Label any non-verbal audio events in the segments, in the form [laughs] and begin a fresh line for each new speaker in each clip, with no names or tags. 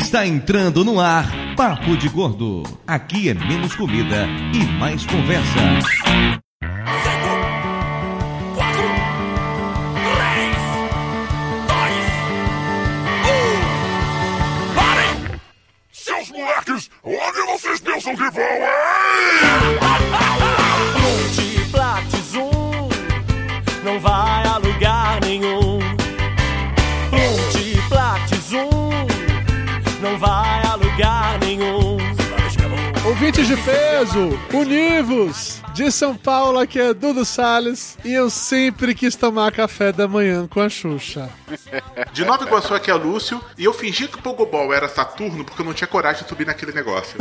Está entrando no ar Papo de Gordo. Aqui é menos comida e mais conversa.
Seus moleques, onde vocês pensam que vão, hein?
Multiplates um não vai a lugar nenhum. Multiplates um não vai a lugar nenhum.
Ouvintes de peso, univos! De São Paulo, aqui é Dudu Salles e eu sempre quis tomar café da manhã com a Xuxa.
De Nova Iguaçu aqui é Lúcio e eu fingi que o Pogobol era Saturno porque eu não tinha coragem de subir naquele
[laughs]
negócio.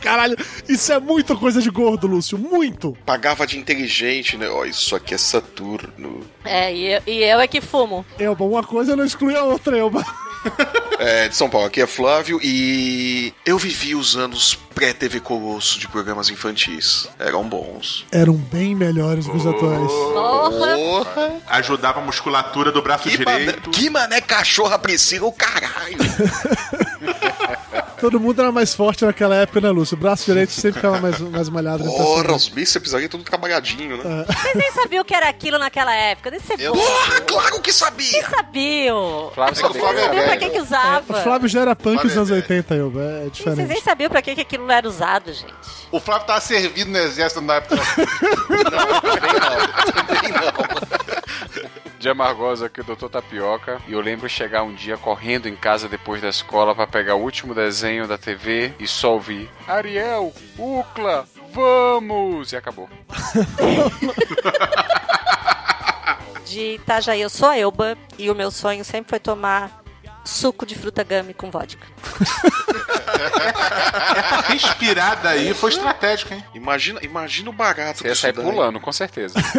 Caralho, isso é muito coisa de gordo, Lúcio, muito!
Pagava de inteligente, né? Ó, isso aqui é Saturno.
É, e eu, e eu é que fumo.
Elba, uma coisa não exclui a outra, Elba.
É, de São Paulo, aqui é Flávio e eu vivi os anos pré-TV Colosso de programas infantis. Eram bons.
Eram bem melhores que os atuais.
Porra!
Porra!
Ajudava a musculatura do braço
Que mané,
direito.
que mané cachorra Priscila,
[laughs]
o caralho!
Todo mundo era mais forte naquela época, né, Lúcio? O braço direito sempre ficava mais, mais malhado. né, pra
Porra,
cima.
os bíceps ali tudo trabalhadinho,
É.
né?
Vocês nem sabiam o que era aquilo naquela época. Nem você
Porra, claro que
Vocês
sabia!
sabiam.
Flávio
É que
Sabrina.
o Flávio é
Sabiam pra que,
velho.
que usava.
É, O Flávio já era punk
Flávio
nos anos
é-
80, Elba, é
Vocês nem
diferente.
sabiam pra que, que aquilo não era usado, gente.
O Flávio tava servido no exército na época.
De Amargosa aqui, o Doutor Tapioca. E eu lembro chegar um dia correndo em casa depois da escola pra pegar o último desenho da TV e só ouvir Ariel, Ucla, vamos! E acabou.
De Itajaí, eu sou a Elba e o meu sonho sempre foi tomar suco de fruta gummy com vodka.
Respirar daí foi estratégico, hein?
Imagina, imagina o barato
Você ia
disso
sair
daí.
pulando, com certeza. [laughs]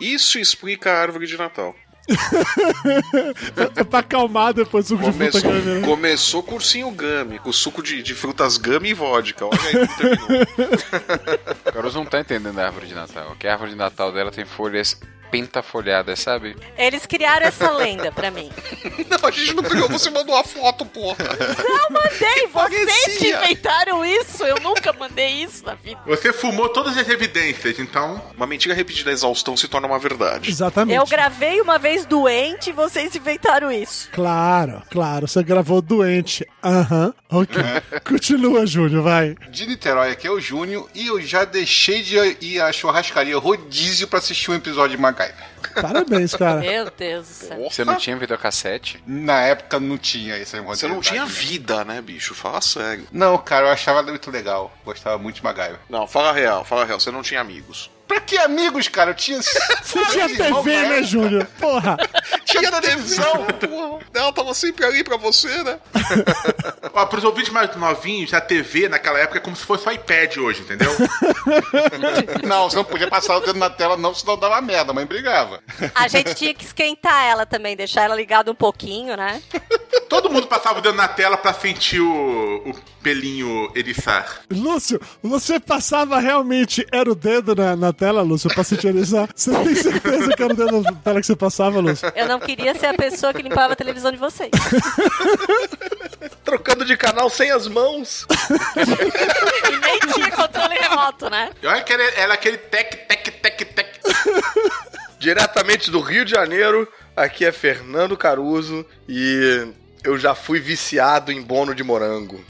Isso explica a árvore de Natal.
É pra acalmar depois do suco de fruta
Começou,
gummy, né?
começou cursinho Gami, com suco de, de frutas Gami e vodka. Olha aí, como terminou.
O Caruso não tá entendendo a árvore de Natal. Que a árvore de Natal dela tem folhas pentafolhadas, sabe?
Eles criaram essa lenda pra mim.
Não, a gente não criou, você mandou a foto, porra.
Mandei, vocês que
Parecia.
inventaram isso. Eu nunca mandei isso na vida.
[laughs] Você fumou todas as evidências, então.
Uma mentira repetida, a exaustão se torna uma verdade.
Exatamente.
Eu gravei uma vez doente e vocês inventaram isso.
Claro, claro, você gravou doente. Aham, ok.
É.
Continua, Júlio, vai.
De Niterói, aqui é o Júnior, e eu já deixei de ir à churrascaria rodízio pra assistir um episódio de MacGyver.
Parabéns, cara.
Meu Deus do céu.
Você não tinha videocassete?
Na época não tinha esse negócio.
Você não
de
tinha
verdade,
vida, né, bicho? Fala sério.
né? Não, cara, eu achava muito legal. Gostava muito de MacGyver.
Não, fala real, fala real. Você não tinha amigos.
Pra que amigos, cara? Eu
[laughs]
tinha.
Você tinha TV, né, Júlio? Porra.
Tinha [laughs] televisão, porra. Ela tava sempre ali pra você, né?
Ó, pros ouvintes mais novinhos, a TV naquela época é como se fosse o iPad hoje,
[laughs]
entendeu?
Não, você não podia passar o dedo na tela, não, senão dava merda. A mãe brigava.
A gente tinha que esquentar ela também, deixar ela ligada um pouquinho, né?
Todo mundo passava o dedo na tela pra sentir o, o pelinho eriçar.
Lúcio, você passava realmente. Era o dedo na, na tela, Lúcio, pra sentir isso? Você tem certeza que era o dedo na tela que você passava, Lúcio?
Eu não queria ser a pessoa que limpava a televisão de vocês.
[laughs] Trocando de canal sem as mãos.
E nem tinha controle remoto, né?
E olha que era, era aquele tec, tec, tec, tec.
Diretamente do Rio de Janeiro, aqui é Fernando Caruso e eu já fui viciado em bono de morango.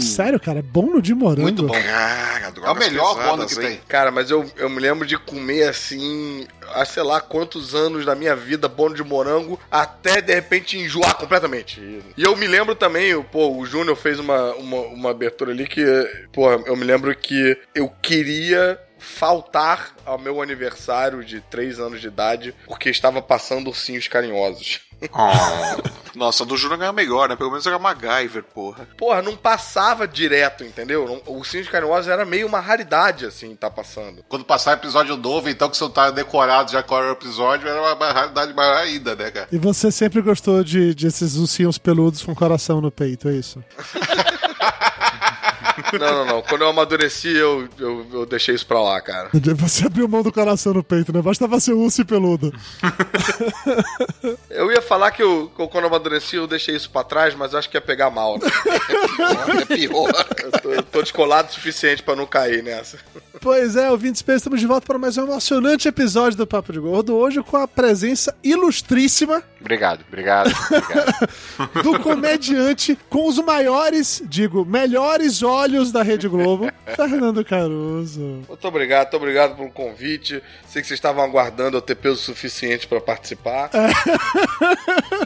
Sério, cara, é bom no de morango.
Hum. Muito bom.
Cara,
É
drogas
o melhor
pesadas,
bono que
hein?
tem.
Cara, mas eu, eu me lembro de comer assim, há sei lá quantos anos da minha vida, bono de morango, até de repente enjoar completamente. E eu me lembro também, eu, pô, o Júnior fez uma, uma, uma abertura ali que, pô, eu me lembro que eu queria faltar ao meu aniversário de 3 anos de idade porque estava passando ursinhos carinhosos.
Ah.
[laughs]
Nossa, do Júnior era melhor, né? Pelo menos era MacGyver, porra.
Porra, não passava direto, entendeu? Não- O Ursinhos Carinhosos era meio uma raridade, assim, tá passando.
Quando passar episódio novo, então que você não tá decorado já qual era o episódio, era uma raridade maior ainda, né, cara?
E você sempre gostou de, de esses ursinhos peludos com coração no peito, é isso?
[laughs] Não, não, não. Quando eu amadureci, eu, eu, eu deixei isso pra lá, cara.
Você abriu mão do coração no peito, né? Bastava
um
ser urso e peludo.
Eu ia falar que eu, que eu, quando eu amadureci, eu deixei isso pra trás, mas eu acho que ia pegar mal. Né? É pior, é pior. Eu tô, eu tô descolado o suficiente pra não cair nessa.
Pois é, ouvintes, bem, estamos de volta para mais um emocionante episódio do Papo de Gordo. Hoje com a presença ilustríssima
Obrigado, obrigado, obrigado.
do comediante com os maiores, digo, melhores olhos da Rede Globo, Fernando Caruso.
Muito obrigado, muito obrigado pelo convite. Sei que vocês estavam aguardando eu ter peso suficiente pra participar.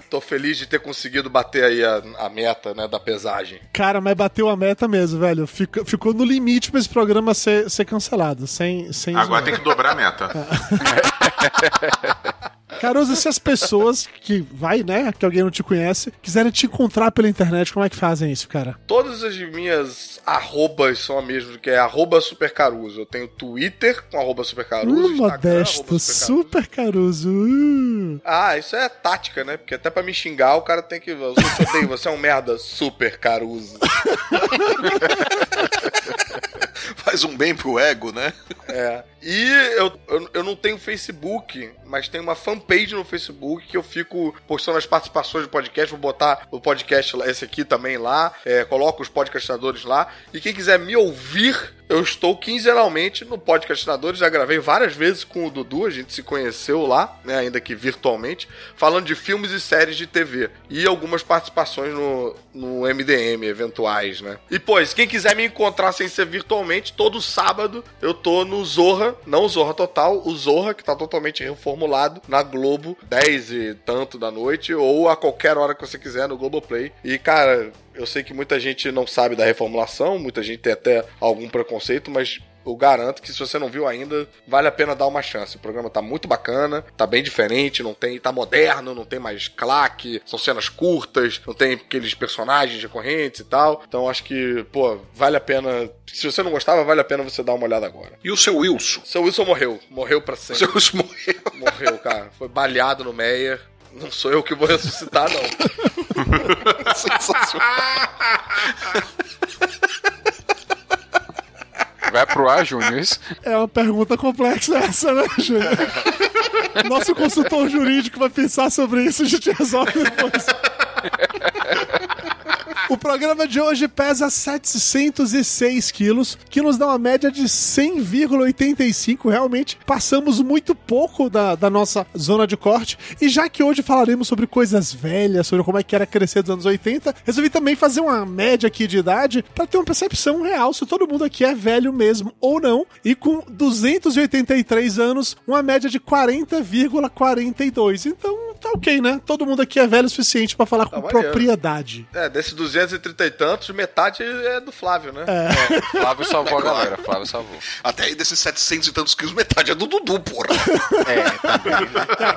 Tô feliz de ter conseguido bater aí a, a meta, né, da pesagem.
Cara, mas bateu a meta mesmo, velho. Fica- ficou no limite pra esse programa ser, ser cancelado. Sem, sem
Agora
zoeira.
tem que dobrar a meta.
Caruso, se as pessoas que vai, né, que alguém não te conhece, quiserem te encontrar pela internet, como é que fazem isso, cara?
Todas as minhas arrobas são a mesma, que é arroba supercaruso. Eu tenho Twitter com Tá arroba supercaruso.
Hum, modesto, super Caruso. Uh.
Ah, isso é tática, né? Porque até pra me xingar, o cara tem que. Eu te odeio, você é um merda super caruso.
Faz um bem pro ego, né?
É. E eu, eu, eu não tenho Facebook, mas tem uma fanpage no Facebook que eu fico postando as participações do podcast. Vou botar o podcast, lá- esse aqui também lá. É, coloco os podcastadores lá. E quem quiser me ouvir, eu estou quinzenalmente no podcastadores. Já gravei várias vezes com o Dudu, a gente se conheceu lá, né, ainda que virtualmente, falando de filmes e séries de TV. E algumas participações no, no MDM, eventuais, né? E, pois, quem quiser me encontrar sem ser virtualmente, todo sábado eu tô no Zorra, não o Zorra Total, o Zorra, que tá totalmente reformulado, na Globo, 10 e tanto da noite, ou a qualquer hora que você quiser no Globoplay. E, cara, eu sei que muita gente não sabe da reformulação, muita gente tem até algum preconceito, mas. Eu garanto que se você não viu ainda, vale a pena dar uma chance. O programa tá muito bacana, tá bem diferente, não tem, tá moderno, não tem mais claque, são cenas curtas, não tem aqueles personagens recorrentes e tal. Então acho que, pô, vale a pena. Se você não gostava, vale a pena você dar uma olhada agora.
E o seu Wilson?
Seu Wilson morreu. Morreu pra
O
sempre.
seu Wilson morreu.
[laughs]
[laughs]
Morreu, cara. Foi baleado no Meyer. Não sou eu que vou ressuscitar, não.
Vai pro ar, Júnior, isso?
É uma pergunta complexa essa, né, Júnior? Nosso consultor jurídico vai pensar sobre isso e a gente resolve depois.
O programa de hoje pesa 706 quilos, que nos dá uma média de 100,85. Realmente, passamos muito pouco da, da nossa zona de corte. E já que hoje falaremos sobre coisas velhas, sobre como é que era crescer dos anos 80, resolvi também fazer uma média aqui de idade para ter uma percepção real se todo mundo aqui é velho mesmo ou não. E com 283 anos, uma média de 40,42. Então, tá ok, né? Todo mundo aqui é velho o suficiente para falar com
maneiro.
propriedade.
É, desses 230 e tantos, metade é do Flávio, né?
Flávio salvou a galera, Flávio salvou.
Até aí desses 700 e tantos quilos, metade é do Dudu, porra.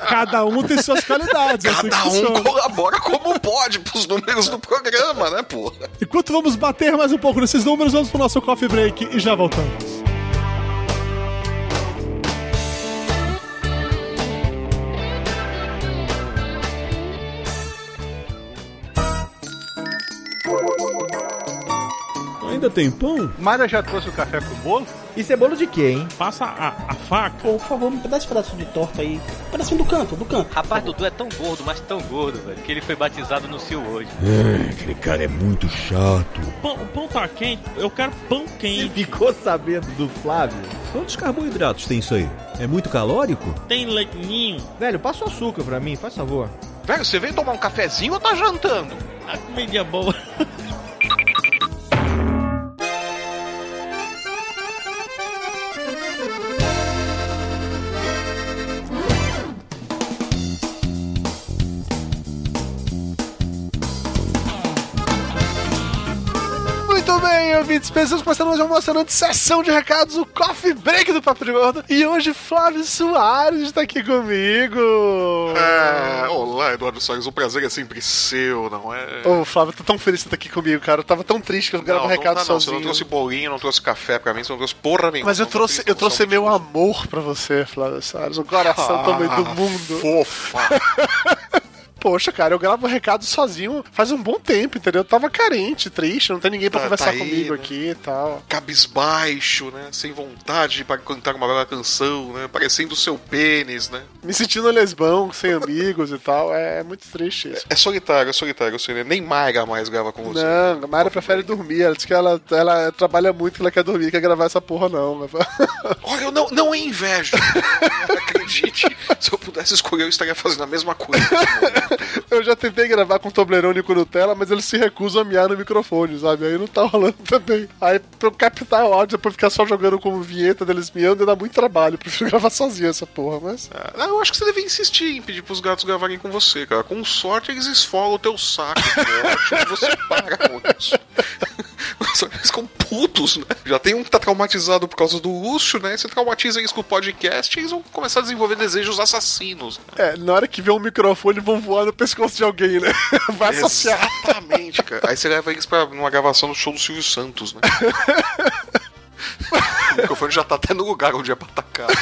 Cada um tem suas qualidades. é assim que
Cada um
funciona.
colabora como pode pros números do programa, né, porra?
Enquanto vamos bater mais um pouco nesses números, vamos pro nosso coffee break e já voltamos.
Ainda tem pão?
Mara já trouxe o café com bolo?
Isso é bolo de quê, hein? Passa a, a faca. Pô, por favor, me dá esse pedaço de torta aí. Um pedacinho do canto, do canto.
Rapaz, Dudu é tão gordo, mas tão gordo, velho, que ele foi batizado no Sil hoje.
aquele cara é muito chato.
Pão, o pão tá quente? Eu quero pão quente. ficou sabendo do Flávio?
Quantos carboidratos tem isso aí? É muito calórico?
Tem leitinho.
Velho, passa o açúcar pra mim, faz favor.
Velho, você veio tomar um cafezinho ou tá jantando?
A comida é boa.
Muito bem, ouvintes, pessoas, começando mais uma emocionante sessão de recados, o coffee break do Papo de Gordo. E hoje Flávio Soares está aqui comigo.
É, olá, Eduardo Soares, o prazer é sempre seu, não é?
Ô, Flávio, tô tão feliz que você tá aqui comigo, cara. Eu tava tão triste que eu gravo
não,
um recado
não, tá, não, você
sozinho.
não trouxe bolinho, não trouxe café pra mim, você não trouxe porra nenhuma.
Mas eu
Não
trouxe, eu
um
trouxe meu amor pra você, Flávio Soares. O coração
Ah,
também do mundo.
Fofa.
Poxa, cara, eu gravo recado sozinho faz um bom tempo, entendeu? Eu tava carente, triste, não tem ninguém pra
Tá-
conversar
tá aí,
comigo
né?
aqui e tal.
[laughs] Cabisbaixo, né? Sem vontade para cantar uma bela canção, né? Parecendo o seu pênis, né?
Me sentindo lesbão, sem amigos e tal. É, é muito triste isso.
É solitário, é solitário, eu sei, né? Nem Mayra mais grava com você.
Não, a Mayra prefere dormir. Ela diz que ela, ela trabalha muito, que ela quer dormir, quer gravar essa porra, não. né?
Olha, eu não, não é [laughs] inveja. Acredite, se eu pudesse escolher, eu estaria fazendo a mesma coisa.
[laughs] Eu já tentei gravar com Toblerone e com Nutella, mas eles se recusam a miar no microfone, sabe? Aí não tá rolando [laughs] também. Aí pra eu captar o áudio, depois ficar só jogando como vinheta deles miando, dá muito trabalho. Eu prefiro [laughs] gravar sozinho essa porra, mas...
Ah, eu acho que você devia insistir em pedir pros gatos gravarem com você, cara. Com sorte, eles esfolam o teu saco. né? Eu acho que você para com [laughs] isso. Nossa, eles ficam putos, né? Já tem um que tá traumatizado por causa do Lúcio, né? Você traumatiza eles com o podcast e eles vão começar a desenvolver desejos assassinos.
É, na hora que vê um microfone, vão voar no pescoço de alguém, né? [laughs] Vai associar.
Exatamente, cara. Aí você leva eles pra uma gravação do show do Silvio Santos,
[laughs]
né? o microfone já tá até no lugar onde é pra atacar. né?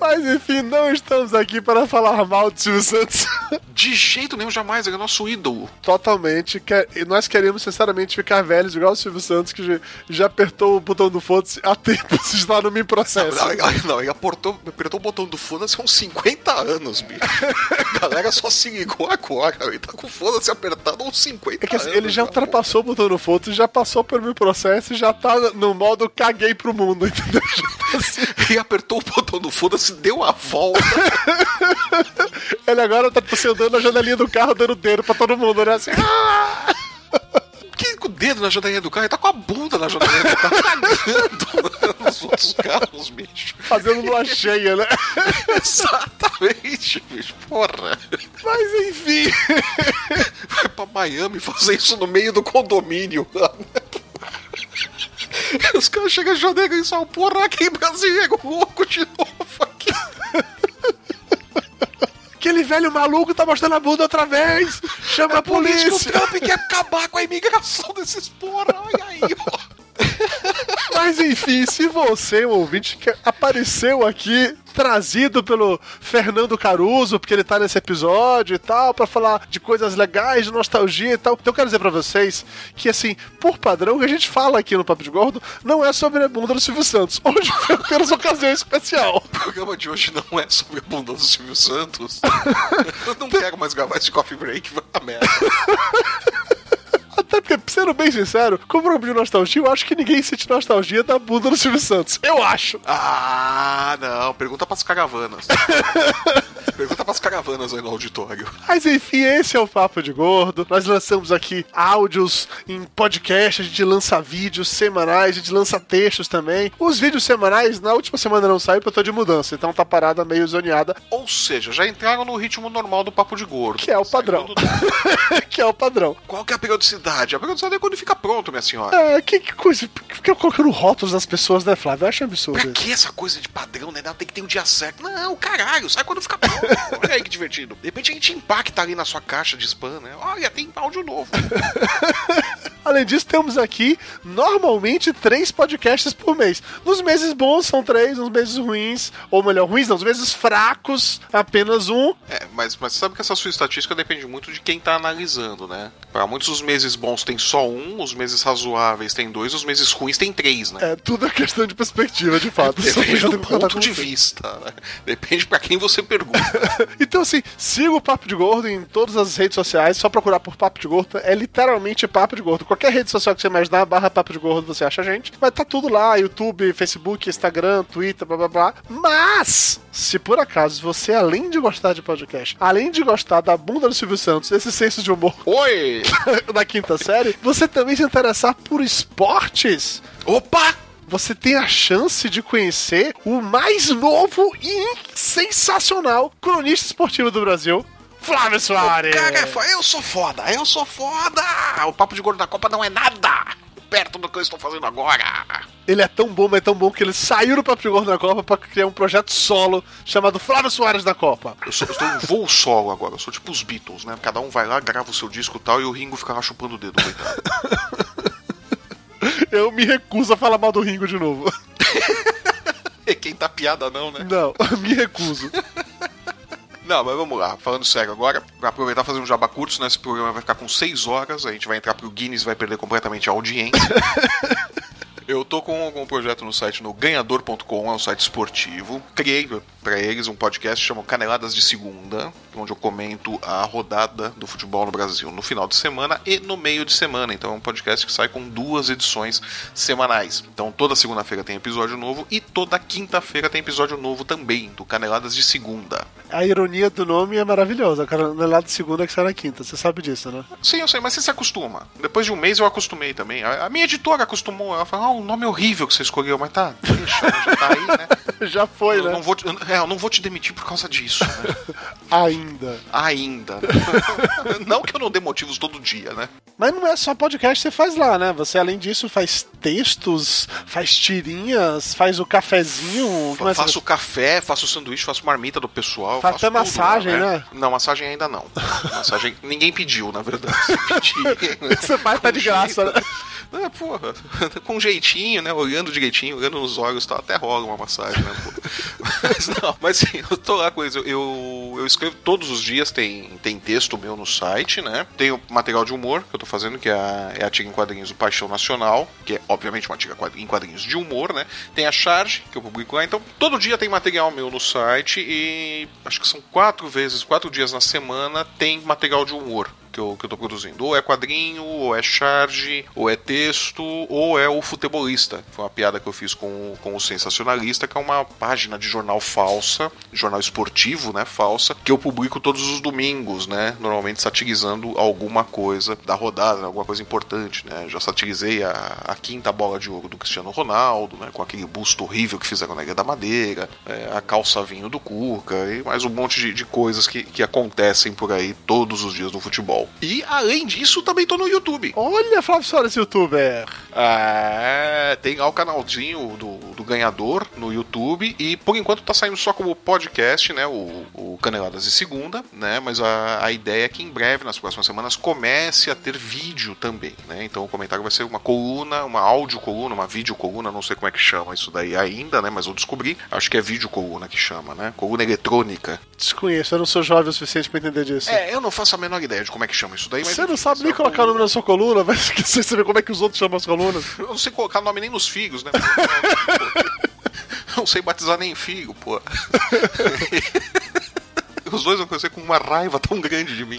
Mas enfim, não estamos aqui para falar mal de Silvio Santos. [laughs]
De jeito nenhum, jamais. Ele é nosso ídolo.
Totalmente. Quer- e Nós queremos, sinceramente, ficar velhos, igual o Silvio Santos, que já- já apertou o botão do foda-se há tempo, [laughs] se lá não me processa.
Não, ele- não, ele aportou, apertou o botão do foda-se há uns 50 anos, bicho. A galera só se ligou agora. Ele tá com o foda-se apertado há uns 50
É que assim,
anos.
ele já ultrapassou o botão no foto, já passou pelo meu processo e já tá no modo caguei pro mundo, [laughs] entendeu?
E apertou o botão do foda-se, deu a volta.
Ele agora tá se andando na janelinha do carro, dando dedo pra todo mundo, né? Assim, "Ah!"
Que com o dedo na janelinha do carro, ele tá com a bunda na janelinha do carro, cagando nos outros carros, bicho.
fazendo lua cheia, né?
[laughs] Exatamente, bicho. Porra.
Mas enfim.
Vai pra Miami fazer isso no meio do condomínio. Os caras chegam de janeiro e falam, porra, aqui brasileiro louco de novo aqui.
Aquele velho maluco tá mostrando a bunda outra vez! Chama a
político
polícia!
Trump quer acabar com a imigração desses porra, olha aí, ó.
Mas enfim, se você, um ouvinte, que apareceu aqui trazido pelo Fernando Caruso, porque ele tá nesse episódio e tal, pra falar de coisas legais, de nostalgia e tal. Então eu quero dizer pra vocês que, assim, por padrão, o que a gente fala aqui no Papo de Gordo não é sobre a bunda do Silvio Santos. [laughs] Hoje foi apenas uma ocasião especial.
O programa de hoje não é sobre a bunda do Silvio [laughs] Santos. Eu não quero mais gravar esse coffee break, vai a merda.
Até porque, sendo bem sincero, com o problema de nostalgia, eu acho que ninguém sente nostalgia da bunda do Silvio Santos. Eu acho.
Ah, não. Pergunta pras [laughs] caravanas. Pergunta pras caravanas aí no auditório.
Mas enfim, esse é o Papo de Gordo. Nós lançamos aqui áudios em podcast, a gente lança vídeos semanais, a gente lança textos também. Os vídeos semanais, na última semana não saiu porque eu tô de mudança, então tá parada meio zoneada,
Ou seja, já entraram no ritmo normal do papo de gordo.
que é o padrão. [laughs] que é o padrão.
Qual que é a periodicidade? A periodicidade é quando fica pronto, minha senhora.
É, que, que coisa, por que fica colocando rótulos nas pessoas, né, Flávio? Eu acho um absurdo.
[laughs]
isso.
Que essa coisa de padrão, né? Não, Tem que ter um dia certo. Não, caralho, sai quando fica [laughs] pronto. Olha aí que divertido. De repente a gente impacta ali na sua caixa de spam, né? Olha, tem áudio novo.
Além disso, temos aqui normalmente três podcasts por mês. Nos meses bons são três, nos meses ruins, ou melhor, ruins não, nos meses fracos, apenas um.
É, mas, mas sabe que essa sua estatística depende muito de quem tá analisando, né? Pra muitos, os meses bons tem só um, os meses razoáveis tem dois, os meses ruins tem três, né?
É, tudo é questão de perspectiva, de fato. É, [laughs] Só
Depende
obrigado
do
por contar
É, ponto
com
de
você.
vista, né? Depende pra quem você [laughs] pergunta.
Então, assim, siga o Papo de Gordo em todas as redes sociais, só procurar por Papo de Gordo, é literalmente Papo de Gordo. Qualquer rede social que você imaginar, barra Papo de Gordo, você acha a gente. Vai tá tudo lá, YouTube, Facebook, Instagram, Twitter, blá blá blá. Mas, se por acaso você, além de gostar de podcast, além de gostar da bunda do Silvio Santos, esse senso de humor
Oi!
[laughs] da quinta série, você também se interessar por esportes,
opa!
Você tem a chance de conhecer o mais novo e sensacional cronista esportivo do Brasil, Flávio Soares.
Cara, eu sou foda, eu sou foda! O papo de gordo da Copa não é nada perto do que eu estou fazendo agora.
Ele é tão bom, mas é tão bom que ele saiu do Papo de Gordo na Copa pra criar um projeto solo chamado Flávio Soares da Copa.
Eu, sou, eu estou em voo solo agora, eu sou tipo os Beatles, né? Cada um vai lá, grava o seu disco e tal, e o Ringo fica lá chupando o dedo, [laughs] coitado.
Eu me recuso a falar mal do Ringo de novo. [laughs]
E quem tá piada não, né?
Não, me recuso.
Não, mas vamos lá. Falando sério agora, pra aproveitar e fazer um jabá curto, senão esse programa vai ficar com 6 horas, a gente vai entrar pro Guinness e vai perder completamente a audiência. [laughs] Eu tô com um projeto no site no ganhador.com, é um site esportivo. Criei para eles um podcast chamado Caneladas de Segunda, onde eu comento a rodada do futebol no Brasil no final de semana e no meio de semana. Então é um podcast que sai com duas edições semanais. Então toda segunda-feira tem episódio novo e toda quinta-feira tem episódio novo também do Caneladas de Segunda.
A ironia do nome é maravilhosa. Canelada de segunda que sai na quinta. Você sabe disso, né? [laughs]
Sim, eu sei, mas você se acostuma. Depois de um mês eu acostumei também. A a minha editora acostumou, ela falou: ah, um nome horrível que você escolheu, mas tá, deixa, já tá aí,
[laughs]
né?
Já foi,
eu
né?
Não vou te, eu, é, eu não vou te demitir por causa disso. Né?
[laughs] Ainda.
Ainda. [laughs] não que eu não dê motivos todo dia, né?
Mas não é só podcast que você faz lá, né? Você, além disso, faz textos, faz tirinhas, faz o cafezinho. como é que
faço café, faço sanduíche, faço marmita do pessoal.
Faz até
faço tudo,
massagem, né?
Não, massagem ainda não. Massagem ninguém pediu,
[laughs]
na verdade. Se pedir,
Você vai tá de graça, né?
[laughs] É, porra, com jeitinho, né? Olhando direitinho, olhando nos olhos e tal, até rola uma massagem, né? pô? [laughs] Mas não, mas sim, eu tô lá com isso. Eu, eu escrevo todos os dias, tem, tem texto meu no site, né? Tem o material de humor que eu tô fazendo, que é a, é a Tira em Quadrinhos do Paixão Nacional, que é obviamente uma tira quad- em quadrinhos de humor, né? Tem a charge que eu publico lá, então todo dia tem material meu no site e acho que são quatro vezes, quatro dias na semana tem material de humor que eu, que eu tô produzindo. Ou é quadrinho, ou é charge, ou é texto, ou é o futebolista. Foi uma piada que eu fiz com, o- com o Sensacionalista, que é uma página de jornal falsa, jornal esportivo, né? Falsa, que eu publico todos os domingos, né? Normalmente satirizando alguma coisa da rodada, né, alguma coisa importante, né? Já satirizei a, a quinta bola de ouro do Cristiano Ronaldo, né? Com aquele busto horrível que fizeram na Ilha da Madeira, é, a calça vinho do Cuca e mais um monte de, de coisas que, que acontecem por aí todos os dias no futebol. E além disso, também tô no YouTube.
Olha, Flávio Soares, youtuber.
É, tem lá o canalzinho do, do ganhador no YouTube e por enquanto tá saindo só como podcast, né? O, o Caneladas de Segunda, né? Mas a, a ideia é que em breve, nas próximas semanas, comece a ter vídeo também, né? Então o comentário vai ser uma coluna, uma áudio coluna, uma vídeo coluna, não sei como é que chama isso daí ainda, né? Mas eu descobri, acho que é vídeo coluna que chama, né? Coluna eletrônica.
Desconheço, eu não sou jovem o suficiente pra entender disso.
É, eu não faço a menor ideia de como é que chama isso daí, mas
Você não sabe nem colocar o nome na sua coluna, [laughs] mas você sabe como é que os outros chamam as colunas.
eu não sei colocar nome nem nos figos, né? [laughs] não sei batizar nem figo, pô. [laughs] Os dois vão crescer com uma raiva tão grande de mim.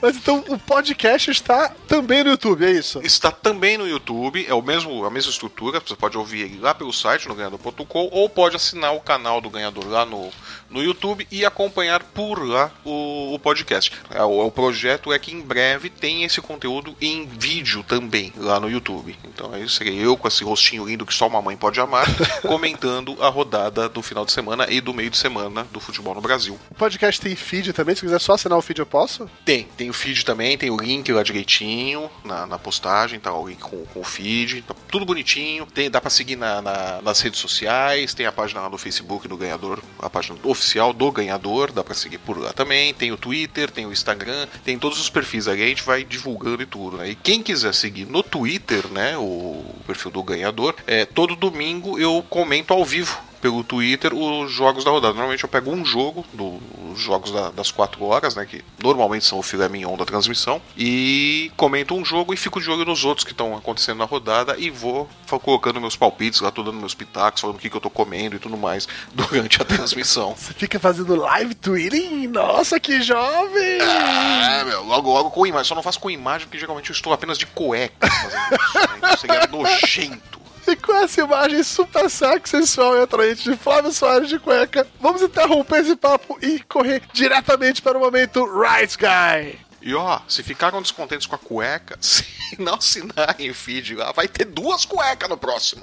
Mas então o podcast está também no YouTube, é isso?
Está também no YouTube, é o mesmo, a mesma estrutura, você pode ouvir ele lá pelo site no ganhador.com ou pode assinar o canal do ganhador lá no, no YouTube e acompanhar por lá o, o podcast. É, O, o projeto é que em breve tem esse conteúdo em vídeo também lá no YouTube. Então aí serei eu com esse rostinho lindo que só uma mãe pode amar, comentando a rodada do final de semana e do meio de semana do futebol no Brasil.
O podcast tem feed também, se quiser só assinar o feed eu posso?
Tem, tem o feed também, tem o link lá direitinho na, na postagem, tá o link com, com o feed, tá tudo bonitinho. Tem, dá pra seguir na- na- nas redes sociais, tem a página lá no Facebook do ganhador, a página oficial do ganhador, dá pra seguir por lá também. Tem o Twitter, tem o Instagram, tem todos os perfis aí, a gente vai divulgando e tudo, né? E quem quiser seguir no Twitter, né, o perfil do ganhador, é, todo domingo eu comento ao vivo pelo Twitter os jogos da rodada. Normalmente eu pego um jogo do- dos jogos da- das quatro horas, né? Que normalmente são o filé mignon da transmissão. E comento um jogo e fico de olho nos outros que estão acontecendo na rodada e vou fa- colocando meus palpites lá, tô dando meus pitacos, falando o que, que eu tô comendo e tudo mais [laughs] durante a [laughs] transmissão.
Você fica fazendo live tweeting? Nossa, que jovem!
É, meu, logo, logo com imagem. Só não faço com imagem porque geralmente eu estou apenas de cueca fazendo isso. Né? Então seria nojento.
E com essa imagem super sexy, sensual e atraente de Flávio Soares de cueca, vamos interromper esse papo e correr diretamente para o momento Right Guy.
E ó, se ficaram descontentes com a cueca, [laughs] se não assinarem o feed lá, vai ter duas cuecas no próximo.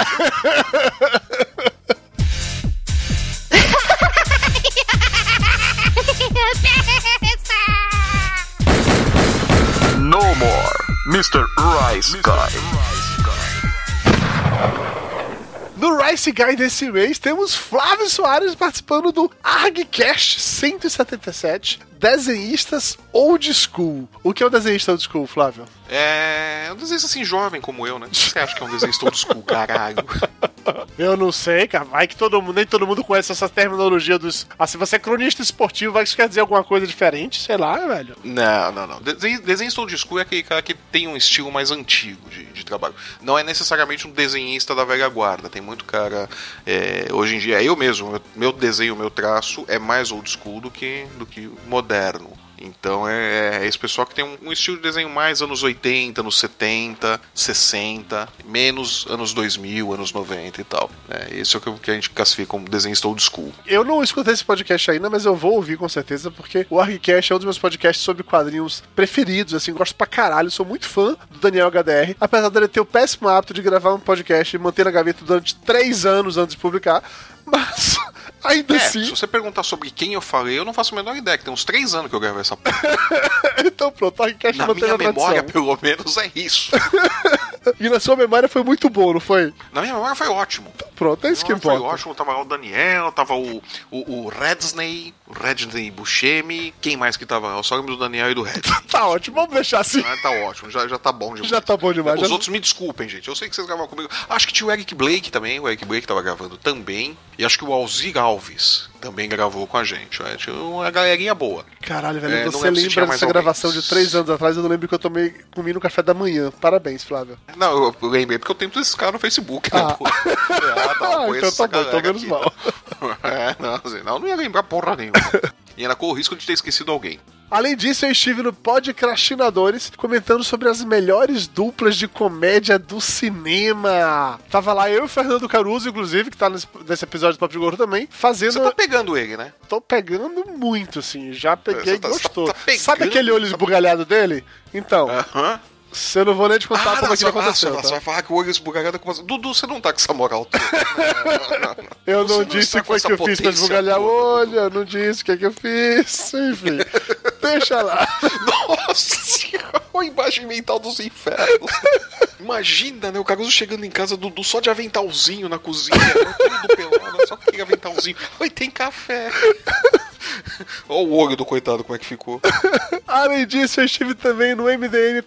No more, Mr. Rice Guy.
No Rice Guy desse mês, temos Flávio Soares participando do ArgCast 177, desenhistas old school. O que é o desenhista old school, Flávio?
É. Um desenho assim jovem como eu, né? O que você acha que é um desenho old school, caralho?
Eu não sei, cara. Vai que todo mundo, nem todo mundo conhece essa terminologia dos. Ah, se você é cronista esportivo, vai que isso quer dizer alguma coisa diferente, sei lá, velho.
Não, não, não. Desenho, desenho old school é aquele cara que tem um estilo mais antigo de, de trabalho. Não é necessariamente um desenhista da velha guarda. Tem muito cara. é, hoje em dia, eu mesmo, meu, meu desenho, meu traço é mais old school do que, do que moderno. Então é, é esse pessoal que tem um, um estilo de desenho mais anos 80, anos 70, 60, menos anos 2000, anos 90 e tal. É, esse é o que, que a gente classifica como desenhista old school.
Eu não escutei esse podcast ainda, mas eu vou ouvir com certeza, porque o ArgCast é um dos meus podcasts sobre quadrinhos preferidos, assim, gosto pra caralho, sou muito fã do Daniel HDR, apesar dele ter o péssimo hábito de gravar um podcast e manter na gaveta durante três anos antes de publicar, [laughs] mas ainda
É,
assim... [laughs]
se você perguntar sobre quem eu falei, eu não faço a menor ideia, que tem uns três anos que eu gravei essa porra.
então pronto, o ArgCast
Na
mantém
minha
a
memória,
tradição.
pelo menos, é isso.
[laughs] E na sua memória foi muito bom, não foi?
Na minha memória foi ótimo.
Pronto, é isso que
Não, foi
importa.
ótimo, tava lá o Daniel, tava o, o, o Redsney, o Redsney Buscemi, quem mais que tava lá? Eu só lembro do Daniel e do Red.
[laughs] Tá ótimo, vamos deixar assim.
Ah, tá ótimo, já, já tá bom demais.
Já tá bom demais.
Os
já-
outros me desculpem, gente. Eu sei que vocês gravavam comigo. Acho que tinha o Eric Blake também, o Eric Blake tava gravando também. E acho que o Alzir Alves também gravou com a gente. né? Tinha uma galerinha boa.
Caralho, velho,
É, não
você
lembro se tinha
lembra
mais
dessa
alguém.
gravação de três anos atrás? Eu não lembro que eu tomei, comi no café da manhã. Parabéns, Flávio.
Não, eu- eu lembrei porque eu tenho esses caras no Facebook, né?
[laughs]
pô? Ah, tá, eu conheço
então tá bom, então
essa galera
menos
aqui,
mal.
[laughs] É, não, senão eu não ia lembrar porra nenhuma. E ainda corro o risco de ter esquecido alguém.
Além disso, eu estive no Podcrastinadores comentando sobre as melhores duplas de comédia do cinema. Tava lá eu e o Fernando Caruso, inclusive, que tá nesse, nesse episódio do Papo de Gordo também, fazendo...
Você tá pegando ele, né?
Tô pegando muito, assim. Já peguei
Você tá-
gostou.
tá- tá pegando,
Sabe aquele olho esbugalhado dele? Então,
Aham.
se eu não vou nem te contar
Ah,
como
não,
aquilo
você- ah,
aconteceu.
você-
tá?
Você vai falar que o olho esbugalhado é como... Dudu, você não tá com essa
[laughs]
moral toda.
Eu não,
Você não
disse
está
o que
com
foi
essa
que eu fiz pra
potência
esbugalhar o olho, eu não disse o que, que eu fiz,
[laughs]
enfim. Deixa lá.
Nossa senhora, uma imagem mental dos infernos. Imagina, né? O Caruso chegando em casa, Dudu, só de aventalzinho na cozinha, né, tudo pelado, só que aventalzinho. Oi, tem café. Olha o olho do coitado, como é que ficou.
Além disso, eu estive também no MDM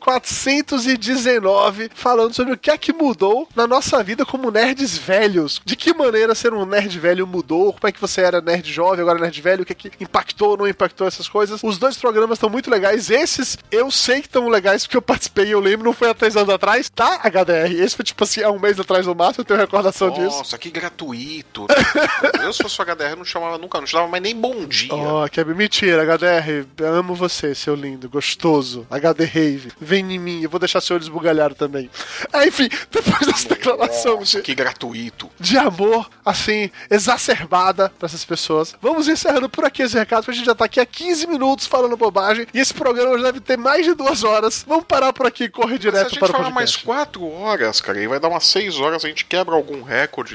419 falando sobre o que é que mudou na nossa vida como nerds velhos. De que maneira ser um nerd velho mudou, como é que você era nerd jovem, agora nerd velho, o que é que impactou ou não impactou essas coisas. Os dois programas estão muito legais. Esses eu sei que estão legais porque eu participei, eu lembro, não foi há três anos atrás, tá, HDR? Esse foi tipo assim, há um mês atrás no máximo, eu tenho recordação disso.
Nossa, que gratuito. né? Eu, se fosse o HDR, não chamava nunca, não te dava mais nem bom dia.
Ó, oh, Kevin, mentira, HDR. Amo você, seu lindo, gostoso. HD Rave. Vem em mim, eu vou deixar seu olho esbugalhado também. Ah, enfim, depois dessa declaração de,
Que gratuito.
de amor, assim, exacerbada pra essas pessoas, vamos encerrando por aqui esse recado, porque a gente já tá aqui há 15 minutos falando bobagem e esse programa já deve ter mais de duas horas. Vamos parar por aqui e correr
Se a
direto
gente
para o
falar
podcast.
mais quatro horas, cara, e vai dar umas seis horas, a gente quebra algum recorde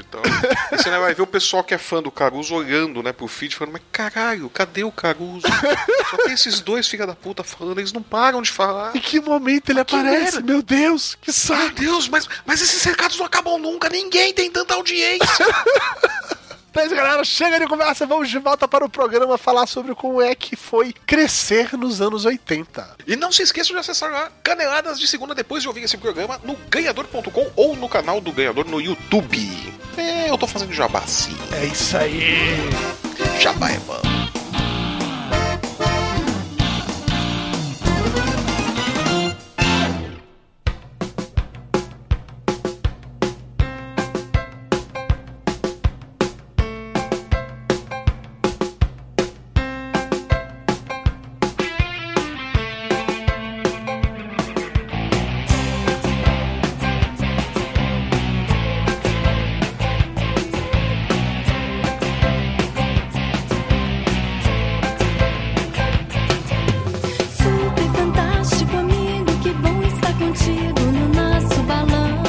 [laughs]
e tal. e você né, vai ver o pessoal que é fã do Caruso olhando, né, pro feed, falando, mas caralho, cadê o Caruso? Só tem esses dois filha da puta falando, eles não param de falar.
Em que momento ele aparece?
Ah, merda.
Meu Deus, que
Meu
saco!
Deus, mas, mas esses recados não acabam nunca, ninguém tem tanta audiência.
Então é isso, galera. Chega de conversa, vamos de volta para o programa falar sobre como é que foi crescer nos anos 80.
e não se esqueçam de acessar lá Caneladas de Segunda depois de ouvir esse programa no ganhador.com ou no canal do Ganhador no YouTube. É, eu tô fazendo jabá sim.
É isso aí.
Jabá é bom.
Super fantástico amigo, que bom estar contigo no nosso balão.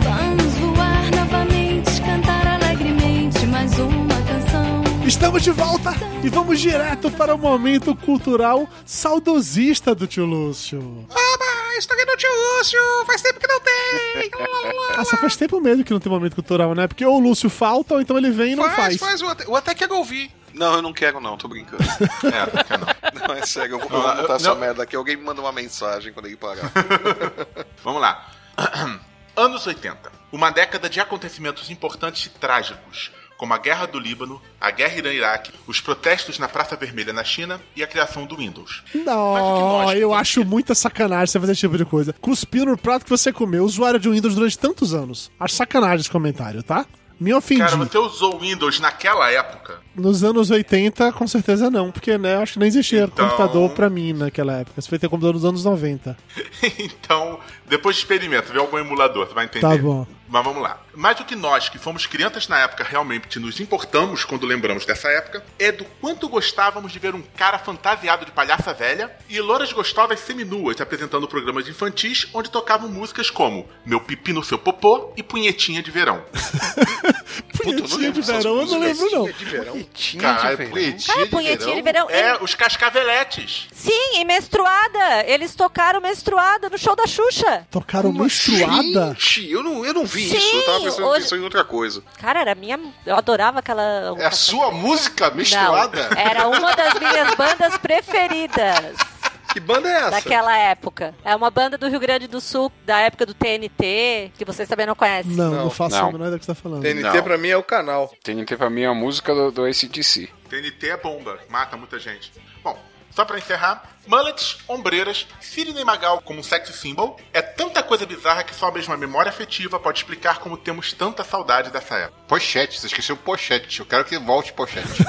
Vamos voar novamente, cantar alegremente mais uma canção.
Estamos de volta e vamos direto para o momento cultural saudosista do tio Lúcio.
Ah, história do tio Lúcio, faz tempo que não tem.
Ah, só faz tempo mesmo que não tem momento cultural, né? Porque ou o Lúcio falta ou então ele vem e não faz.
faz, eu até, eu até quero ouvir.
Não, eu não quero não, tô brincando.
É, não quer não.
Não, é sério, eu vou,
Não,
eu vou
eu-
botar essa
não.
merda aqui. Alguém me manda uma mensagem quando ele parar.
Vamos lá. Anos 80. Uma década de acontecimentos importantes e trágicos, como a Guerra do Líbano, a Guerra Irã-Iraque, os protestos na Praça Vermelha na China e a criação do Windows.
Não, eu acho muita sacanagem você fazer esse tipo de coisa. Cuspir no prato que você comeu, usuário de Windows durante tantos anos. Acho sacanagem esse comentário, tá? Me ofendi.
Cara, você usou o Windows naquela época? [laughs]
Nos anos 80, com certeza não, porque né, acho que não existia
Então-
computador pra mim naquela época. Você foi ter computador nos anos 90.
Então, depois experimenta, vê algum emulador, você vai entender.
Tá bom.
Mas vamos lá. Mas o que nós, que fomos crianças na época, realmente nos importamos quando lembramos dessa época, é do quanto gostávamos de ver um cara fantasiado de palhaça velha e louras gostosas seminuas apresentando programas infantis onde tocavam músicas como Meu Pipi no Seu Popô e Punhetinha de Verão.
Punhetinha de verão, eu não lembro, não.
Punhetinha
é
Caralho,
punhetinha Cara, de punhetinha verão? de verão,
É,
ele-
os cascaveletes.
Sim, e menstruada. Eles tocaram menstruada no show da Xuxa.
Tocaram menstruada?
Gente, eu não, eu não vi
Sim,
isso. Eu tava prestando
hoje-
atenção em outra coisa.
Cara, era minha. Eu adorava aquela.
É a sua música misturada?
Não, era uma das minhas bandas preferidas.
Que banda é essa?
Daquela época. É uma banda do Rio Grande do Sul, da época do TNT, que vocês também não conhecem.
Não, não, faço
Não.
a menor ideia do que você tá falando.
TNT Não. pra
mim é o canal.
TNT pra mim é a música do, do ACDC.
TNT é bomba, mata muita gente. Bom, só pra encerrar, mullets, ombreiras, Sidney Magal como sex symbol, é tanta coisa bizarra que só mesmo a memória afetiva pode explicar como temos tanta saudade dessa época.
Pochete, você esqueceu pochete. Eu quero que
[laughs]
volte pochete.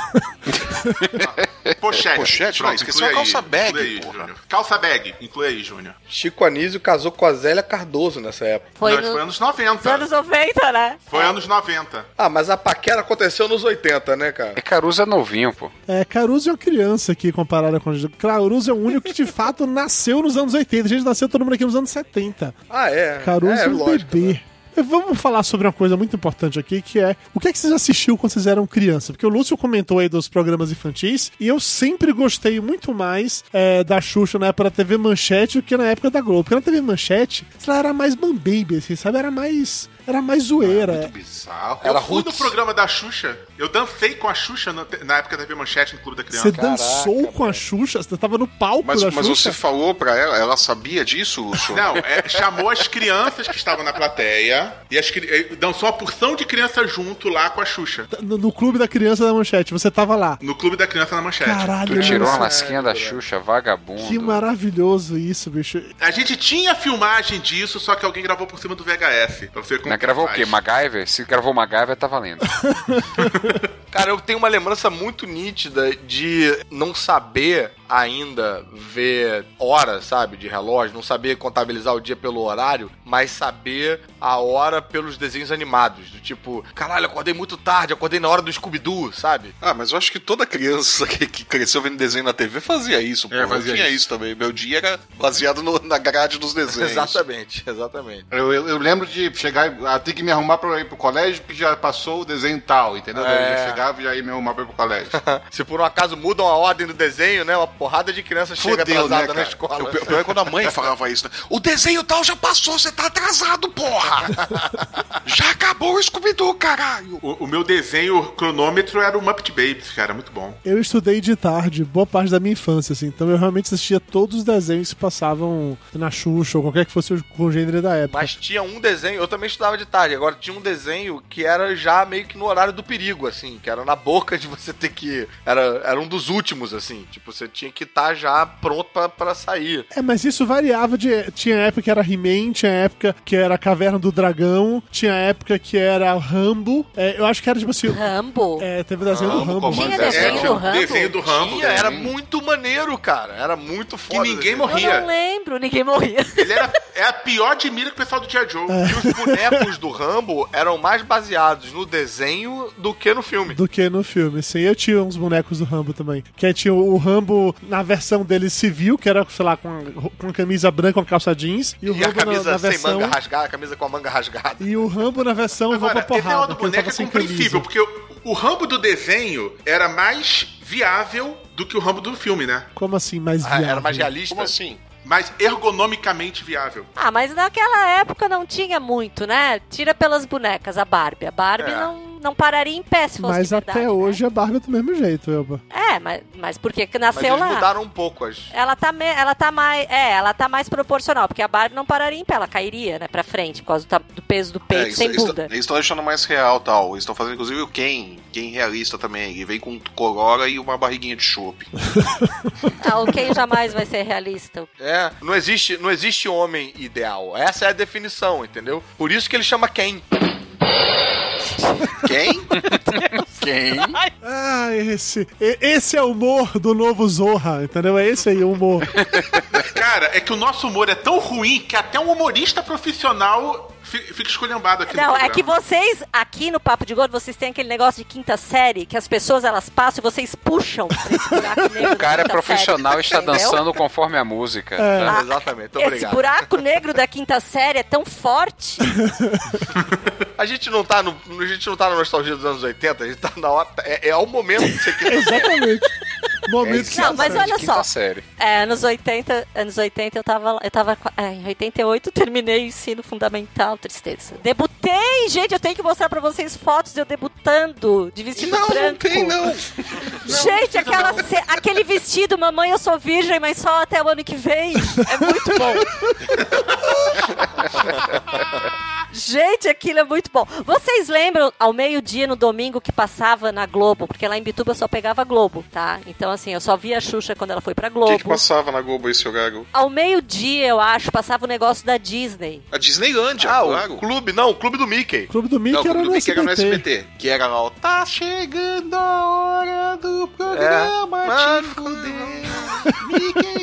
Pochete.
Pochete? Não, esqueceu
inclui
a calça
aí,
bag,
inclui aí,
porra.
Júnior. Calça bag, inclui aí, Júnior.
Chico Anísio casou com a Zélia Cardoso nessa época.
Foi Não, no- foi anos 90.
Anos 90, né?
Foi anos 90.
Ah, mas a paquera aconteceu nos 80, né, cara?
É Caruso é novinho, pô.
É, Caruso é uma criança aqui comparada com. Caruso é o único que de [laughs] fato nasceu nos anos 80. A gente nasceu todo mundo aqui nos anos 70.
Ah, é.
Caruso
é,
é um
lógico.
bebê. Vamos falar sobre uma coisa muito importante aqui, que é o que é que vocês assistiu quando vocês eram criança? Porque o Lúcio comentou aí dos programas infantis, e eu sempre gostei muito mais é, da Xuxa na época da TV Manchete do que na época da Globo. Porque na TV Manchete, sei lá, era mais Bambaby, assim, sabe? Era mais. Era mais zoeira.
Bizarro.
Era
eu fui
roots.
no programa da Xuxa. Eu dancei com a Xuxa na, na época da TV Manchete no Clube da Criança.
Você dançou com a Xuxa? Você tava no palco
Mas,
da
mas você
Xuxa?
falou pra ela, ela sabia disso, Lúcio?
Não, é, chamou as crianças que estavam na plateia e as, cri- eh, dançou uma porção de criança junto lá com a Xuxa.
No, no clube da criança da manchete, você tava lá.
No Clube da Criança na Manchete.
Caralho,
Tu tirou a
Nossa.
lasquinha da Xuxa, vagabundo.
Que maravilhoso isso, bicho.
A gente tinha filmagem disso, só que alguém gravou por cima do VHS. Pra você ver como
Mas
que
gravou o
faz.
quê? MacGyver? Se gravou MacGyver, tá valendo.
Cara, eu tenho uma lembrança muito nítida de não saber ainda ver hora, sabe, de relógio, não saber contabilizar o dia pelo horário, mas saber a hora pelos desenhos animados. Do tipo, caralho, acordei muito tarde, acordei na hora do Scooby-Doo, sabe?
Ah, mas eu acho que toda criança que, que cresceu vendo desenho na TV É, fazia isso, pô.
fazia
eu tinha
isso.
isso. também. Meu dia era baseado no- na grade dos [laughs] desenhos.
Exatamente, exatamente.
Eu, eu- eu lembro de chegar e ah, ter que me arrumar pra ir pro colégio porque já passou o desenho tal, entendeu?
É.
Eu já chegava e já ia me arrumar pra ir pro colégio.
[laughs] Se por um acaso mudam a ordem do desenho, né? Uma porrada de criança chega
né,
atrasada na escola.
O pi- né, o pior é quando a mãe falava isso, né? O desenho tal já passou, você tá atrasado, [laughs] porra! já acabou o Scooby-Doo, caralho!
O, o meu desenho cronômetro era o Muppet Babies, cara, muito bom.
Eu estudei de tarde, boa parte da minha infância, assim, então eu realmente assistia todos os desenhos que passavam na Xuxa ou qualquer que fosse o congênere da época.
Mas tinha um desenho, eu também estudava de tarde, agora tinha um desenho que era já meio que no horário do perigo, assim, que era na boca de você ter que. Era, era um dos últimos, assim. Tipo, você tinha que estar já pronto pra, pra sair.
É, mas isso variava de. Tinha época que era He-Man, tinha época que era Caverna do Dragão, tinha época que era Rambo. É, eu acho que era tipo assim.
Rambo?
É, teve desenho do Rambo.
Comando Tinha Zero.
É, um
desenho do Rambo?
Desenho do Rambo.
Tinha, era muito maneiro, cara. Era muito foda.
E ninguém
assim.
morria.
lembro, ninguém morria. [laughs]
Ele era é a pior de mira que o pessoal do G.I. Joe.
É,
E os bonecos do Rambo eram mais baseados no desenho do que no filme.
Do que no filme, sim. Eu tinha uns bonecos do Rambo também. Que aí tinha o Rambo na versão dele civil, que era, sei lá, com, a- com a camisa branca, uma calça jeans. E o
E a
Rambo na-
camisa
na
sem
versão.
manga rasgada, a camisa com a manga rasgada.
E o Rambo na versão vou pra
Esse negócio
porrada.
do
que ele tava
boneco é
sem camisa.
compreensível, porque o, o Rambo do desenho era mais viável do que o Rambo do filme, né?
Como assim, mais
Ah,
viável?
realista?
Como assim? Mais ergonomicamente viável.
Ah, mas naquela época não tinha muito, né? Tira pelas bonecas, a Barbie. A Barbie
É.
não. não pararia em pé se fosse
Mas
de verdade. né?
até hoje é Barbie do mesmo jeito, Elba.
É, mas, mas porque que nasceu
eles
lá.
mudaram um pouco as.
Ela tá, me- ela tá mais. É, ela tá mais proporcional, porque a Barbie não pararia em pé, ela cairia, né, pra frente, por causa do, ta- do peso do peito,
isso-
sem
isso-
bunda.
É, Eles estão deixando mais real tal. Eles estão fazendo, inclusive, o Ken, Ken realista também. Ele vem com corora e uma barriguinha de chope.
[laughs] Ah, o Ken jamais vai ser realista.
É, não existe, não existe homem ideal. Essa é a definição, entendeu? Por isso que ele chama quem.
Quem?
quem?
Ah, esse, e- esse é o humor do novo Zorra, entendeu? É esse aí o humor.
Cara, é que o nosso humor é tão ruim que até um humorista profissional fi- fica esculhambado aqui
Não,
no
é
programa.
que vocês, aqui no Papo de Gordo, vocês têm aquele negócio de quinta série, que as pessoas elas passam e vocês puxam.
[laughs] O cara é
Tá
profissional
certo,
e está
entendeu?
dançando conforme a música.
É.
tá?
Ah,
Exatamente,
Esse buraco negro da quinta série é tão
[laughs]
forte.
A gente não tá no, a gente não tá na nostalgia dos anos 80, a gente tá na hora, é, é o momento que você
[laughs]
quer.
[laughs] Exatamente.
É
Momento que
Não, mas
você-
olha só. É, anos 80, anos 80 eu tava, lá- eu tava qua- é, em 88 eu terminei o ensino fundamental, tristeza. Debutei, gente, eu tenho que mostrar pra vocês fotos de eu debutando de vestido
Não, não
branco.
tem,
[laughs]
não.
Gente, aquela ce- aquele vestido, mamãe, eu sou virgem, mas só até o ano que vem. É muito bom. Gente, aquilo é muito bom. Vocês lembram ao meio-dia no domingo que passava na Globo? Porque lá em Bituba eu só pegava Globo, tá? Então, assim, eu só via a Xuxa quando ela foi pra
O
Globo.
que, que passava na Globo esse horário?
Ao meio-dia, eu acho, passava o negócio da Disney.
A Disneylândia,
ah,
claro.
o clube, não, o clube do Mickey.
Clube do Mickey
não, o
era
Clube
no
do Mickey era no
SBT.
SBT. Que era lá, ó, tá chegando a hora do
É,
é
programa.
Programa
te
te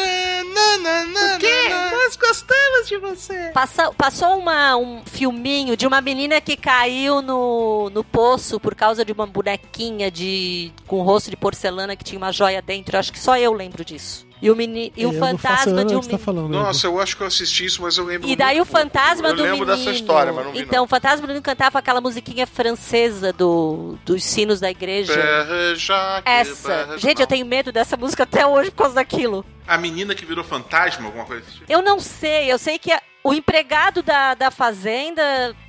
[laughs]
O quê?
Nós gostamos de você.
Passa- passou uma- um filminho de uma menina que caiu no, no poço por causa de uma bonequinha de com rosto de porcelana que tinha uma joia dentro. Eu acho que só eu lembro disso. E o, meni, e o fantasma de um
tá
menino.
Nossa, eu acho que eu assisti isso, mas eu lembro.
E daí o
muito pouco.
fantasma
eu
do menino.
lembro dessa história, mas não vi.
Então, o fantasma do menino cantava aquela musiquinha francesa do, dos sinos da igreja.
Terra, já que-
Essa.
terra,
Gente, eu tenho medo dessa música até hoje por causa daquilo.
A menina que virou fantasma, alguma coisa assim.
Eu não sei, eu sei que a- o empregado da, da fazenda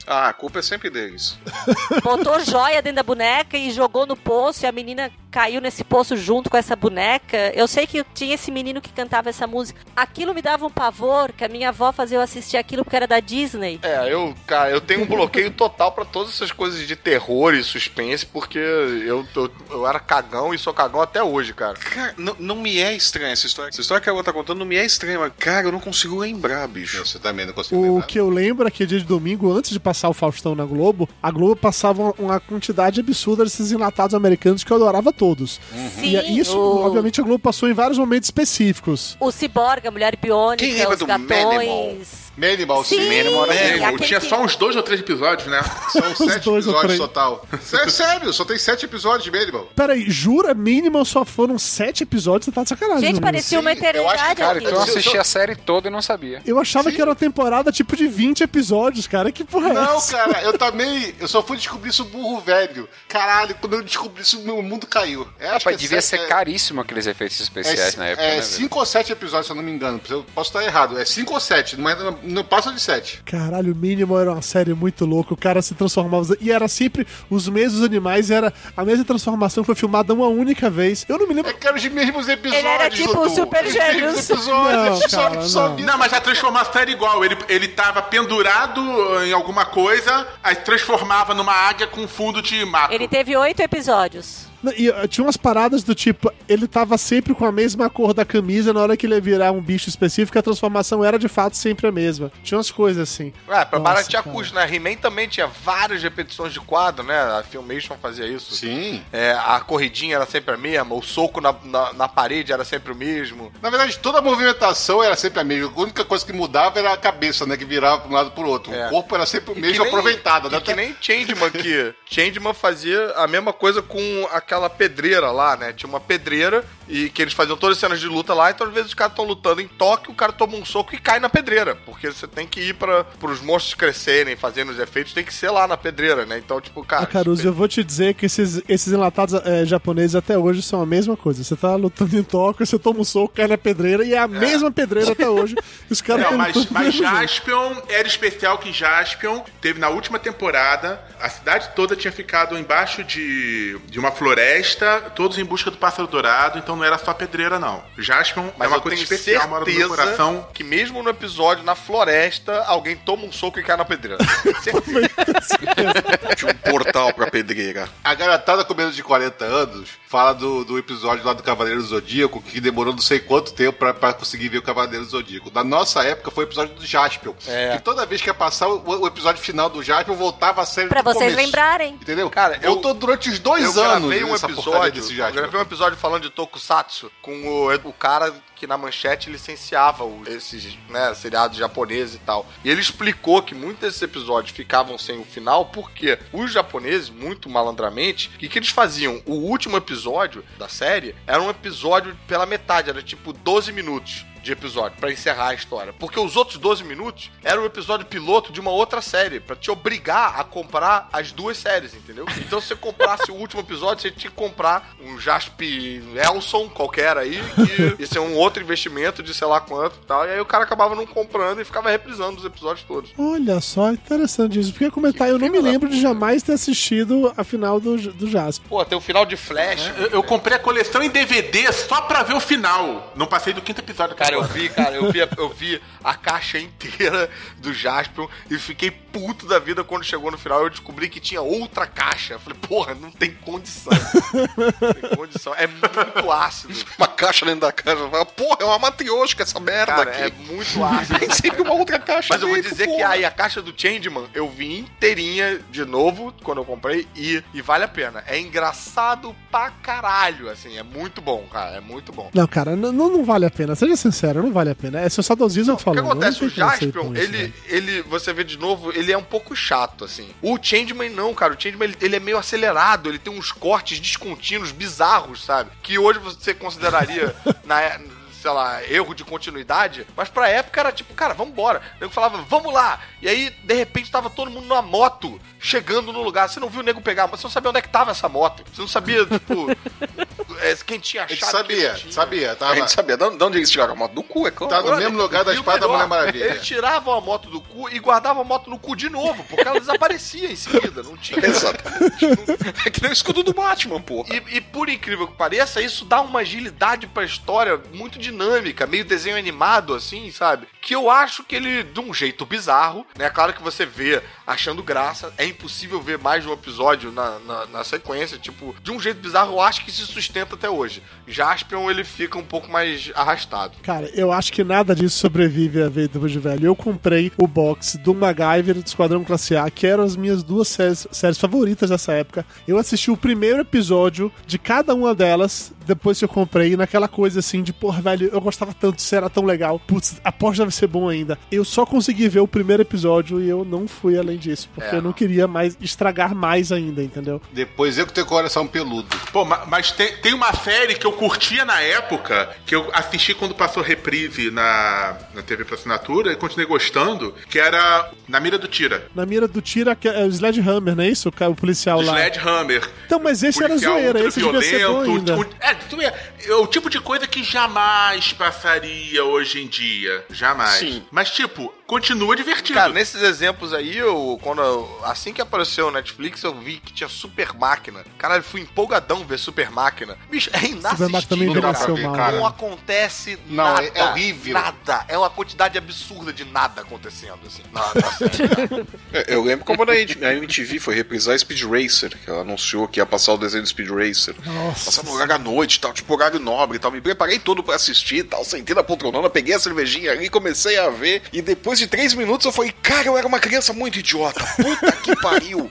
Ah, a culpa é sempre deles.
[laughs] botou joia dentro da boneca e jogou no poço e a menina caiu nesse poço junto com essa boneca. Eu sei que tinha esse menino que cantava essa música. Aquilo me dava um pavor, que a minha avó fazia eu assistir aquilo porque era da Disney.
É, eu, cara, eu tenho um bloqueio total pra todas essas coisas de terror e suspense, porque eu, eu, eu era cagão e sou cagão até hoje, cara.
Cara, não, não me é estranha essa história. Essa história que a outra tá contando não me é estranha, mas, cara, eu não consigo lembrar, bicho. tá-
Você também não consegue
O que eu lembro é que dia de domingo, antes de passar o Faustão na Globo, a Globo passava um, uma quantidade absurda desses enlatados americanos que eu adorava todos. E é
Sim,
isso,
o-
obviamente, a Globo passou em vários momentos específicos.
O Ciborga, a Mulher Biônica,
Quem lembra
os
do
gatões.
Manimal,
sim. Sim, Manimal era aquele
Manimal. É, Tinha
que-
só uns dois ou três episódios, né? São sete
dois ou
episódios
[laughs]
três.
total.
É
Sé- Sério, só tem sete episódios de Manimal.
Peraí, jura? Mínimo só foram sete episódios? Você tá de sacanagem.
Gente,
né?
parecia uma eternidade
Cara,
aquilo.
então eu assisti a série toda e não sabia.
Eu achava que era uma temporada tipo de 20 episódios, cara. Que porra é
Não,
essa?
cara, eu também. Eu só fui descobrir isso burro velho. Caralho, quando eu descobri isso, meu mundo caiu. É, acho
Rapaz,
que é
devia
sete-
ser
é-
caríssimo aqueles efeitos especiais
é,
na época,
é
né? velho?
cinco ou sete episódios, se eu não me engano. Eu posso estar errado. É cinco ou sete, mas não, não passa de sete.
Caralho, o Minimal era uma série muito louca. O cara se transformava. E era sempre os mesmos animais. Era a mesma transformação que foi filmada uma única vez. Eu não me lembro.
Eu quero É os mesmos episódios.
Ele era tipo o
Dudu.
Super
Os
Gêmeos.
mesmos episódios,
Não,
só-
cara,
só
não.
vi-
Não, mas a transformação era igual. Ele, ele tava pendurado eh, em alguma coisa, aí transformava numa águia com fundo de mato.
Ele teve oito episódios.
Não, E uh, tinha umas paradas do tipo, ele tava sempre com a mesma cor da camisa, na hora que ele ia virar um bicho específico, a transformação era de fato sempre a mesma. Tinha umas coisas assim.
Ah, pra
Nossa,
baratear
cara.
custo, né? He-Man também tinha várias repetições de quadro, né? A Filmation fazia isso.
Sim.
É, a corridinha era sempre a mesma, o soco na, na, na parede era sempre o mesmo.
Na verdade, toda a movimentação era sempre a mesma. A única coisa que mudava era a cabeça, né? Que virava de um lado pro outro.
É.
O corpo era sempre o
E
mesmo,
que
né?
nem-
aproveitado. né?
e que nem Changeman que Changeman fazia a mesma coisa com a, aquela pedreira lá, né? Tinha uma pedreira e que eles faziam todas as cenas de luta lá, então às vezes os caras estão lutando em toque, o cara toma um soco e cai na pedreira, porque você tem que ir para os monstros crescerem, fazendo os efeitos, tem que ser lá na pedreira, né? Então, tipo, cara.
Ah, Caruso, eu vou te dizer que esses, esses enlatados eh, japoneses até hoje são a mesma coisa. Você tá lutando em toque, você toma um soco, cai na pedreira e é a mesma pedreira até hoje. Os caras
Não,
tão [laughs]
mas,
lutando do
mas
mesmo jeito.
Jaspion era especial que Jaspion teve na última temporada. A cidade toda tinha ficado embaixo de, de uma floresta, todos em busca do pássaro dourado, então não era só pedreira, não. Jaspion
Mas
é uma
eu
coisa
tenho
especial, mora no meu
certeza
coração.
que mesmo no episódio, na floresta, alguém toma um soco e cai na pedreira.
[laughs]
Tinha um portal pra pedreira. A garotada com menos de 40 anos fala do, do episódio lá do Cavaleiro do Zodíaco, que demorou não sei quanto tempo pra, pra conseguir ver o Cavaleiro do Zodíaco. Na nossa época foi o episódio do Jaspion.
É.
E toda vez que ia passar o, o episódio final do Jaspion, voltava a série
Pra
do
vocês
começo.
lembrarem.
Entendeu? Cara, eu, tô durante os dois
eu
anos
Gravei um
nessa porcaria
episódio,
desse
eu
Jaspion.
gravei um episódio falando de Tokusatsu com o, o cara que na manchete licenciava o- esses né, seriados japoneses e tal. E ele explicou que muitos desses episódios ficavam sem o final porque os japoneses, muito malandramente, o que, que eles faziam? O último episódio da série era um episódio pela metade, era tipo 12 minutos de episódio pra encerrar a história. Porque os outros 12 minutos era o episódio piloto de uma outra série, pra te obrigar a comprar as duas séries, entendeu? Então se você comprasse o último episódio, você tinha que comprar um Jasp Nelson qualquer aí, que ia ser um outro investimento de sei lá quanto e tal. E aí o cara acabava não comprando e ficava reprisando os episódios todos.
Olha só, interessante isso. Porque eu ia comentar, eu não me lembro de jamais ter assistido a final do, do Jasper.
Pô, tem o final de Flash.
Eu, eu comprei a coleção em DVD só pra ver o final. Não passei do quinto episódio.
Cara, eu vi, cara, eu vi, eu vi a caixa inteira do Jaspion e fiquei puto da vida quando chegou no final. Eu descobri que tinha outra caixa. Eu Falei, porra, não tem condição. Não tem condição. É muito ácido.
Uma caixa dentro da caixa. Fala, Porra, é uma matriosca essa merda
Cara,
aqui.
é muito ácido.
Tem [laughs] sempre uma outra caixa.
Mas eu vou
dentro,
dizer que
porra.
aí a caixa do Changeman eu vi inteirinha de novo quando eu comprei e, e vale a pena. É engraçado pra caralho, assim, é muito bom, cara, é muito bom.
Não, cara, não, não não vale a pena. Seja sincero, não vale a pena. É seu saudosismo
O que
falando.
acontece?
não
O
tem né? como você ir
Jaspion,
com isso,
ele, ele, você vê de novo, ele é um pouco chato, assim. O Changeman não, cara. O Changeman, ele, ele é meio acelerado, ele tem uns cortes descontínuos, bizarros, sabe? Que hoje
[laughs]
você consideraria, na, sei lá, erro de continuidade, mas pra época era tipo, cara, vambora. O nego falava, vamos lá. E aí, de repente, tava todo mundo numa moto, chegando no lugar. Você não viu o nego pegar, mas você não sabia onde é que tava essa moto. Você
[laughs]
não sabia, tipo, é, quem tinha achado.
sabia, sabia, tava.
A gente sabia.
De onde eles tiraram a moto? Do cu, é claro.
Tá no mesmo lugar da
E o
espada da Mulher
melhor,
Maravilha.
Eles tiravam a moto do cu e guardavam a moto no cu de novo, porque ela desaparecia em seguida, não tinha.
Exatamente. É que nem o escudo do Batman, porra.
E, e por incrível que pareça, isso dá uma agilidade pra história muito dinâmica, meio desenho animado, assim, sabe? Que eu acho que ele, de um jeito bizarro, né? Claro que você vê achando graça, é impossível ver mais de um episódio na, na, na sequência, tipo, de um jeito bizarro, eu acho que se sustenta até hoje. Jaspion, ele fica um pouco mais arrastado.
Cara, eu acho que nada disso sobrevive a ver depois de velho. Eu comprei o box do MacGyver e do Esquadrão Classe A, que eram as minhas duas séries, séries favoritas dessa época. Eu assisti o primeiro episódio de cada uma delas depois que eu comprei, naquela coisa assim de, porra, velho, eu gostava tanto, isso era tão legal. Putz, aposto deve ser bom ainda. Eu só consegui ver o primeiro episódio e eu não fui além disso, porque
É.
eu não queria mais estragar mais ainda, entendeu?
Depois eu que tenho coração peludo.
Pô, ma- mas tem, tem uma série que eu curtia na época, que eu assisti quando passou reprise na, na TV pra assinatura e continuei gostando, que era Na Mira do Tira.
Na mira do tira, que é o Sledgehammer, não é isso? O ca- O policial lá.
Sledgehammer.
Então, mas esse era
Policial
zoeira, esse devia ser bom
ultraviolento,
ainda.
tipo- é, tu é, é o tipo de coisa que jamais passaria hoje em dia. Jamais.
Sim.
Mas, tipo, continua divertido.
Cara, nesses exemplos aí, eu, quando eu- assim que apareceu o Netflix, eu vi que tinha Super Máquina. Caralho, eu fui empolgadão ver Super Máquina. Bicho, é
Super Máquina também
inassistível,
envelheceu
cara.
mal,
Cara,
né?
Não acontece
Não,
nada.
é- é horrível.
Nada. É uma quantidade absurda de nada acontecendo, assim. na-
[laughs]
na série, cara.
É, Eu lembro quando a MTV a MTV foi reprisar Speed Racer, que ela anunciou que ia passar o desenho do Speed Racer.
Nossa.
Passava no horário à noite, e tal, tipo horário nobre e tal. Me preparei todo pra assistir e tal. Sentei na poltronona, peguei a cervejinha ali, comecei a ver. E depois de três minutos eu falei, cara, eu era uma criança muito idiota. Puta que
[laughs]
pariu.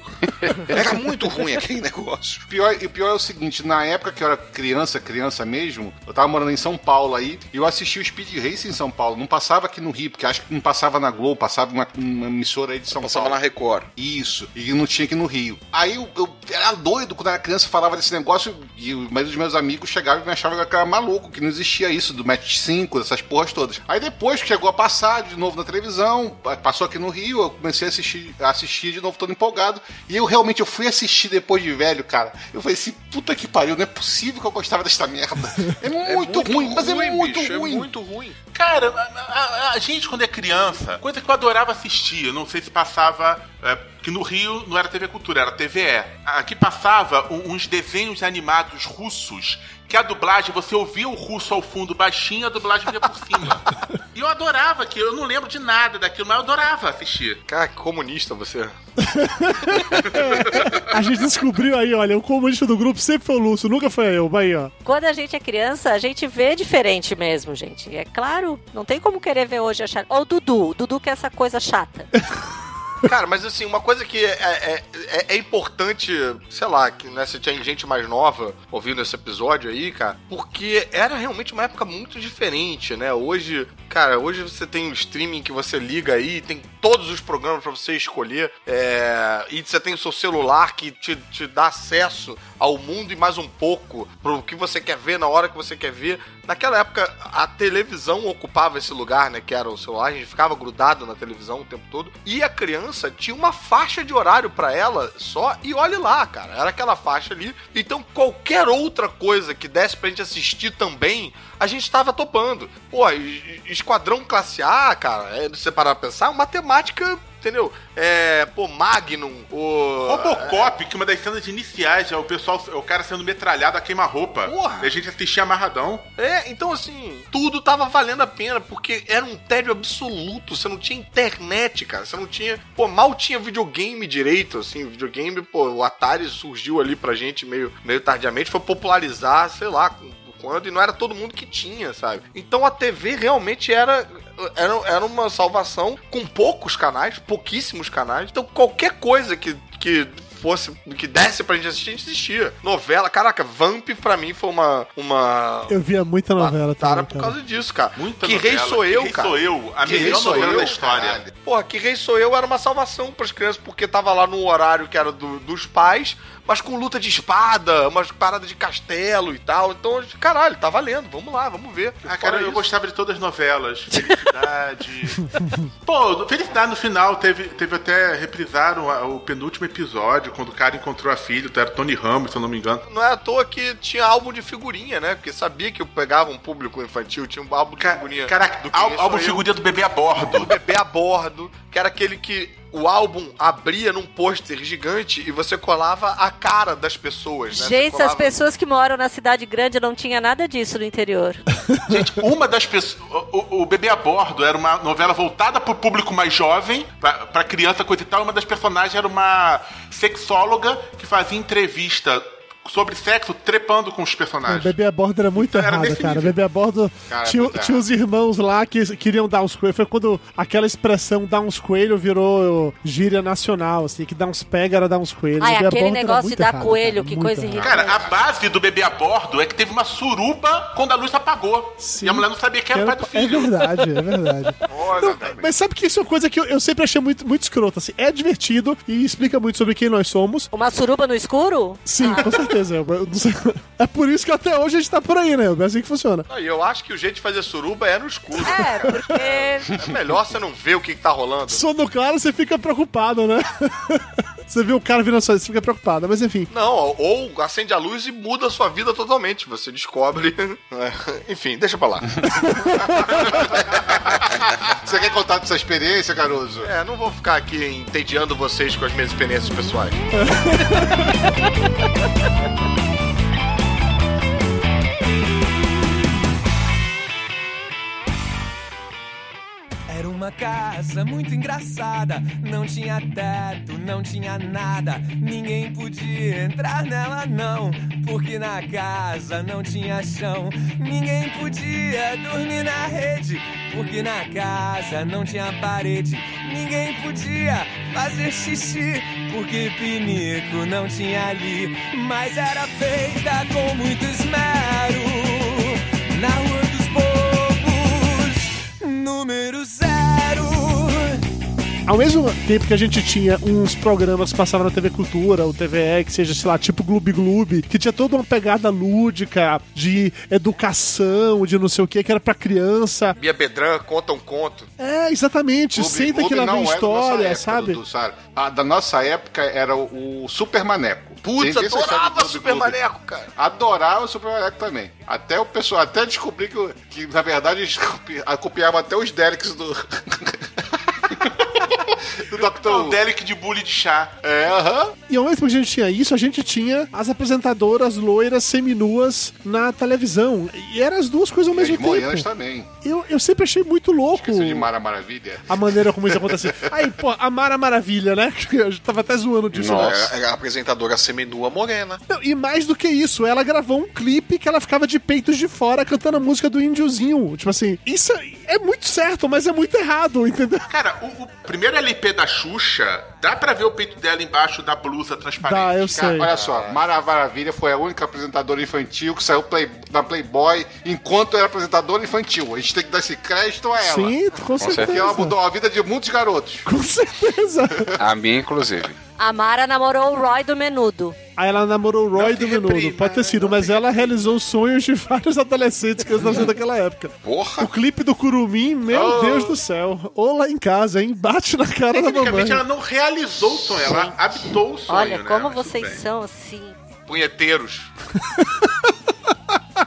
Era muito ruim aquele negócio.
Pior, e o pior é o seguinte, na época que eu era criança, criança mesmo, eu tava morando em São Paulo aí, e eu assisti o Speed Race em São Paulo. Não passava aqui no Rio, porque acho que não passava na Globo, passava uma, uma emissora aí de São
passava
Paulo.
na Record.
Isso. E não tinha aqui no Rio. Aí eu, eu era doido quando era criança, falava desse negócio, e o- mas os meus amigos chegavam e me achavam que eu era maluco, que não existia isso do Match 5, dessas porras todas. Aí depois que chegou a passar de novo na televisão, passou aqui no Rio, eu comecei a assistir, a assistir de novo, todo empolgado. E eu realmente eu fui assistir depois de velho, cara. Eu falei assim, puta que pariu, não é possível que eu gostava desta merda. É muito, ruim, mas é muito
bicho,
ruim.
É muito ruim.
Cara, a, a- a gente quando é criança, coisa que eu adorava assistir, eu não sei se passava. é, que no Rio não era TV Cultura, era TVE. Aqui passava um- uns desenhos animados russos, que a dublagem, você ouvia o russo ao fundo baixinho, a dublagem vinha por
[laughs]
cima. e eu adorava aquilo, eu não lembro de nada daquilo, mas eu adorava assistir.
Cara, que comunista você.
[laughs] A gente descobriu aí, olha, o comunista do grupo sempre foi o Lúcio, nunca foi eu. Vai aí, ó.
Quando a gente é criança, a gente vê diferente mesmo, gente. É claro, não tem como querer ver hoje achar. Ou o Dudu, o Dudu que é essa coisa chata.
Cara, mas assim, uma coisa que é, é- é- é importante, sei lá, que né, se tem gente mais nova ouvindo esse episódio aí, cara, porque era realmente uma época muito diferente, né? Hoje, cara, hoje você tem o streaming que você liga aí, tem todos os programas pra você escolher, é, e você tem o seu celular que te, te dá acesso ao mundo e mais um pouco pro que você quer ver na hora que você quer ver. Naquela época, a televisão ocupava esse lugar, né? Que era o celular, a gente ficava grudado na televisão o tempo todo. E a criança tinha uma faixa de horário pra ela só, e olhe lá, cara. Era aquela faixa ali. Então, qualquer outra coisa que desse pra gente assistir também, a gente tava topando. Pô, e- e- Esquadrão Classe A, cara, é, se você parar pra pensar, é uma temática. Entendeu? É. Pô, Magnum, o.
Robocop, que uma das cenas iniciais é o pessoal, é o cara sendo metralhado a queima-roupa.
Porra!
E a gente assistia amarradão.
É, então assim, tudo tava valendo a pena, porque era um tédio absoluto, você não tinha internet, cara, você não tinha, pô, mal tinha videogame direito, assim, videogame, pô, o Atari surgiu ali pra gente meio, meio tardiamente, foi popularizar, sei lá, com- quando, e não era todo mundo que tinha, sabe? Então a TV realmente era, era, era uma salvação com poucos canais, pouquíssimos canais, então qualquer coisa que, que fosse, que desse pra gente assistir, a gente assistia. Novela, caraca, Vamp pra mim foi uma. uma...
Eu via muita novela também,
Cara, Tá, por
cara.
causa disso, cara.
Muita
que Rei
novela,
Sou
Que
Eu,
Rei
cara.
Sou Eu, a melhor novela da história.
caralho. Porra, Que Rei Sou Eu era uma salvação pras crianças, porque tava lá no horário que era do- dos pais, mas com luta de espada, umas paradas de castelo e tal. Então, caralho, tá valendo, vamos lá, vamos ver.
Ah, cara,
Fora
eu
isso.
gostava de todas as novelas. [laughs] Felicidade. Pô, no- Felicidade no final teve, teve até reprisaram a- o penúltimo episódio, quando o cara encontrou a filha, era Tony Ramos, se eu não me engano.
Não é à toa que tinha álbum de figurinha, né? Porque sabia que eu pegava um público infantil, tinha um álbum de figurinha.
Caraca,
do
Al- álbum figurinha do bebê a [laughs] bordo.
do bebê a bordo, que era aquele que o álbum abria num pôster gigante e você colava a cara das pessoas, né? Você
Gente, as
colava-
pessoas que moram na cidade grande não tinha nada disso no interior.
Gente, uma das pessoas. O, o- o Bebê a Bordo era uma novela voltada pro público mais jovem, pra, pra criança, coisa e tal. e Uma das personagens era uma sexóloga que fazia entrevista sobre sexo trepando com os
É,
personagens.
Bebê a bordo era muito errado,
nesse
cara.
nível.
Bebê a bordo
Cara,
tinha,
muito
tinha os irmãos lá que queriam dar uns coelhos. Foi quando aquela expressão dar uns coelhos virou gíria nacional, assim, que dar uns pega era dar uns coelhos.
Ai,
Bebê a
aquele
Bordo era
negócio de
muito
dar
errado,
coelho,
cara,
que
muito
coisa
errado.
irritante.
Cara, a base do bebê a bordo é que teve uma suruba quando a luz apagou. E a mulher não sabia que era o pai do
É
filho.
verdade, é verdade. Não, mas sabe que isso é uma coisa que eu, eu sempre achei muito, muito escrota, assim. É divertido e explica muito sobre quem nós somos.
Uma suruba no escuro?
Sim,
Ah.
com certeza. Eu- eu não sei. É por isso que até hoje a gente tá por aí, né? É assim que funciona.
Não, E eu acho que o jeito de fazer suruba é no escuro.
É, porque.
[laughs] É melhor você não ver o que, que tá rolando.
Sono claro, você fica preocupado, né? [laughs] Você vê o cara virando só, você fica preocupado. Mas enfim,
Não, ou ou acende a luz e muda a sua vida totalmente. Você descobre. né? Enfim, deixa pra lá.
Você quer contar dessa experiência, Caruso?
É, não vou ficar aqui entediando vocês com as minhas experiências pessoais.
Era uma uma casa muito engraçada. Não tinha teto, não tinha nada. Ninguém podia entrar nela, não. Porque na casa não tinha chão. Ninguém podia dormir na rede. Porque na casa não tinha parede. Ninguém podia fazer xixi. Porque pinico não tinha ali. Mas era feita com muito esmero. Na rua dos bobos, número zero.
Ao mesmo tempo que a gente tinha uns programas que passavam na TV Cultura, ou TVE, que seja, sei lá, tipo Gloob Gloob, que tinha toda uma pegada lúdica de educação, de não sei o que, que era pra criança.
Bia Bedran conta um conto.
É, exatamente.
Clube-
Senta que
clube
lá
não
vem
é da nossa
história,
época,
sabe?
Dudu, sabe? A da nossa época era o, o Super Maneco.
Putz,
é
Quem- quem sabe
adorava
do é Clube
Super
Clube?
Maneco, cara.
Adorava o Super Maneco também. Até o pessoal, até descobri que, o- que na verdade eles copi- a- copiavam até os Dereks do. [laughs] do
É
Dr.
O Delic de bule de chá.
É, aham.
E ao mesmo tempo que a gente tinha isso, a gente tinha as apresentadoras loiras seminuas na televisão. E eram as duas coisas ao mesmo
As Moianas
tempo.
também.
Eu, eu sempre achei muito louco.
Isso de Mara Maravilha.
A maneira como isso
[laughs]
acontecia. Aí, pô, a Mara Maravilha, né? [laughs] Eu tava até zoando disso. né?
Nossa. Era É, a apresentadora seminua morena.
Não, e mais do que isso, ela gravou um clipe que ela ficava de peitos de fora cantando a música do índiozinho. Tipo assim, isso é muito certo, mas é muito errado, entendeu?
Cara, o, o primeiro LP da Xuxa, dá pra ver o peito dela embaixo da blusa
Tá,
transparente.
Dá,
eu
Cara, olha só, Mara Maravilha foi a única apresentadora infantil que saiu play, da Playboy enquanto era apresentadora infantil. A gente tem que dar esse crédito a ela.
Sim, com Com certeza.
Porque ela mudou a vida de muitos garotos.
Com certeza.
A minha, inclusive.
A Mara namorou o Roy do Menudo.
Aí ela namorou o Roy do Menudo, pode
né?
ter sido, mas ela realizou os sonhos de vários adolescentes que eles nasceram daquela época.
Porra!
O clipe do Curumim, meu
Oh.
Deus do céu. Ou lá em casa, hein? Bate na cara da mamãe.
Tecnicamente ela não realizou o sonho, ela habitou o sonho.
Olha,
né?
como
Mas tudo
vocês
bem.
são assim.
Punheteiros.
[laughs]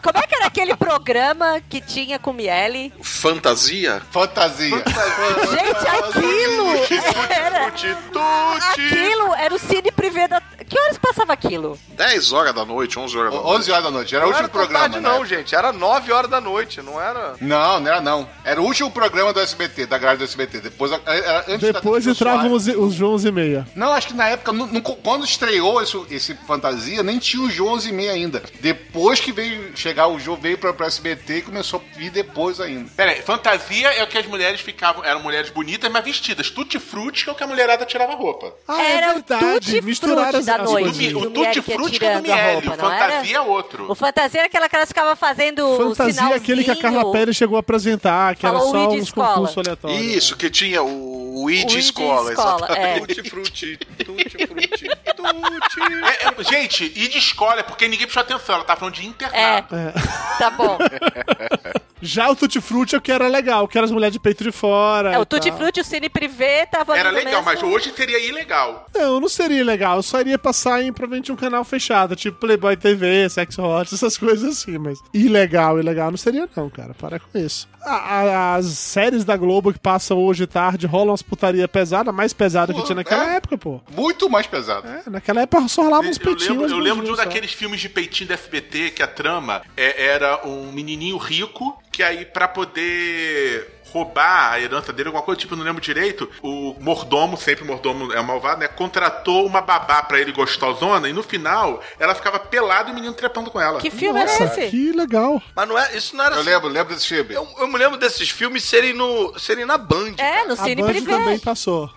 Como é que era aquele programa que tinha com Miele?
Fantasia?
Fantasia.
Gente, aquilo era. Aquilo era o cine privê da. Que horas passava aquilo?
10 horas da noite, 11 horas da noite.
11 horas da noite, era o
Não
último
era tão
programa.
tarde,
né?
não,
Gente, era 9 horas da noite, não era.
Não, não era não. Era o último programa do SBT, da grade do SBT. Depois, a- era antes
Depois um-
da Tatu Soares.
entravam os, os Jones e meia.
Não, acho que na época, nu- nu- quando estreou esse, esse Fantasia, nem tinha o João 11 e meia ainda. Depois que veio chegar o João, veio pra, pra SBT e começou a vir depois ainda.
Pera aí, fantasia é o que as mulheres ficavam. Eram mulheres bonitas, mas vestidas. Tutti-frutti que é o que a mulherada tirava a roupa.
Ah,
era o
Verdade, misturaram as
da
as
noite.
coisinhas.
O
Miele que ia
tutti-frutti que é do
tirando a
Miele,
roupa,
o
não era?
fantasia é outro.
O fantasia era aquela que elas ficavam fazendo
Fantasia é
sinalzinho.
aquele que a Carla Pérez chegou a apresentar, que
Falou
era
o
só
Id
uns
Escola.
concursos aleatórios.
Isso, que tinha o, o
O
ID
Id
Escola,
Escola,
exatamente.
Tutti-frutti,
tutti-frutti.
É, é, gente, e de escola, é porque ninguém prestou atenção. Ela tá falando de internato.
Tá
[laughs]
bom.
Já o Tutti Frutti é o que era legal, que era as mulheres de peito de fora.
É,
e
o
tal.
Tutti Frutti, o cine privê, tava
Era
ali no
legal,
mesmo-
mas hoje seria ilegal.
Não, não seria legal. Eu só iria passar em provavelmente um canal fechado, tipo Playboy TV, Sex Hot, essas coisas assim, mas. Ilegal, ilegal não seria, não, cara. Para com isso. A- a- as séries da Globo que passam hoje tarde rolam umas putaria pesada, mais pesada que tinha naquela época, pô.
Muito mais pesado.
É, naquela época só rolavam uns
é? Eu
peitinhos.
lembro, eu
uns
lembro de um
beijinhos só.
daqueles filmes de peitinho da FBT que a trama é- era um menininho rico que aí pra poder roubar a herança dele, alguma coisa, tipo, eu não lembro direito, o mordomo, sempre mordomo é malvado, né, contratou uma babá pra ele gostosona e no final ela ficava pelada e o menino trepando com ela.
Que
Nossa, Que legal.
Mas não é, isso não era.
Eu lembro, lembro desse filme.
Então,
Eu, eu me lembro desses filmes serem, no, serem na Band.
É, no
A Band também passou.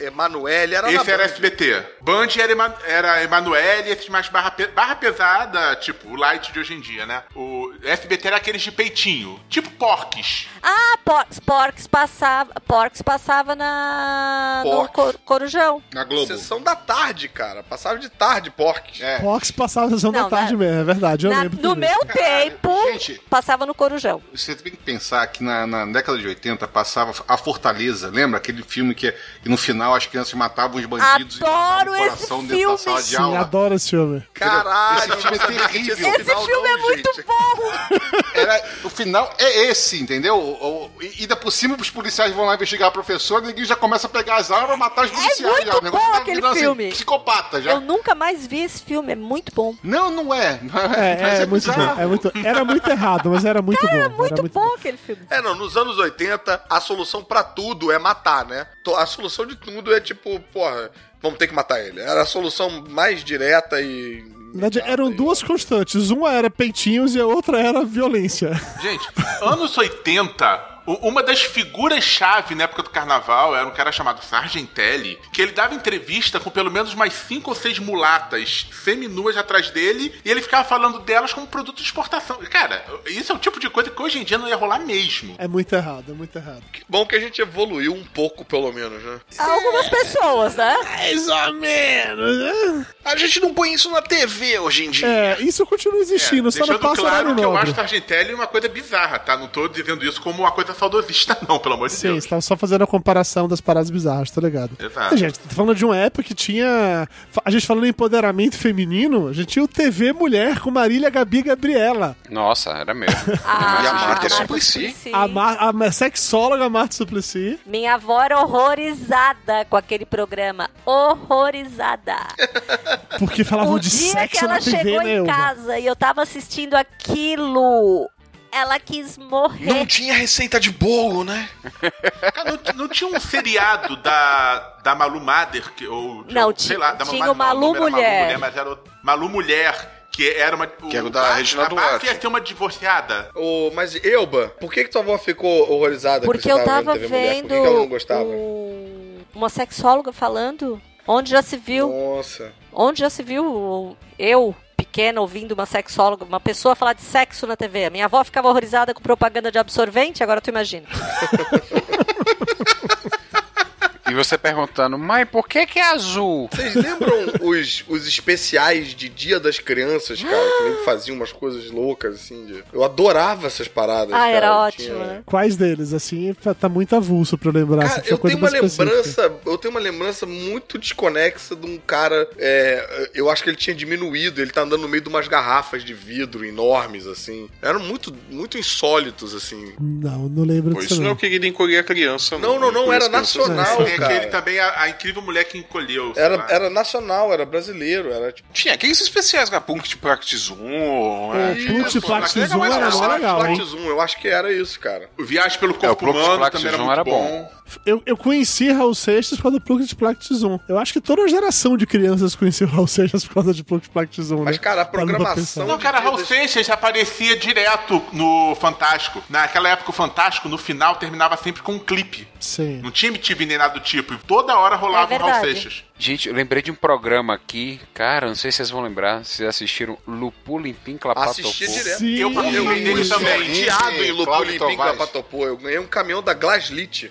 Emanuele era
Esse
na
era
Band.
SBT. Band era, Ema era Emanuele, esses mais barra, pe- barra pesada, tipo o light de hoje em dia, né? O SBT era aqueles de peitinho, tipo porques.
Ah, Porcs, Porcs passava, Porcs passava na no
Porcs.
Cor- Corujão.
Na
Globo. Sessão da tarde, cara. Passava de tarde, porcs. É.
Fox passava a sessão
Não,
da tarde mesmo, é verdade. Eu
Na-
lembro.
no
também.
meu tempo, passava no Corujão.
Você tem que pensar que na, na década de 80 passava A Fortaleza, lembra? Aquele filme que, que no final as crianças matavam os bandidos
Adoro
e
esse filme.
sala de
Sim,
aula.
adoro esse filme.
Caralho, esse filme é terrível.
Esse filme é muito bom.
Era, o final é é esse, entendeu? O, o, e ainda por cima os policiais vão lá investigar a professora e ninguém já começa a pegar as armas e matar os policiais.
É muito
já. O negócio
bom
tá
aquele
virando, assim,
filme.
psicopata já.
Eu nunca mais vi esse filme, é muito bom.
Não, não é.
É, é, muito bom. É muito, era muito errado, mas era muito bom. era muito
É bom aquele filme.
É, não, nos anos 80, a solução pra tudo é matar, né? To- A solução de tudo é tipo, porra, vamos ter que matar ele. Era a solução mais direta e.
Na verdade, eram duas constantes. Uma era peitinhos e a outra era violência. [laughs]
Gente, anos 80, u- uma das figuras-chave na época do carnaval era um cara chamado Sargentelli, que ele dava entrevista com pelo menos mais cinco ou seis mulatas seminuas atrás dele, e ele ficava falando delas como produto de exportação. E, Cara, isso é o tipo de coisa que hoje em dia não ia rolar mesmo.
É muito errado, é muito errado.
Bom que a gente evoluiu um pouco, pelo menos, né?
Algumas pessoas, né?
Mais ou menos, né? A gente não põe isso na TV hoje em dia.
É, isso continua
É,
existindo, só né, não
Deixando
passa
claro
horário
que eu acho
nobre.
tá
Sargentelli uma coisa bizarra, tá? Não tô dizendo isso como uma coisa saudosista, [laughs] não, pelo amor de
Sim,
Deus.
você tava só fazendo a comparação das paradas bizarras, tá ligado?
Exato.
A gente tá falando de uma época que tinha. A gente falando em empoderamento feminino, a gente tinha o TV Mulher com Marília Gabi e Gabriela.
Nossa, era mesmo.
e
a Marta
Ah, Suplicy.
A, Mar- a ma- sexóloga Marta Suplicy.
Minha avó era horrorizada com aquele programa. Horrorizada.
Porque falavam
o
de
dia
sexo
que ela
na TV,
chegou
né,
em
Elba?
casa e eu tava assistindo aquilo, ela quis morrer.
Não tinha receita de bolo, né?
Cara, não, não tinha um seriado da, da Malu Mader, que, ou de-
Não, ti-
sei lá, da
tinha
Mader,
o Malu
não, o nome era
Mulher.
Malu Mulher, mas era o Malu Mulher, que era uma. Que
era o da Regina
A
Duarte.
Bafo ia ser uma divorciada.
Ô, mas, Elba, por que, que tua avó ficou horrorizada que
Porque
você
eu tava
TV Mulher? Por que
vendo
que ela não gostava?
Uma sexóloga falando? Onde já se viu?
Nossa.
Onde já se viu eu, pequena, ouvindo uma sexóloga, uma pessoa falar de sexo na TV? A minha avó ficava horrorizada com propaganda de absorvente, agora tu imagina.
E você perguntando, mãe, por que que é azul?
Vocês lembram os, os especiais de Dia das Crianças, cara? Que nem faziam umas coisas loucas, assim. de- Eu adorava essas paradas,
Ah,
cara.
era
Eu
ótimo,
tinha-
né?
Quais deles? Assim, tá- tá muito avulso pra eu lembrar. assim, tinha
Eu
coisa
tenho uma
muito específica.
lembrança, eu tenho uma lembrança muito desconexa de um cara. é, eu acho que ele tinha diminuído, ele tá andando no meio de umas garrafas de vidro enormes, assim. Eram muito, muito insólitos, assim.
Não, não lembro
Pô,
disso.
isso não
não.
é
o que encolher a criança,
Não, não, é. não, Encolher era as crianças. nacional,
Tem
cara.
aquele É também, a, a incrível mulher que encolheu. sei
Era,
lá.
era nacional, era brasileiro, era tipo.
Tinha aqueles especiais, né? Punkt Practizum.
Pô, Punkt
Practizum era mó legal, hein?
Practizum, eu acho que era isso, cara.
É, O Viagem pelo Corpo Humano também era muito bom.
Eu, eu conheci Raul Seixas por causa do Plug de Plactis 1. Eu acho que toda uma geração de crianças conheceu Raul Seixas por causa de Plug de Plactis 1. Mas,
cara, a
Não, cara, Raul Seixas aparecia direto no Fantástico. Naquela época, o Fantástico, no final, terminava sempre com um clipe.
Sim.
Não tinha MTV nem nada do tipo. E toda hora rolava
É
o Raul
verdade.
Seixas.
Gente, eu lembrei de um programa aqui, cara, não sei se vocês vão lembrar, vocês assistiram Lupu Limpim Clapatopô.
Assistia direto.
Eu
eu
participei
ganhei
é um dele também.
sorteado em Lupu
Cláudio
Limpim
Tavares.
Clapatopô. Eu ganhei um caminhão da Glaslit.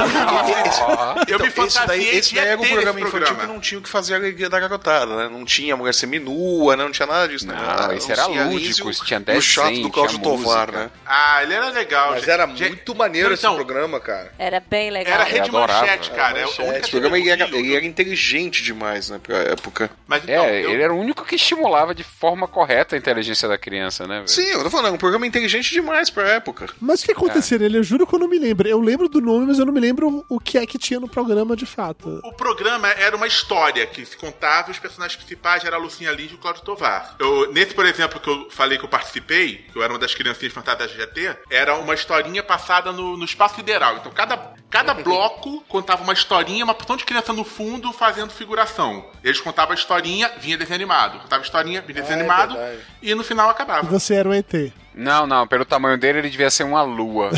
Olha!
Eu me
esse daí,
fantasiei
esse
que ia
daí era um
ter
programa
esse
infantil
programa.
que não tinha o que fazer a alegria da garotada, né? Não tinha mulher seminua, né? não tinha nada disso, né?
Não, esse era lúdico, esse tinha
O chato
desenho,
do Cláudio
tinha
Tovar,
música.
né?
Ah, ele era legal.
Mas
gente.
era
Gente,
muito maneiro
então,
esse programa, cara.
Era bem legal.
Era Rede Manchete, cara. É o
É,
único
esse programa ele era, ele era inteligente demais, né, pra época.
Mas então,
é, ele era o único que estimulava de forma correta a inteligência da criança, né? velho?
Sim, eu tô falando, era um programa inteligente demais pra época.
o que aconteceu nele? Eu juro que eu não me lembro. Eu lembro do nome, mas eu não me lembro o que é que tinha no programa de fato.
O programa era uma história que se contava e os personagens principais eram a Lucinha Lins e o Cláudio Tovar. Eu- nesse, por exemplo, que eu falei que eu participei, que eu era uma das criancinhas fantasiadas da GT, era uma historinha passada no, no espaço sideral. Então cada, cada
Uhum.
bloco contava uma historinha, uma porção de criança no fundo fazendo figuração. Eles contavam a historinha, vinha desenho animado. Contava a historinha,
É,
vinha desenho animado e no final
E
acabava.
você era o ET.
Não, não, pelo tamanho dele ele devia ser uma lua.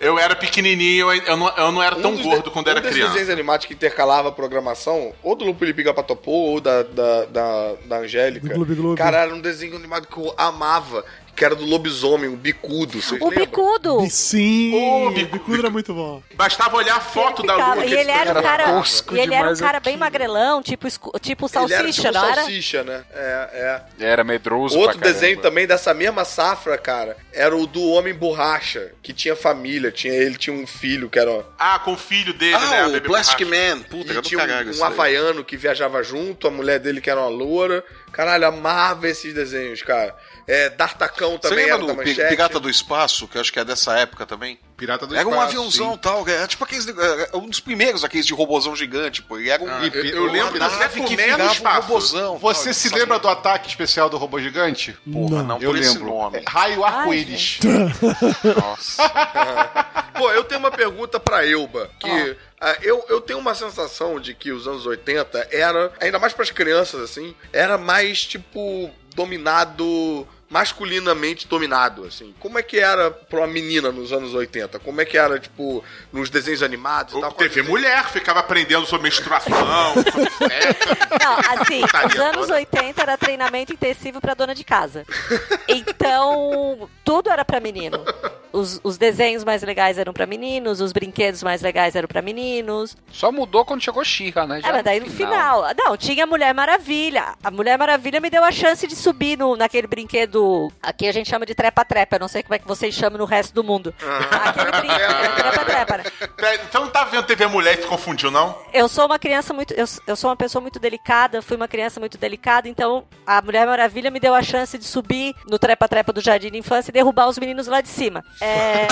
Eu era pequenininho, eu, eu não, eu não era tão
dos
gordo quando era
um desses
criança.
desenhos animados que intercalava a programação, ou do Lupo Lipiga Patopô, ou da, da, da, da Angélica.
Do Gloob Gloob.
Cara, era um desenho animado que eu amava, que era do lobisomem, o bicudo. Vocês
O
lembram?
bicudo.
Sim,
Ô,
o bicudo era muito bom.
Bastava olhar a foto da
Cara,
lua.
e ele era um cara, e ele era um
demais
cara bem magrelão, tipo esco- tipo salsicha,
Ele era tipo
não era?
salsicha, né? É, é.
Era medroso
Outro
pra
desenho
caramba.
também dessa mesma safra, cara, era o do Homem Borracha, que tinha família, tinha ele tinha um filho que era.
Ah, com o filho dele,
Ah,
né? a
o
Bebê
Plastic
Borracha.
Man. Puta,
e
é
era do
tinha
caralho
um,
isso
um
daí.
havaiano que viajava junto, a mulher dele que era uma loura. Caralho, amava esses desenhos, cara. É, D'Artagnan Falcão também
Você
era
lembra
da
do Pi-
manchete.
Pirata do Espaço, que eu acho que é dessa época também?
Pirata do
era
Espaço,
um aviãozão
sim.
tal, era tipo aqueles, era um dos primeiros aqueles de robozão gigante, pô. Ele era um,
Ah, eu, eu
uma
lembro do
nave
Zé
que
Comé no
virava um
espaço.
robozão.
Você
tal,
se
essas
lembra do ataque especial do robô gigante? Porra,
não
eu
por esse
lembro.
nome.
É, Raio arco-íris.
Nossa.
Pô, eu tenho uma pergunta pra Elba, que ah, eu, eu tenho uma sensação de que os anos 80 era, ainda mais pras crianças, assim, era mais, tipo, dominado, masculinamente dominado, assim. Como é que era pra uma menina nos anos 80? Como é que era, tipo, nos desenhos
Tá
animados e tal?
TV mulher ficava aprendendo sobre
[laughs]
menstruação, sobre
Não, assim, os
[laughs] Putaria
anos
toda.
80 era treinamento intensivo pra dona de casa. Então, tudo era pra menino. Os, os desenhos mais legais eram pra meninos, os brinquedos mais legais eram pra meninos.
Só mudou quando chegou Xirra, né? Já
É, mas daí no final. Não, tinha Mulher Maravilha. A Mulher Maravilha me deu a chance de subir no, naquele brinquedo. Aqui a gente chama de trepa-trepa. eu Não sei como é que vocês chamam no resto do mundo.
Ah.
né?
Pera, Você não tá vendo TV Mulher e se confundiu, não?
Eu sou uma criança muito. Eu, eu sou uma pessoa muito delicada, fui uma criança muito delicada, então a Mulher Maravilha me deu a chance de subir no trepa-trepa do Jardim de Infância e derrubar os meninos lá de cima. É.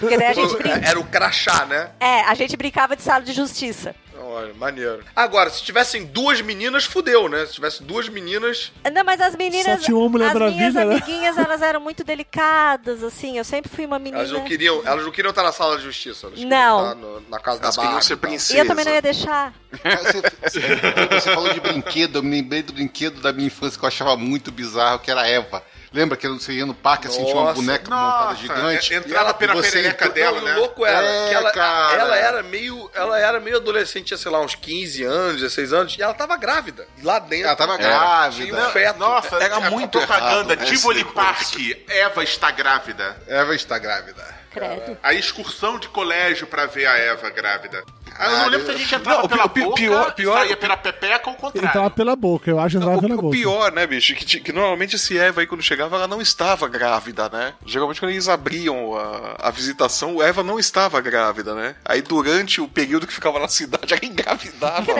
Porque daí a gente brinca.
Era o crachá, né?
É, a gente brincava de sala de justiça.
Olha, maneiro. Agora, se tivessem duas meninas, fudeu, né? Se tivesse duas meninas,
Não, mas as meninas.
Só tinha uma Mulher
as minhas
Maravilha, né?
amiguinhas, elas eram muito delicadas, assim. Eu sempre fui uma menina.
elas não queriam, elas não queriam estar na sala de justiça. Elas queriam
Não.
estar no- na casa
Elas
da
queriam
Barbie
ser
e tal.
E eu também não ia deixar.
[laughs] Você falou de brinquedo, eu me lembrei do brinquedo da minha infância que eu achava muito bizarro, que era a Eva. Lembra que você ia no parque assim, tinha uma
Nossa.
boneca montada
Nossa,
gigante?
é- entrava pela perereca dela, né? É, cara. meio, ela era meio adolescente, tinha, sei lá, uns 15 anos, 16 anos, e ela tava grávida. Lá dentro. Ela
tava grávida.
Tinha um feto.
Nossa,
era
a
muito
propaganda
errado, né,
Tivoli
esse
Park, Eva está grávida.
Eva está grávida.
Credo.
A excursão de colégio pra ver a Eva grávida. Ah, eu não
Caralho.
lembro se a gente entrava
Não, o pi-
pela
o pi-
boca,
pior- pior-
saía pela pepeca ou o contrário.
Entrava pela boca, eu acho que entrava pela boca.
Tá Pior, né, bicho? Que, ti- que normalmente esse Eva aí, quando chegava, ela não estava grávida, né? Geralmente, quando eles abriam a, a visitação, o Eva não estava grávida, né? Aí, durante o período que ficava na cidade, [laughs] ela engravidava.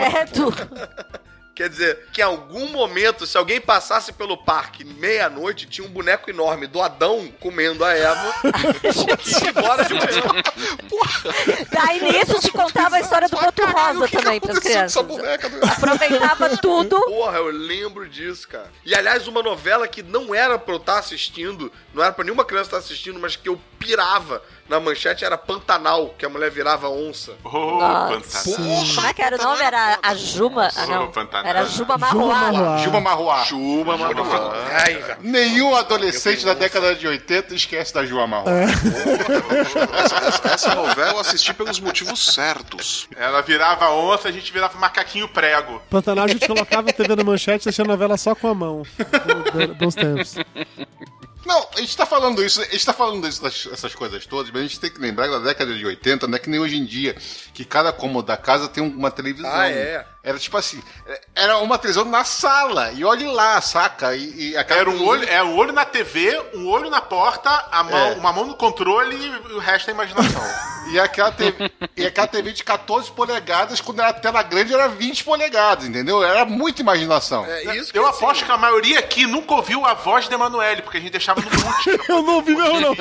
Quer dizer, que em algum momento, se alguém passasse pelo parque meia-noite, tinha um boneco enorme do Adão comendo
[laughs]
a Eva. [laughs] e ia embora de manhã.
Daí nisso te contava a história do Boto um Rosa também pras crianças. [laughs] Aproveitava tudo.
Porra, eu lembro disso, cara. E aliás, uma novela que não era pra eu estar assistindo, não era pra nenhuma criança estar assistindo, mas que eu pirava na manchete era Pantanal, que a mulher virava onça.
Oh,
Nossa. Como é que era o nome? Era a Juma. Ah, não. Era Juba é Marroá.
Juba Marroá.
Juba
Marroá. Nenhum adolescente da década de 80 esquece da Juba Marroá.
essa, essa- essa novela eu assisti pelos motivos certos.
Ela virava onça, a gente virava macaquinho prego.
Pantanal a gente colocava a TV na manchete e deixava a novela só com a mão. Bo- Bons tempos.
Não, a gente tá falando isso, a gente tá falando isso, das- essas coisas todas, mas a gente tem que lembrar que na década de 80, não é que nem hoje em dia, que cada cômodo da casa tem uma televisão.
Ah, é.
Era tipo assim, era uma televisão na sala, e olhe lá, saca? E, e a
Era um olho, é um olho na TV, um olho na porta, a mão,
É.
uma mão no controle e o resto é
[laughs]
imaginação.
E aquela, TV, e aquela TV de 14 polegadas, quando era tela grande, era 20 polegadas, entendeu? Era muita imaginação.
É.
É,
eu aposto
assim,
que a maioria aqui nunca ouviu a voz de Emanuele, porque a gente deixava no mute.
eu não ouvi mesmo, não.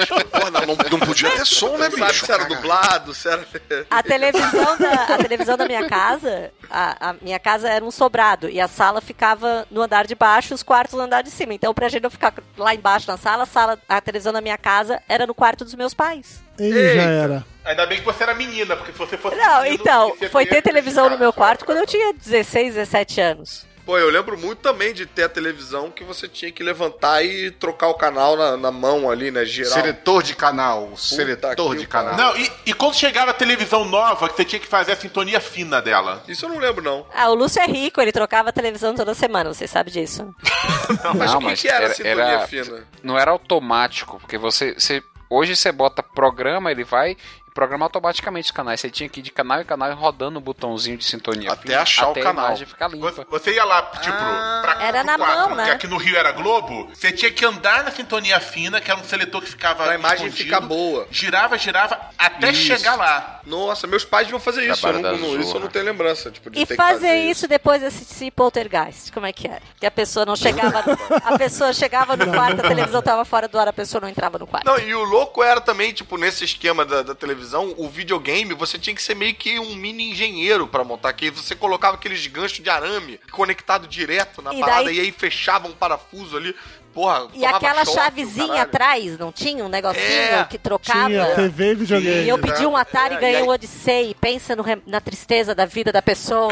não, podia ter som, né, bicho?
Sabe se era dublado, se era... [laughs]
A televisão, da, a televisão da minha casa, a, a minha casa era um sobrado e a sala ficava no andar de baixo, os quartos no andar de cima. Então, pra gente não ficar lá embaixo na sala, a sala, a televisão da minha casa era no quarto dos meus pais.
Ih, já era.
[laughs] Ainda bem que você era menina, porque se você fosse.
Não,
menino,
então,
você ia
foi ter televisão no meu quarto quando eu tinha 16, 17 anos.
Pô, eu lembro muito também de ter a televisão que você tinha que levantar e trocar o canal na, na mão ali, né? Geral.
Seletor de canal,
seletor de canal.
Não, e, e quando chegava a televisão nova, que você tinha que fazer a sintonia fina dela.
Isso eu não lembro, não.
Ah, o Lúcio é rico, ele trocava a televisão toda semana, você sabe disso.
Mas o que que era a sintonia
fina?
Não era automático, porque você, você- Hoje você bota programa, ele vai e programa automaticamente os canais. Você tinha que ir de canal em canal e rodando o botãozinho de sintonia.
Até achar o
até
canal.
A imagem ficar limpa.
Você ia lá, tipo, pra
Ah, Era na
quatro,
mão,
que
né?
aqui no Rio era Globo, você tinha que andar na sintonia fina, que era um seletor que ficava.
Pra imagem ficar boa.
Girava, girava, até
Isso.
chegar lá.
Nossa, meus pais deviam fazer isso. Eu
Trabalho
não,
da
não- isso eu
zorra.
não tenho lembrança. Tipo, de
E
ter que
fazer isso depois assistir Poltergeist, como é que era? Que a pessoa não chegava, a pessoa chegava no quarto, a televisão tava fora do ar, a pessoa não entrava no quarto.
Não, e o louco era também, tipo, nesse esquema da, da televisão, o videogame, você tinha que ser meio que um mini engenheiro pra montar, que você colocava aqueles ganchos de arame conectado direto na
E
parada
daí-
e aí fechava um parafuso ali. Porra,
E
tomava
aquela
choque,
chavezinha
caralho.
atrás, não tinha um negocinho
É,
que trocava?
tinha, TV e videogame.
E eu pedi um Atari
É,
e ganhei
e aí-
um Odyssey. Pensa no re- na tristeza da vida da pessoa.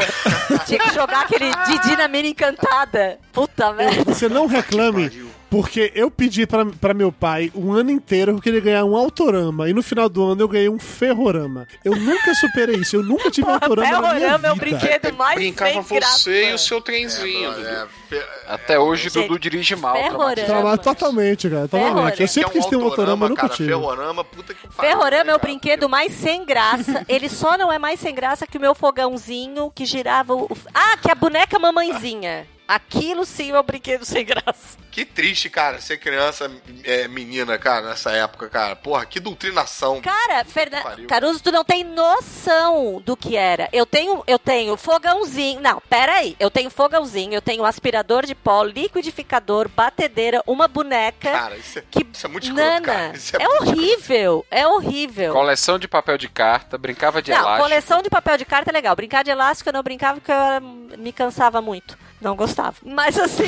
tinha que jogar aquele Didi na mina encantada. Puta merda.
Você não reclame, porque eu pedi pra, pra meu pai um ano inteiro que eu queria ganhar um autorama. E no final do ano eu ganhei um ferrorama. Eu nunca superei isso. Eu
[laughs]
nunca tive um autorama na minha vida.
Ferrorama é o brinquedo mais
Brincava
sem
você
graça.
e o seu trenzinho. Dudu.
Até hoje,
Gente,
Dudu dirige mal.
ferrorama.
Trabalho totalmente, cara. Totalmente. Eu sempre quis ter um autorama, eu nunca
é cara,
tive.
Ferrorama, puta que né,
Ferrorama é o brinquedo mais sem
[laughs]
graça. Ele só não é mais sem graça que o meu fogãozinho que girava o. Ah, que a boneca mamãezinha. Aquilo sim é o brinquedo sem graça.
Que triste, cara, ser criança é, menina, cara, nessa época, cara. Porra, que doutrinação.
Cara,
pariu.
Fernando. Caruso, tu não tem noção do que era. Eu tenho, eu tenho fogãozinho. Não, peraí. Eu tenho fogãozinho, eu tenho aspirador de pó, liquidificador, batedeira, uma boneca.
Cara, isso é, isso é muito
Nana, é, horrível, é horrível.
Coleção de papel de carta, brincava de
não,
elástico.
coleção de papel de carta é legal. Brincar de elástico eu não brincava porque eu era- me cansava muito. Não gostava. Mas assim,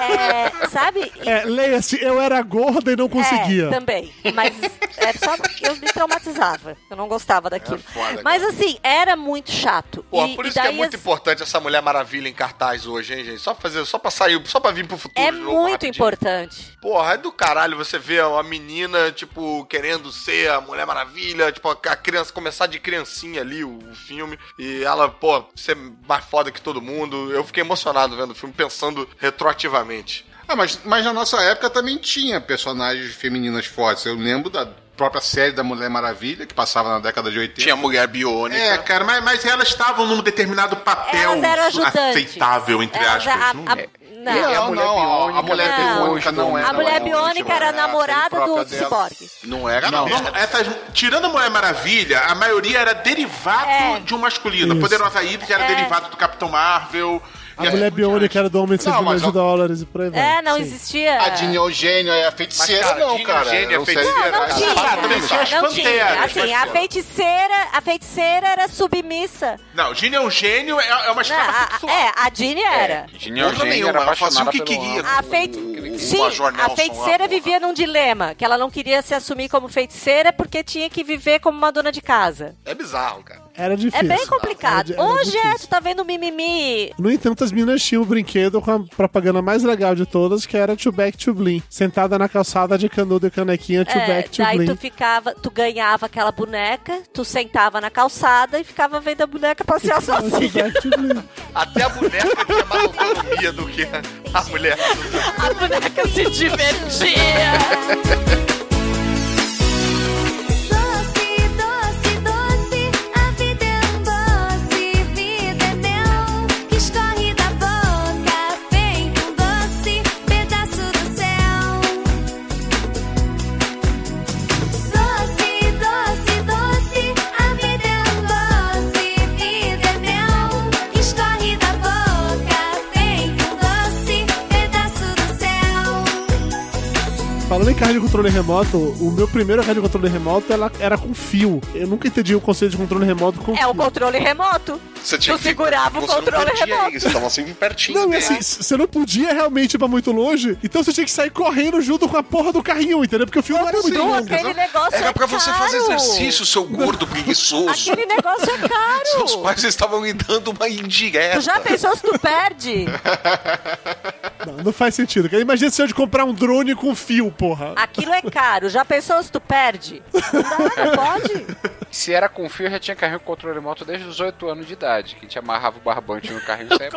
é, é, sabe?
[laughs] É, leia-se, eu era gorda e não conseguia.
É, também. Mas é só eu me traumatizava. Eu não gostava daquilo.
foda,
Mas
cara.
assim, era muito chato.
Pô,
e,
por
e
isso que é
daí
muito
as-
importante essa Mulher Maravilha em cartaz hoje, hein, gente? Só pra fazer, só pra sair, só pra vir pro futuro.
é
de novo,
muito
rapidinho.
importante.
Porra, é do caralho você ver uma menina, tipo, querendo ser a Mulher Maravilha, tipo, a criança, começar de criancinha ali o, o filme, e ela, pô, ser mais foda que todo mundo. Eu fiquei emocionado vendo o filme, pensando retroativamente.
Ah, mas, mas na nossa época também tinha personagens femininas fortes. Eu lembro da própria série da Mulher Maravilha, que passava na década de 80. Tinha
Mulher Biônica.
É, cara, mas, mas elas estavam num determinado papel
Elas eram ajudantes.
um aceitável, entre
Elas-
aspas.
a-
não
a-
é?
não.
É, a
Não,
mulher
não, a-
biônica.
a mulher Não. biônica não é- A não mulher é biônica era a
né?
namorada do ciborgue.
Não era,
não.
Essas- tirando a Mulher Maravilha, a maioria era derivado de um masculino.
Isso.
Poderosa Hydra era
É.
derivado do Capitão Marvel.
A mulher biônica era do homem de 6
Não,
milhões
mas
de dólares e por aí vai.
É, não
Sim.
existia.
A Dinha Eugênio é a feiticeira,
Mas, cara,
não,
Dinha
cara.
Eugênio é
Eu sei.
feiticeira,
Não
cara.
tinha,
Ah, também tinha as
né?
não tinha.
panteras,
Assim, a
parceiro.
feiticeira, a feiticeira era submissa.
Não, Gene Eugênio é, é uma
Não,
escrava
a-
sexual.
é, a Ginny era.
Virginia Eugênia era
ela fazia
apaixonada
o que
pelo
queria.
Alan.
A, feiti- Ah, Sim,
Major
a
Nelson
feiticeira
lá,
vivia num dilema, que ela não queria se assumir como feiticeira porque tinha que viver como uma dona de casa.
É bizarro, cara.
Era difícil.
é bem complicado.
Era- era
Hoje
difícil.
é, tu tá vendo mimimi.
No entanto, as meninas tinham um brinquedo com a propaganda mais legal de todas, que era Too Back to Bling. Sentada na calçada de canudo e canequinha, Too
É,
Back to
daí tu
Bling.
ficava, tu ganhava aquela boneca, tu sentava na calçada e ficava vendo a boneca passear sozinha.
Até a boneca tinha mais autonomia do que a mulher.
A boneca se divertia.
Doce, doce, doce, a vida é um doce, vida é mel que escorre da boca, vem com doce, pedaço do céu. Doce, doce, doce, a vida é um doce, vida é mel que escorre da boca, vem com doce, pedaço do céu.
Falando em rádio controle remoto, o meu primeiro rádio controle remoto ela era com fio. Eu nunca entendi o conceito de controle remoto com
É o controle remoto. tu segurava o controle remoto.
Você tava sempre pertinho.
Não, e
dele.
assim, s- você não podia realmente ir pra muito longe, então você tinha que sair correndo junto com a porra do carrinho, entendeu? Porque o fio não era muito longo.
negócio
Era
é
pra você fazer
caro.
exercício, seu gordo preguiçoso. [laughs]
Aquele negócio é caro.
Seus pais estavam lhe dando uma indireta.
Tu já pensou se tu perde?
Não, não faz sentido. cara. Imagina se eu de comprar um drone com fio, porra.
Aquilo é caro. Já pensou se tu perde? Não pode.
Se era com fio, eu já tinha carrinho com controle remoto desde os 8 anos de idade. Que a gente amarrava o barbante no
[laughs]
carrinho sempre.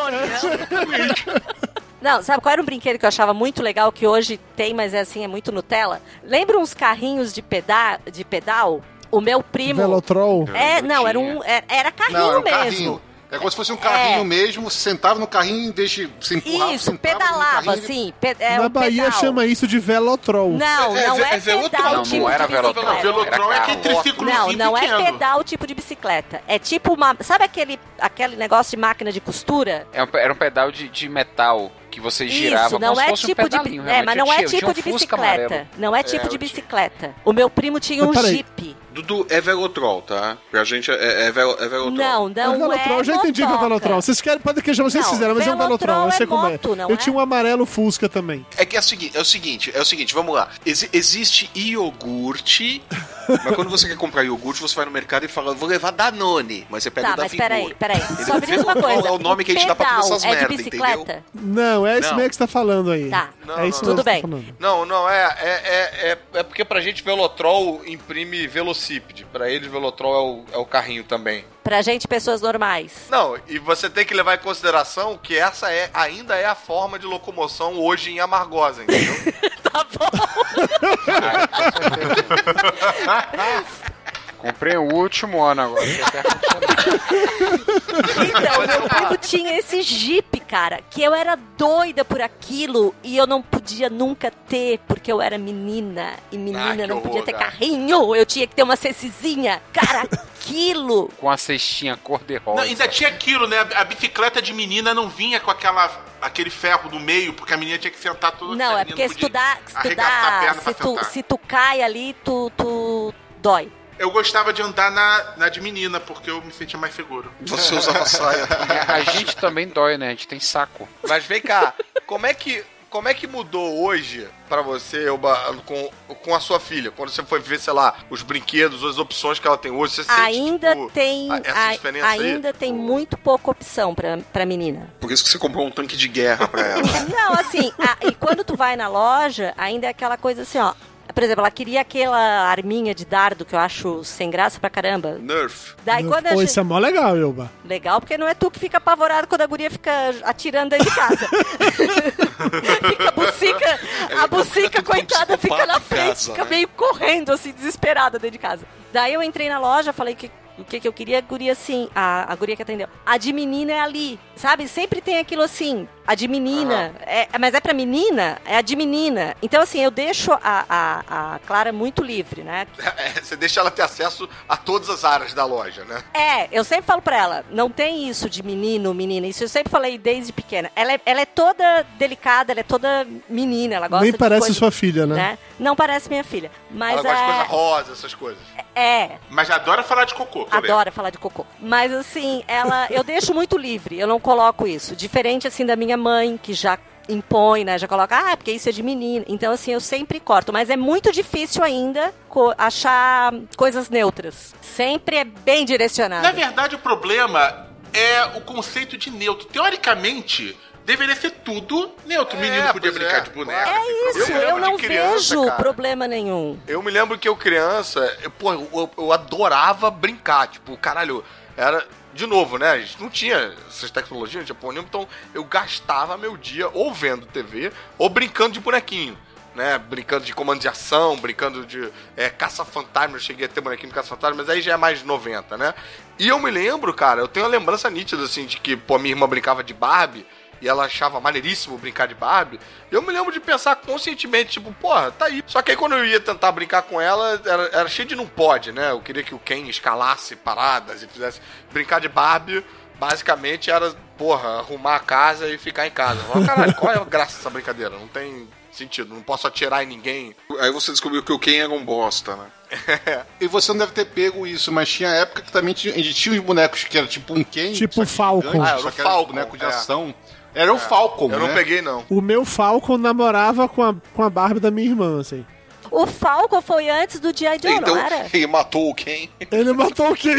Não, sabe qual era um brinquedo que eu achava muito legal, que hoje tem, mas é assim, é muito Nutella? Lembra uns carrinhos de, peda de pedal? O meu primo.
Velotrol?
É, não, era um. Era, era carrinho
Não, era um
mesmo.
carrinho. É como se fosse um carrinho
É.
mesmo, sentava no carrinho em vez de se empurrar.
Isso,
sentava no
pedalava,
carrinho.
assim. pe- é,
Na
um
Bahia
pedal.
chama isso de velotrol.
Não, não é, pedal
Não,
tipo
não era
de bicicleta.
Velotrol. Velotrol é aquele triciclozinho
um
Não, não é
pequeno.
pedal tipo de bicicleta. É tipo uma... Sabe aquele, aquele negócio de máquina de costura?
É um- Era um pedal de, de metal que você girava
Isso, não
como se
é
fosse
tipo
um
de...
pedalinho,
bi- É,
realmente.
mas
Eu
não é
tinha- eu tinha
tipo
um
de
Fusca
bicicleta.
amarelo.
Não é
É,
tipo de
eu
bicicleta. O meu primo tinha
Mas
um
peraí.
Jeep.
Dudu, é Velotrol, tá? Pra gente é, é, é, Velo- é Velotrol.
Não, não
é velotrol,
é
eu já entendi que é
motoca.
velotrol. Vocês querem, podem que chamar vocês
Não,
fizeram, mas é um velotrol,
velotrol
eu sei
é
como
moto,
é.
não
eu
é?
tinha um amarelo Fusca também.
É que é o seguinte, é o seguinte, é o seguinte, vamos lá. Exi- existe [laughs] iogurte, mas quando você quer comprar iogurte, você vai no mercado e fala, vou levar Danone, mas você
é
pega
Tá,
o da
mas
Vigor.
peraí, peraí.
Ele
Só me diz uma
vê qual
coisa.
é o nome que a gente dá pra todas
pedal
essas
é de
merda,
bicicleta?
Não, é esse
Não.
meio que você tá falando aí.
Tá.
é isso
Tudo
mesmo que
bem.
você tá falando.
Não, não, é, é, é, é, é porque pra gente Velotrol imprime velocípede. Pra eles, Velotrol é o, é o carrinho também.
Pra gente, pessoas normais.
Não, e você tem que levar em consideração que essa é, ainda é a forma de locomoção hoje em Amargosa, entendeu?
Comprei o último ano agora. [laughs]
Então, meu primo tinha esse Jeep, cara, que eu era doida por aquilo e eu não podia nunca ter, porque eu era menina. E
Ah,
menina
que
não podia
horror,
ter
cara.
carrinho, eu tinha que ter uma cecizinha. Cara, aquilo.
Com a cestinha cor-de-rosa.
Não, ainda tinha aquilo, né? A bicicleta de menina não vinha com aquela, aquele ferro no meio, porque a menina tinha que sentar toda
Não, é
a menina
porque
não podia
estudar,
arregaçar a
estudar,
perna pra
se tu,
sentar.
se tu cai ali, tu, tu dói.
Eu gostava de andar na, na de menina, porque eu me sentia mais seguro.
Você usava saia.
A gente também dói, né? A gente tem saco.
Mas vem cá, como é que como é que mudou hoje pra você Elba, com, com a sua filha? Quando você foi ver, sei lá, os brinquedos, as opções que ela tem hoje, você tipo,
Ainda tem,
a- essa
a-
diferença aí?
ainda tem muito pouca opção pra, pra menina.
[laughs] Por isso que você comprou um tanque de guerra pra ela.
Não, assim, a- e quando tu vai na loja, ainda é aquela coisa assim, ó. Por exemplo, ela queria aquela arminha de dardo que eu acho sem graça pra caramba.
Nerf.
Daí quando a
Pô,
gente...
isso é mó legal, Elba.
Legal, porque não é tu que fica apavorado quando a guria fica atirando dentro de casa. fica a bucica, a bucica, coitada, fica na frente, fica meio correndo, assim, desesperada dentro de casa. Daí eu entrei na loja, falei que o que, que eu queria, a guria assim, a, a guria que atendeu. A de menina é ali, sabe? Sempre tem aquilo assim, a de menina, é, mas é pra menina, é a de menina. Então, assim, eu deixo a, a, a Clara muito livre, né?
É, você deixa ela ter acesso a todas as áreas da loja, né?
É, eu sempre falo pra ela, não tem isso de menino, menina. Isso eu sempre falei desde pequena. Ela é, ela é toda delicada, ela é toda menina, ela gosta
Nem
de
parece
coisa-
sua filha, né?
Não parece minha filha, mas
ela gosta de coisa
é,
rosa, essas coisas.
é,
Mas adora falar de cocô. que eu lembro.
adora falar de cocô. Mas assim, ela, eu deixo muito livre, eu não coloco isso. Diferente assim da minha mãe, que já impõe, né? Já coloca, ah, porque isso é de menina. Então assim, eu sempre corto, mas é muito difícil ainda co- achar coisas neutras. Sempre é bem direcionado.
Na verdade, o problema é o conceito de neutro. Teoricamente, deveria ser tudo
É,
neutro. O menino podia brincar de boneca.
É isso, eu,
lembro de
não
criança,
vejo
cara.
problema nenhum.
Eu me lembro que eu criança, eu, pô, eu, eu adorava brincar, tipo, caralho, era... De novo, né? A gente não tinha essas tecnologias, não tinha porra nenhuma, então eu gastava meu dia ou vendo TV ou brincando de bonequinho, né? Brincando de comando de ação, brincando de é, caça-fantasma, eu cheguei a ter bonequinho de caça-fantasma, mas aí já é mais de 90, né? E eu me lembro, cara, eu tenho uma lembrança nítida, assim, de que, pô, minha irmã brincava de Barbie, e ela achava maneiríssimo brincar de Barbie, eu me lembro de pensar conscientemente, tipo, porra, tá aí. Só que aí quando eu ia tentar brincar com ela, era, era cheio de não pode, né? Eu queria que o Ken escalasse paradas e fizesse. Brincar de Barbie, basicamente, era, porra, arrumar a casa e ficar em casa. Eu falava, caralho, qual é a graça dessa brincadeira? Não tem sentido, não posso atirar em ninguém.
Aí você descobriu que o Ken era um bosta, [laughs] né?
E você não deve ter pego isso, mas tinha época que também tinha, a gente tinha os bonecos que era tipo um Ken.
Tipo
só que
Falcon.
gigante,
um
Ah, era
só
o
que era um
Falcon,
boneco de
é.
ação. Era o Falcon,
Eu não
É.
né?
peguei, não.
O meu Falcon namorava com a, com a Barbie da minha irmã, assim.
O Falco foi antes do G.I. Joe,
então,
Então,
não era?
ele matou o Ken.
Ele matou o Ken.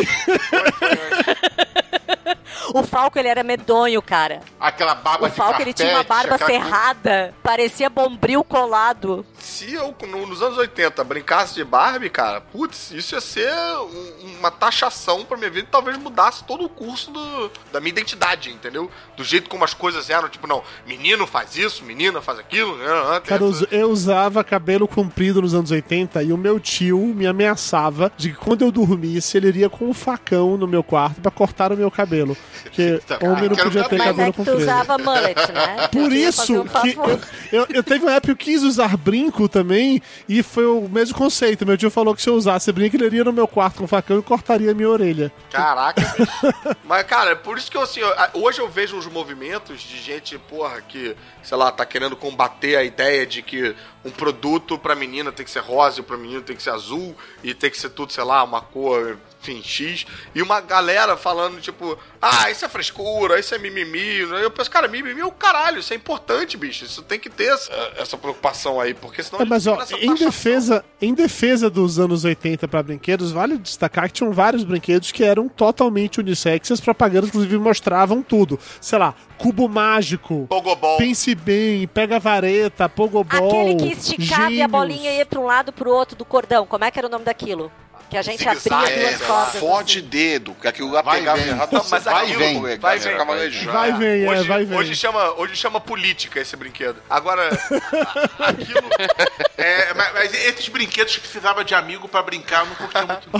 O Falco, ele era medonho, cara.
Aquela barba
O Falco, ele tinha uma barba serrada, parecia bombril colado.
Se eu, no- nos anos 80, brincasse de Barbie, cara, putz, isso ia ser um- uma taxação pra minha vida e talvez mudasse todo o curso do- da minha identidade, entendeu? Do jeito como as coisas eram, tipo, não, menino faz isso, menina faz aquilo, né, né, tem-
Cara, eu us- eu usava cabelo comprido nos anos 80 e o meu tio me ameaçava de que quando eu dormisse ele iria com um facão no meu quarto pra cortar o meu cabelo.
[laughs]
Porque homem não
quero
podia
também. Tá,
ter
Mas
cabelo
é que tu
comprido.
usava mullet,
[laughs]
né?
Por
Queria fazer
isso
um
que
favor.
eu, eu, eu teve uma época que eu quis usar brinco também e foi o mesmo conceito. Meu tio falou que se eu usasse brinco ele iria no meu quarto com um facão e cortaria minha orelha. [laughs]
Caraca, bicho. Mas, cara, é por isso que eu, assim, eu- hoje eu vejo uns movimentos de gente, porra, que, sei lá, tá querendo combater a ideia de que um produto pra menina tem que ser rosa, e pra menino tem que ser azul, e tem que ser tudo, sei lá, uma cor, enfim, X. E uma galera falando, tipo, ah, isso é frescura, isso é mimimi. né? Eu penso, cara, mimimi é o caralho, isso é importante, bicho. Isso tem que ter essa, essa preocupação aí, porque senão.
É, mas ó,
fica nessa
em defesa, em defesa dos anos 80 pra brinquedos, vale destacar que tinham vários brinquedos que eram totalmente unissex, e as propagandas inclusive mostravam tudo. Sei lá, cubo mágico,
Pogobol.
pense bem, pega vareta, pogobol,
Aquele que esticava e a
gênios.
bolinha
[laughs]
ia pra um lado pro outro do cordão. Como é que era o nome daquilo? Que a gente abria duas
é,
cordas. assim.
fode dedo. que Aquilo lá pegava errado. Não, mas
Vai
aquilo,
vem,
moleque,
vai
era
vem.
camarejado.
Vai vem, é,
hoje,
vai vem.
Hoje chama, hoje chama política esse brinquedo. Agora, [laughs]
É, mas, mas esses brinquedos que precisava de amigo pra brincar, eu não curtia muito.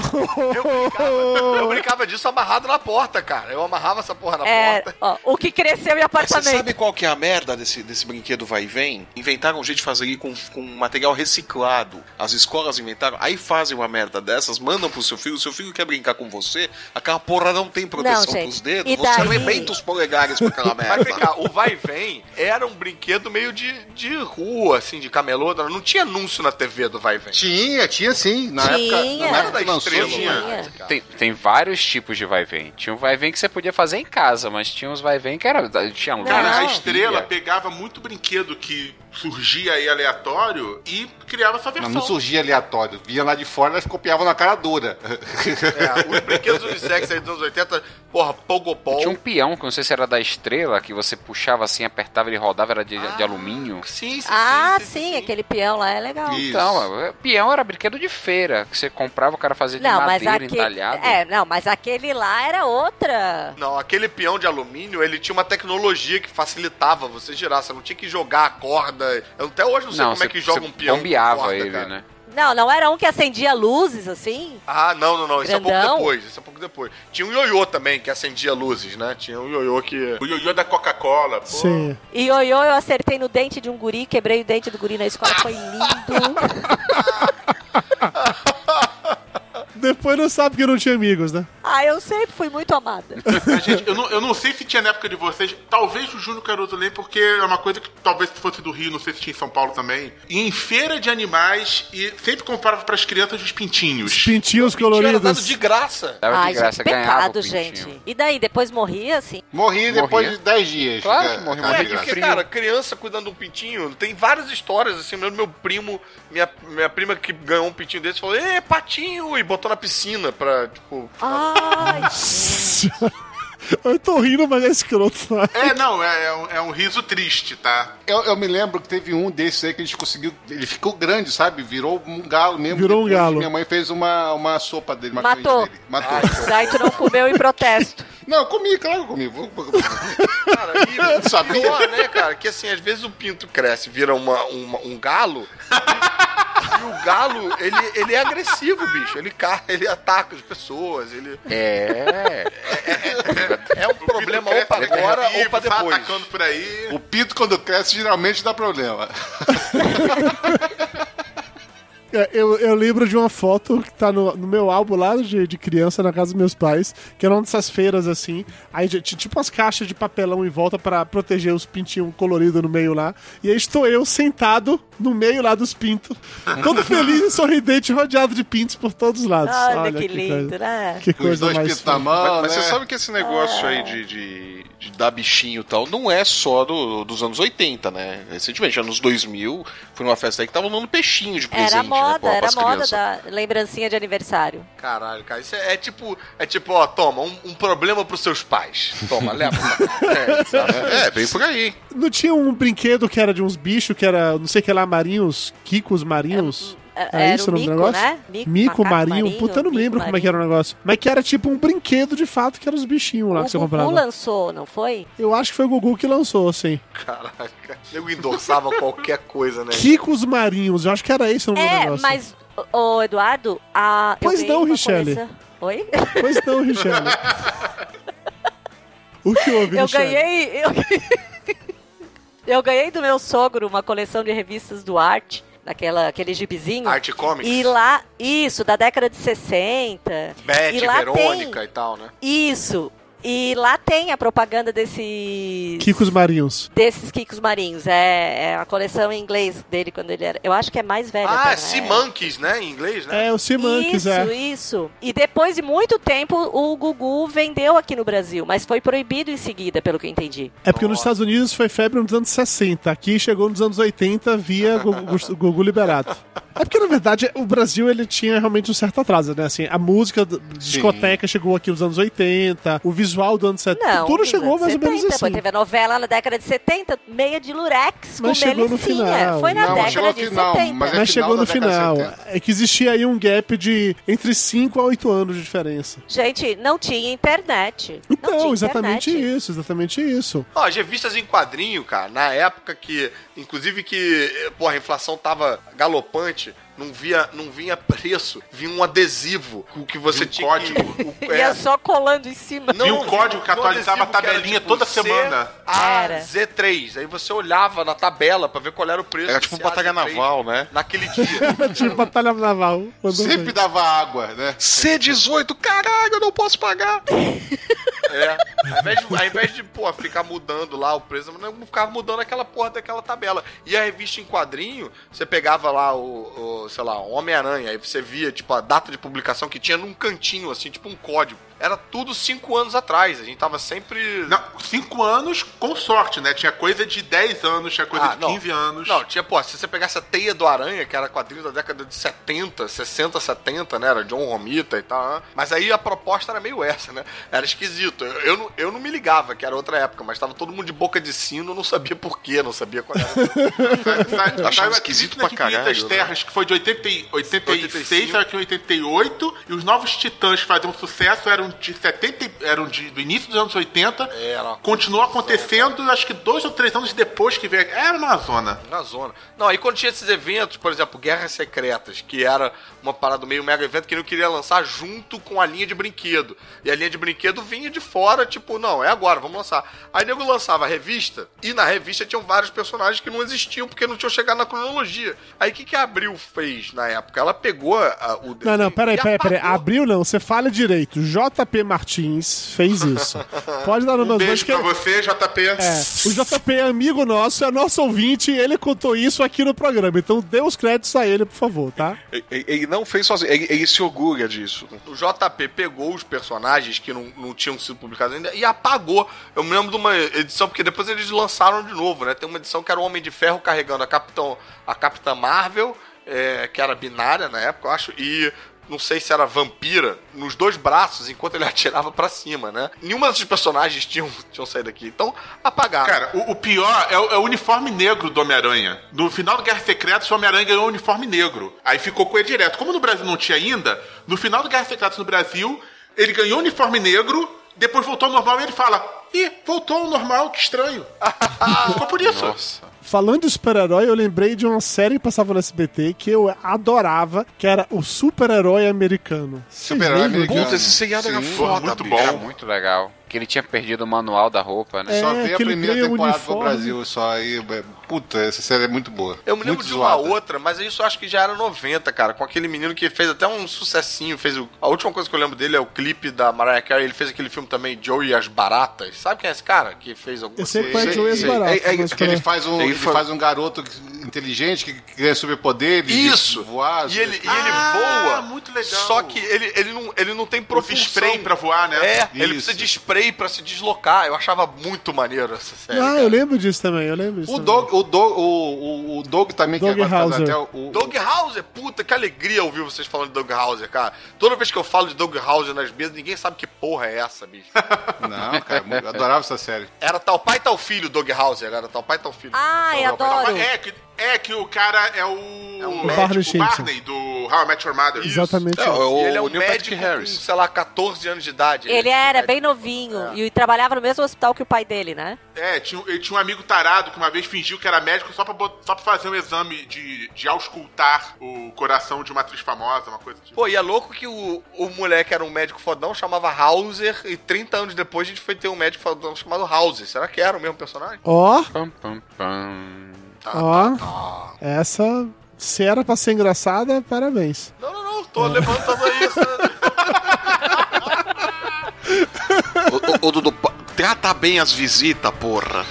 eu brincava disso amarrado na porta, cara. Eu amarrava essa porra na
É,
porta.
ó, o que cresceu
Mas
em
Você
apartamento.
sabe qual que é a merda desse, desse brinquedo vai e vem? Inventaram um jeito de fazer ele com, com material reciclado. As escolas inventaram, aí fazem uma merda dessas, mandam pro seu filho, seu filho quer brincar com você, aquela porra não tem proteção
Não, gente.
pros dedos,
E
você
daí?
arrebenta os polegares com aquela merda.
É.
Mas vem cá, o vai e vem era um brinquedo meio de, de rua, assim, de camelô. Não tinha anúncio na TV do vai e vem.
[laughs] Tinha, tinha sim. Na época, na época que lançou,
né?
tinha.
Tem, tem vários tipos de vai-vem. Tinha um vai-vem que você podia fazer em casa, mas tinha uns vai-vem que era. Tinha um
Cara, a estrela pegava muito brinquedo que surgia aí aleatório e criava sua
Não,
versão.
não surgia aleatório. Vinha lá de fora, elas copiavam na cara dura.
É, os brinquedos unissex aí dos anos 80, porra, Pogopol.
Tinha um peão, que não sei se era da estrela, que você puxava assim, apertava, ele rodava, era de, de alumínio.
Sim,
Ah, sim, aquele peão lá é legal.
Então, é, peão era brinquedo de feira, que você comprava, o cara fazia de
Não, mas
madeira
aquele.
entalhado.
É, não, mas aquele lá era outra.
Não, aquele peão de alumínio, ele tinha uma tecnologia que facilitava você girar. Você não tinha que jogar a corda. Eu até hoje não sei como é que joga um peão. com
bombeava
corda,
ele,
cara.
né?
Não, não era um que acendia luzes assim?
Ah, não, não, não. Isso é pouco
Grandão?
depois. Isso é pouco depois. Tinha um ioiô também que acendia luzes, né? Tinha um ioiô que.
O ioiô da Coca-Cola. pô.
Sim.
E oi, oi, eu acertei no dente de um guri, quebrei o dente do guri na escola, foi lindo.
[laughs]
Depois não sabe que não tinha amigos, né?
ah, eu sempre fui muito amada.
Mas, gente, eu não, eu não sei se tinha na época de vocês. Talvez o Júnior Caruso lembre, porque é uma coisa que talvez fosse do Rio, não sei se tinha em São Paulo também. E em feira de animais, e sempre comprava pras crianças os pintinhos.
Os pintinhos coloridos.
graça.
Dava de
Ai,
graça,
gente,
ganhava o
pecado,
pintinho.
gente. E daí, depois morria, assim?
Morri depois de 10 dias.
Claro
Fica-
que um morri,
cara,
morri.
de
porque,
frio.
cara, criança cuidando de um pintinho, tem várias histórias, assim, eu lembro meu primo, minha, minha prima que ganhou um pintinho desse, falou, ê, patinho, e botou na piscina pra, tipo...
Ai, [laughs]
[laughs] Eu tô rindo, mas é escroto. sabe?
É, não, é, é um, é um riso triste, tá?
Eu, eu me lembro que teve um desses aí que a gente conseguiu. Ele ficou grande, sabe? Virou um galo mesmo.
Virou um
Depois
galo.
Minha mãe fez uma, uma sopa dele, uma
Matou.
coisa dele. Matou.
Daí tu não comeu em
[laughs]
protesto.
Não, eu comi, claro que eu comi. Vou- vou-
Cara, e [laughs] pior,
sabia.
né, cara, que assim, às vezes o pinto cresce, vira uma, uma- um galo, e, e o galo, ele, ele é agressivo, bicho, ele, ca- ele ataca as pessoas, ele...
É.
É um problema ou pra agora ou pra depois.
atacando por aí.
O pinto, quando cresce, geralmente dá problema.
É, Eu, eu lembro de uma foto que tá no, no meu álbum lá de, de criança na casa dos meus pais, que era uma dessas feiras assim. Aí tinha tipo umas caixas de papelão em volta pra proteger os pintinhos coloridos no meio lá. E aí estou eu sentado no meio lá dos pintos, todo feliz e sorridente, rodeado de pintos por todos os lados.
Olha, que, lindo,
coisa-
né?
Que coisa mais fofa.
Ah,
Mas,
né?
mas você sabe que esse
É.
negócio aí de, de- de dar bichinho e tal não é só do- dos anos 80, né? Recentemente, anos 2000, fui numa festa aí que tava dando peixinho de
Era
presente.
moda,
pô,
era
pras
moda
crianças.
da lembrancinha de aniversário.
Caralho, cara, isso é, é tipo, é tipo, ó, toma, um, um problema pros seus pais. Toma, leva. é, sabe? é, bem por aí. hein?
Não tinha um brinquedo que era de uns bichos, que era, não sei o que lá, marinhos, Kikos marinhos?
Era-
É
era
isso
o
o nome do
mico,
negócio?
né? Mico,
Mico
macaco
marinho.
marinho,
Puta, eu não
mico
lembro como é que era o
marinho.
negócio. Mas que era tipo um brinquedo de fato, que eram os bichinhos lá
o
que você
Gugu
comprava.
lançou, não foi?
Eu acho que foi o Gugu que lançou, assim.
Caraca, eu endossava qualquer coisa, né?
Kikos marinhos, eu acho que era esse o nome do
É,
um negócio.
mas, ô, ô, Eduardo, a. eu
Pois
ganhei
não,
uma
Richelle.
coleção- Oi?
Pois não,
[laughs]
Richelle. O que houve,
Eu
Richelle?
ganhei. [laughs] Eu... eu ganhei do meu sogro uma coleção de revistas do Art, naquela, aquele gibizinho.
Art Comics?
E lá, isso, da década de 60.
Beth,
e lá
Verônica e tal, né?
Tem... Isso. E lá tem a propaganda desse
Kikos marinhos.
desses Kikos Marinhos. É, é a coleção em inglês dele quando ele era. Eu acho que é mais velho. até,
Ah,
né?
Sea Monkeys, né? Em inglês, né?
É, o Simanques,
Isso,
é.
isso. E depois de muito tempo, o Gugu vendeu aqui no Brasil, mas foi proibido em seguida, pelo que eu entendi.
É porque nos Estados Unidos foi febre nos anos 60, aqui chegou nos anos 80 via Gugu, Gugu Liberato. É porque, na verdade, o Brasil ele tinha realmente um certo atraso, né? Assim, a música d- discoteca chegou aqui nos anos 80, o visual do ano 70,
Não,
tudo
dos
chegou
anos
mais ou menos
70,
assim.
Pô, teve a novela na década de 70, meia de lurex,
Mas
com
chegou no
melicinha.
final.
Foi na
Não, mas
década
chegou
de
no final,
70.
mas é
Mas chegou no
da década de
final. É que existia aí um gap de entre 5 a 8 anos de diferença.
Gente, não tinha internet. não
Então,
tinha
exatamente
internet.
isso, exatamente isso.
Ó, as revistas em quadrinho, cara, na época que, inclusive que, eh, porra, a inflação tava galopante, não via, não vinha preço, vinha um adesivo, o que
um
você tinha
[laughs]
código. Que, o, é,
É.
Ia só colando em cima.
Não,
E o um código que
no
atualizava a
adesivo que era,
tabelinha
tipo,
toda
C
semana.
A
Era.
Z3. Aí você olhava na tabela pra ver qual era o preço.
Era tipo
do
batalha
CA Z três
naval, né?
Naquele dia.
tipo Batalha Naval. Mandou
Sempre
bem.
dava água, né?
C18, caralho, eu não posso pagar.
Tá,
É. Ao invés de, ao invés de, pô, ficar mudando lá o preço, eu não ficava mudando aquela porra daquela tabela. E a revista em quadrinho, você pegava lá o, o, sei lá, Homem-Aranha, aí você via, tipo, a data de publicação que tinha num cantinho, assim, tipo um código. Era tudo cinco anos atrás, a gente tava sempre...
Não, cinco anos com sorte, né? Tinha coisa de 10 anos, tinha coisa
Ah,
de
não.
15 anos.
Não, tinha, pô, se você pegasse a Teia do Aranha, que era quadrinho da década de 70, 60, 70, né? Era John Romita e tal. né? Mas aí a proposta era meio essa, né? Era esquisito. Eu, eu, não, eu não me ligava, que era outra época, mas tava todo mundo de boca de sino, não sabia porquê, não sabia
[laughs]
qual era.
Sa-
achava
saiu
tá,
a
esquisito
Cristina
pra
de
caralho,
Quintas
né?
Terras, que foi de 80, e- 86,
85.
saiu aqui em 88, e os Novos Titãs que faziam sucesso, eram de 70, e- eram de, do início dos anos 80.
Era.
Continuou acontecendo, acho que dois ou três anos depois que veio. Era uma zona.
Na zona. Não, aí quando tinha esses eventos, por exemplo, Guerras Secretas, que era uma parada meio mega evento que não queria lançar junto com a linha de brinquedo. E a linha de brinquedo vinha de fora, tipo, não, é agora, vamos lançar. Aí nego lançava a revista, e na revista tinham vários personagens que não existiam porque não tinham chegado na cronologia. Aí o que, que a Abril fez na época? Ela pegou a- o.
Não, não, peraí,
e
peraí, peraí.
apagou.
Abriu não, você fala direito. JP Martins fez
[laughs]
isso. Pode dar no
Um
meu
beijo pra você, JP.
É, o JP é amigo nosso, é nosso ouvinte, ele contou isso aqui no programa. Então dê os créditos a ele, por favor, tá?
Ele- Ele ele não fez sozinho, ele, ele se orgulha disso.
O JP pegou os personagens que não, não tinham sido publicados ainda e apagou. Eu me lembro de uma edição, porque depois eles lançaram de novo, né? Tem uma edição que era o Homem de Ferro carregando a Capitão, a Capitã Marvel, é, que era binária na época, eu acho, e não sei se era vampira, nos dois braços, enquanto ele [laughs] atirava pra cima, né? Nenhuma desses personagens tinham, tinham saído aqui. Então, apagaram.
Cara, o, o pior é o, é o uniforme negro do Homem-Aranha. No final do Guerra Secreta, o Homem-Aranha ganhou o uniforme negro. Aí ficou com ele direto. Como no Brasil não tinha ainda, no final do Guerra Secreta no Brasil, ele ganhou o uniforme negro, depois voltou ao normal e ele fala: Ih, voltou ao normal, que
[laughs]
estranho. ficou por isso.
Falando de super-herói, eu lembrei de uma série que passava no SBT que eu adorava, que era o Super-Herói Americano. Vocês
Super-Herói
lembram disso?
Puta, esse seriado era
Sim,
foda,
muito
bicho.
bom.
Era muito legal.
Que ele tinha perdido o manual da roupa,
É.
né?
só veio a
É, aquele
primeira
ganha
temporada pro
uniforme.
Brasil, só aí. é, Puta, essa série é muito boa.
Eu me lembro
muito
de uma
zoada.
outra, mas isso eu acho que já era 90, cara. Com aquele menino que fez até um sucessinho. Fez o- A última coisa que eu lembro dele é o clipe da Mariah Carey. Ele fez aquele filme também, Joe e as Baratas. Sabe quem é esse cara que fez algum
Eu sei qual é Joe e as Baratas, mas
que ele
pra-
faz um,
Ele
ele
foi-
faz um garoto que- inteligente que ganha superpoderes. de
Isso.
Voar. assim.
E ele, e ele voa. Muito legal. Só que ele, ele, não, ele não tem propulsão.
spray pra voar, né?
É,
Isso.
ele precisa de spray pra se deslocar. Eu achava muito maneiro essa série.
Ah, eu lembro disso também, eu lembro disso.
né? O
também.
Doug, o Doug, o, o, o Doug também,
Doug
que agora tá
Hauser.
até o.
Doug Hauser, puta, que alegria ouvir vocês falando de Doug Hauser, cara. Toda vez que eu falo de Doug Hauser nas mesas, ninguém sabe que porra é essa, bicho.
Não, cara, eu adorava essa série.
Era tal pai, tal filho, Doug Hauser. Era tal pai, tal filho.
Ai,
Tal pai, tal
Ah, adoro.
pai.
É que, é que o cara é o. É
o Barney Simpson.
do How I Met Your Mother.
Exatamente.
É, o,
E
ele é um médico com, sei lá, 14 anos de idade. é
Ele era bem novinho
É.
e trabalhava no mesmo hospital que o pai dele, né?
É, tinha, ele tinha um amigo tarado que uma vez fingiu que era médico só pra, bot- só pra fazer um exame de, de auscultar o coração de uma atriz famosa, uma coisa tipo.
Pô, e é louco que o, o moleque era um médico fodão, chamava Hauser, e 30 anos depois a gente foi ter um médico fodão chamado Hauser. Será que era o mesmo personagem?
Ó.
Pam, pam, pam.
Ó. Essa. Se era pra ser engraçada, parabéns.
Não, não, não, tô levantando isso.
Ô, ô, Dudu, pa- trata bem as visitas, porra.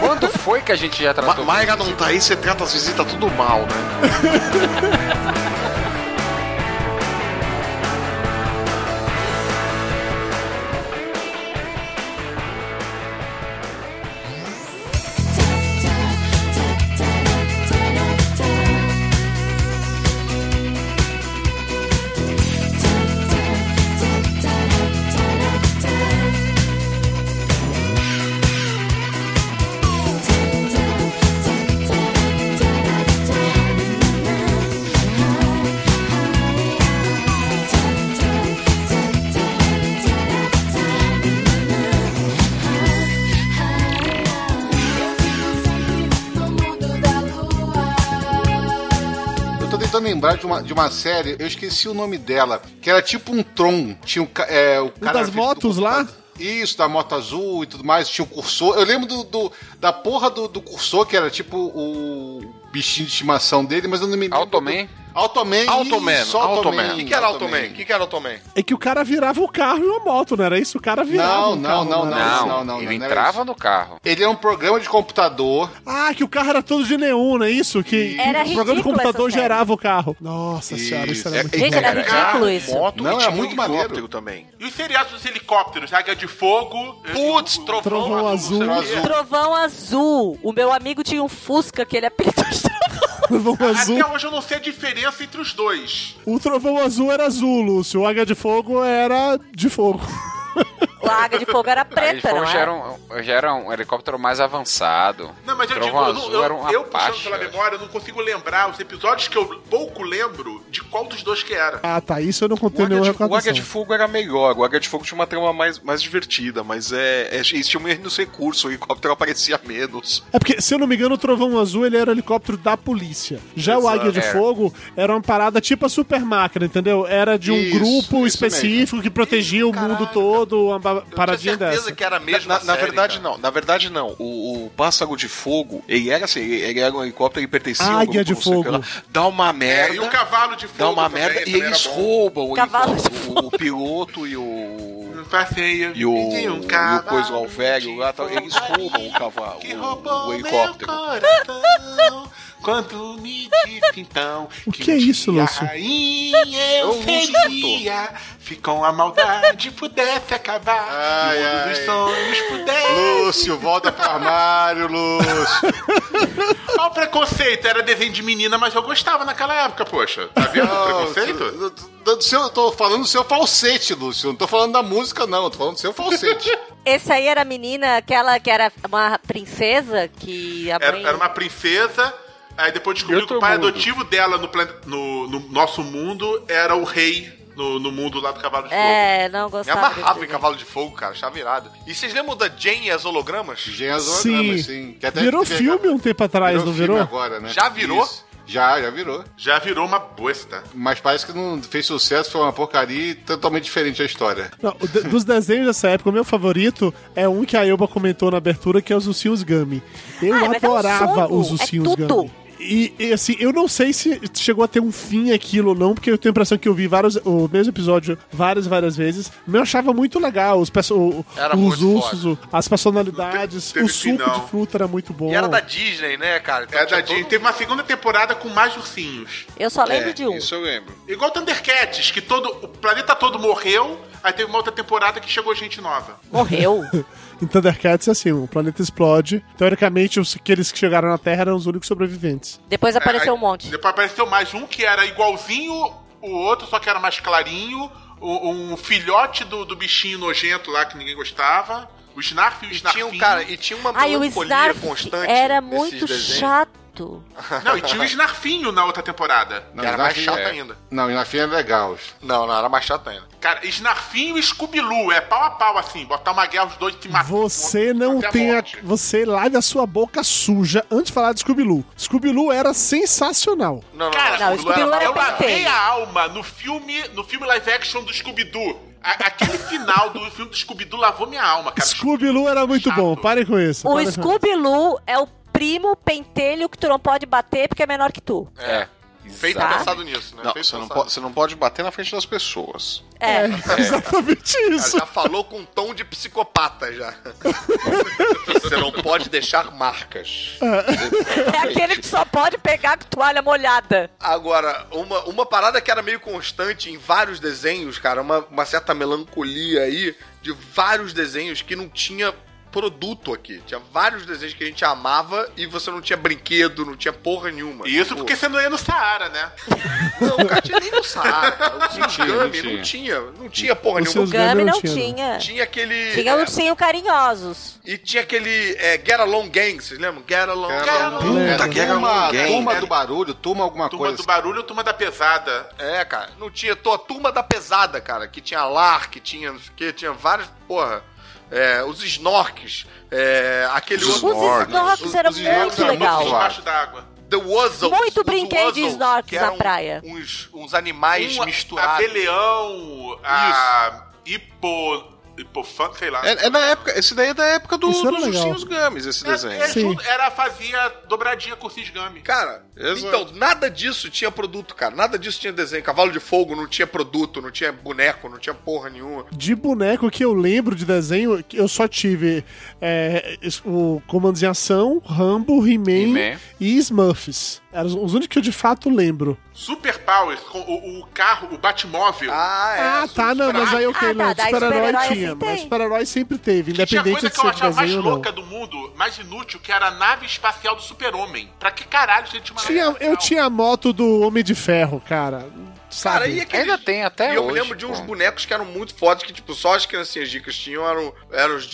Quando foi que a gente já
tratou? Ma Mayra não tá aí, você trata as visitas tudo mal, né?
Eu tô tentando lembrar de uma, de uma série, eu esqueci o nome dela, que era tipo um Tron. Tinha um, ca- é, o cara
das
era feito
motos
do-
lá?
Isso, da moto azul e tudo mais, tinha o cursor. Eu lembro do, do- da porra do, do cursor, que era tipo o bichinho de estimação dele, mas eu não me lembro. Automan? Automan.
Automan,
isso, Automan.
O que, que era Automan? O que, que era Automan?
É que o cara virava o carro e uma moto, não era isso? O cara virava.
Não,
o
não,
carro,
não,
né?
não, não, não.
Ele
não era
entrava
isso.
no carro.
Ele é um programa de computador.
Ah, que o carro era todo de neon, não é isso? Que,
Era
que o programa de
ridículo
computador
essa série.
gerava o carro. Nossa senhora, isso era muito bom,
[laughs]
cara.
Moto
Não,
e
é
tinha um
muito
helicóptero
maneiro.
também.
E os seriados dos helicópteros, Águia de Fogo. Putz, trovão,
Trovão azul.
Trovão azul. O meu amigo tinha um Fusca que ele [laughs] apelidou de
Trovão azul.
Até hoje eu não sei a diferença entre os dois.
O trovão azul era azul, Lúcio. O águia de fogo era de fogo.
O Águia de Fogo
[laughs]
era
Aí eles
preta,
foram,
não
já,
é?
era um, já era um helicóptero mais avançado.
Não, mas eu
Trovão
digo, eu
azul
não- eu,
era um
eu puxando
Apache.
pela memória, eu não consigo lembrar os episódios que eu pouco lembro de qual dos dois que era.
Ah, tá. Isso eu não contei nenhuma
O Águia de
recordação.
Fogo era melhor. O Águia de Fogo tinha uma trama mais, mais divertida, mas é, é, eles tinham menos recursos, o helicóptero aparecia menos.
É porque, se eu não me engano, o Trovão Azul ele era o helicóptero da polícia. Já o
Exato.
Águia de
É.
Fogo era uma parada tipo a super máquina, entendeu? Era de um
Isso,
grupo
isso
específico que protegia o mundo todo, uma ba- paradinha dessa.
que era mesmo. Na, na
série,
verdade, não. Na verdade, não. O, o Pássaro de Fogo, ele era assim, ele, ele era um helicóptero e pertencia ao
Águia de
não sei o que
Fogo.
lá. Dá uma merda.
É, e o cavalo de
Dá
fogo.
uma
também,
merda e
também
eles
era bom.
roubam o,
Cavalo
helicóptero, o, o piloto e o.
Não tá feio.
E o,
Tem um
e o
cavalo
coisa lá, o velho lá, tal, eles roubam o cavalo, o, o
meu
helicóptero.
coração, Quando me disse então
O que é isso, Lúcio?
Rainha eu seria Se com a maldade é pudesse acabar E o mundo dos sonhos pudesse
Lúcio, volta pro armário, Lúcio.
Olha o preconceito, era desenho de menina Mas eu gostava naquela época, poxa Tá vendo o preconceito?
Do seu, eu tô falando do seu falsete, Lúcio. Não tô falando da música, não. Eu tô falando do seu falsete.
Esse aí era a menina, aquela que era uma princesa que a
Era,
mãe...
era uma princesa. Aí depois descobriu que o pai adotivo dela no, plane- no- no nosso mundo era o rei no, no mundo lá do cavalo de
É, não
Me
gostava.
amarrava em cavalo de fogo, cara, achava irado. E vocês lembram da Jane e as hologramas? Jane
as
assim,
Sim. Virou filme um tempo atrás, não virou?
Já virou?
né? Já, já virou.
Já virou uma bosta.
Mas parece que não fez sucesso, foi uma porcaria e totalmente diferente a história.
Não, o de- dos desenhos dessa época, o meu favorito é um que a Elba comentou na abertura, que é os Ursinhos Gummy. Eu
Ah, mas é um
adorava
sonho,
os
é
Ursinhos
tudo.
Gummy. E, e, assim, eu não sei se chegou a ter um fim aquilo ou não, porque eu tenho a impressão que eu vi vários, o mesmo episódio várias, várias vezes. Mas eu achava muito legal os, perso- o-
Era
os
muito
ursos, o- as personalidades,
teve
o suco
fim, não.
de fruta era muito bom.
E era da
Disney, né, cara?
é da Disney. Teve uma segunda temporada com mais ursinhos.
Eu só lembro de um.
Isso eu lembro.
Igual Thundercats, que todo o planeta todo morreu, aí teve uma outra temporada que chegou gente nova.
Morreu?
em Thundercats, assim, o planeta explode. Teoricamente, os, aqueles que chegaram na Terra eram os únicos sobreviventes.
Depois
apareceu um monte. Depois apareceu mais um que era igualzinho o outro, só que era mais clarinho. o- Um filhote do, do bichinho nojento lá que ninguém gostava. O Snarf e o Snarfinho.
tinha um cara, e tinha uma
Ai, o Snarf era muito
desenhos.
chato.
Não, e tinha o Snarfinho na outra temporada.
Não,
que era mais
Snarf-
chato
é.
ainda.
Não, e na fim é legal.
Não, não, era mais chato ainda.
Cara, Snarfinho e Scooby-Loo. É pau a pau, assim. Botar uma guerra os dois se matando.
Você não
Até a
tem a,
morte.
Você lave a sua boca suja antes de falar de Scooby-Loo. Scooby-Loo era sensacional.
Não, não,
Cara,
não, o Scooby-Doo era
eu
bem
lavei
feio.
a alma no filme, no filme live action do Scooby-Doo. A- Aquele final do filme do Scooby-Doo lavou minha alma, cara.
Scooby-Loo era muito bom, parem com isso. parem
O
com isso.
Scooby-Loo é o primo pentelho que tu não pode bater porque [laughs] é menor que tu.
É.
Feito Exato. pensado
nisso, né? Não, você, não pode, você não pode bater na frente das pessoas.
É.
[laughs] exatamente isso.
tá
Já falou com um tom de psicopata já. você não pode deixar marcas.
É aquele que só pode pegar com toalha molhada.
Agora, uma, uma parada que era meio constante em vários desenhos, cara, uma, uma certa melancolia aí de vários desenhos que não tinha produto aqui. Tinha vários desenhos que a gente amava e você não tinha brinquedo, não tinha porra nenhuma. Tipo,
Isso porque você não ia no Saara, né?
Não, cara, tinha nem no Saara. cara. Os
Não tinha, não
Gami
tinha.
não tinha. Não tinha porra
O
nenhuma.
Gami não tinha.
Tinha aquele...
Tinha
é,
ursinho carinhosos.
E tinha aquele é, Get Along Gang, vocês lembram? Get Along Gang.
Puta, turma, turma do
do
barulho, turma alguma
Turma
coisa.
do
Barulho, turma da pesada.
É, cara. Não tinha. Tô, a turma da pesada, cara. Que tinha lar, que tinha não sei o quê, tinha vários. Porra. É, os snorks. É, aquele
Os snorks. Os eram muito legal.
Debaixo d'água.
The Wuzzles.
Muito
os
brinquei de
Wuzzles,
snorks
que
na
eram
praia.
Uns, uns animais
Um-
misturados.
A Beleão, a Hipo... Hipofan, sei lá.
É, é da época, esse daí é da época do,
Isso era
dos
legal.
ursinhos games, esse desenho.
É, junto- era, fazia dobradinha com o Cisgami.
Cara, Então, nada disso tinha produto, cara. Nada disso tinha desenho. Cavalo de Fogo não tinha produto, não tinha boneco, não tinha porra nenhuma.
De boneco que eu lembro de desenho, que eu só tive é, es- o Comandos em Ação, Rambo, He-Man
He-Man.
e Smurfs. Eram os- os únicos que eu de fato lembro.
Super Powers, com o, o carro, o Batmóvel.
é.
Ah, tá, não, mas aí ok, não. tá, Super-herói tinha, mas super-herói sempre teve,
E tinha
independente
coisa
de
que eu
ser
achava mais
desenho ou não.
louca do mundo, mais inútil, que era a nave espacial do super-homem. Pra que caralho gente tinha uma
Tinha-
nave
eu tinha a moto do Homem de Ferro, cara. Sabe?
Cara, e é aquele... Ainda
tem até
E eu
hoje,
me lembro de uns
pô.
bonecos que eram muito fortes, que tipo, só as criancinhas ricas tinham, eram, eram os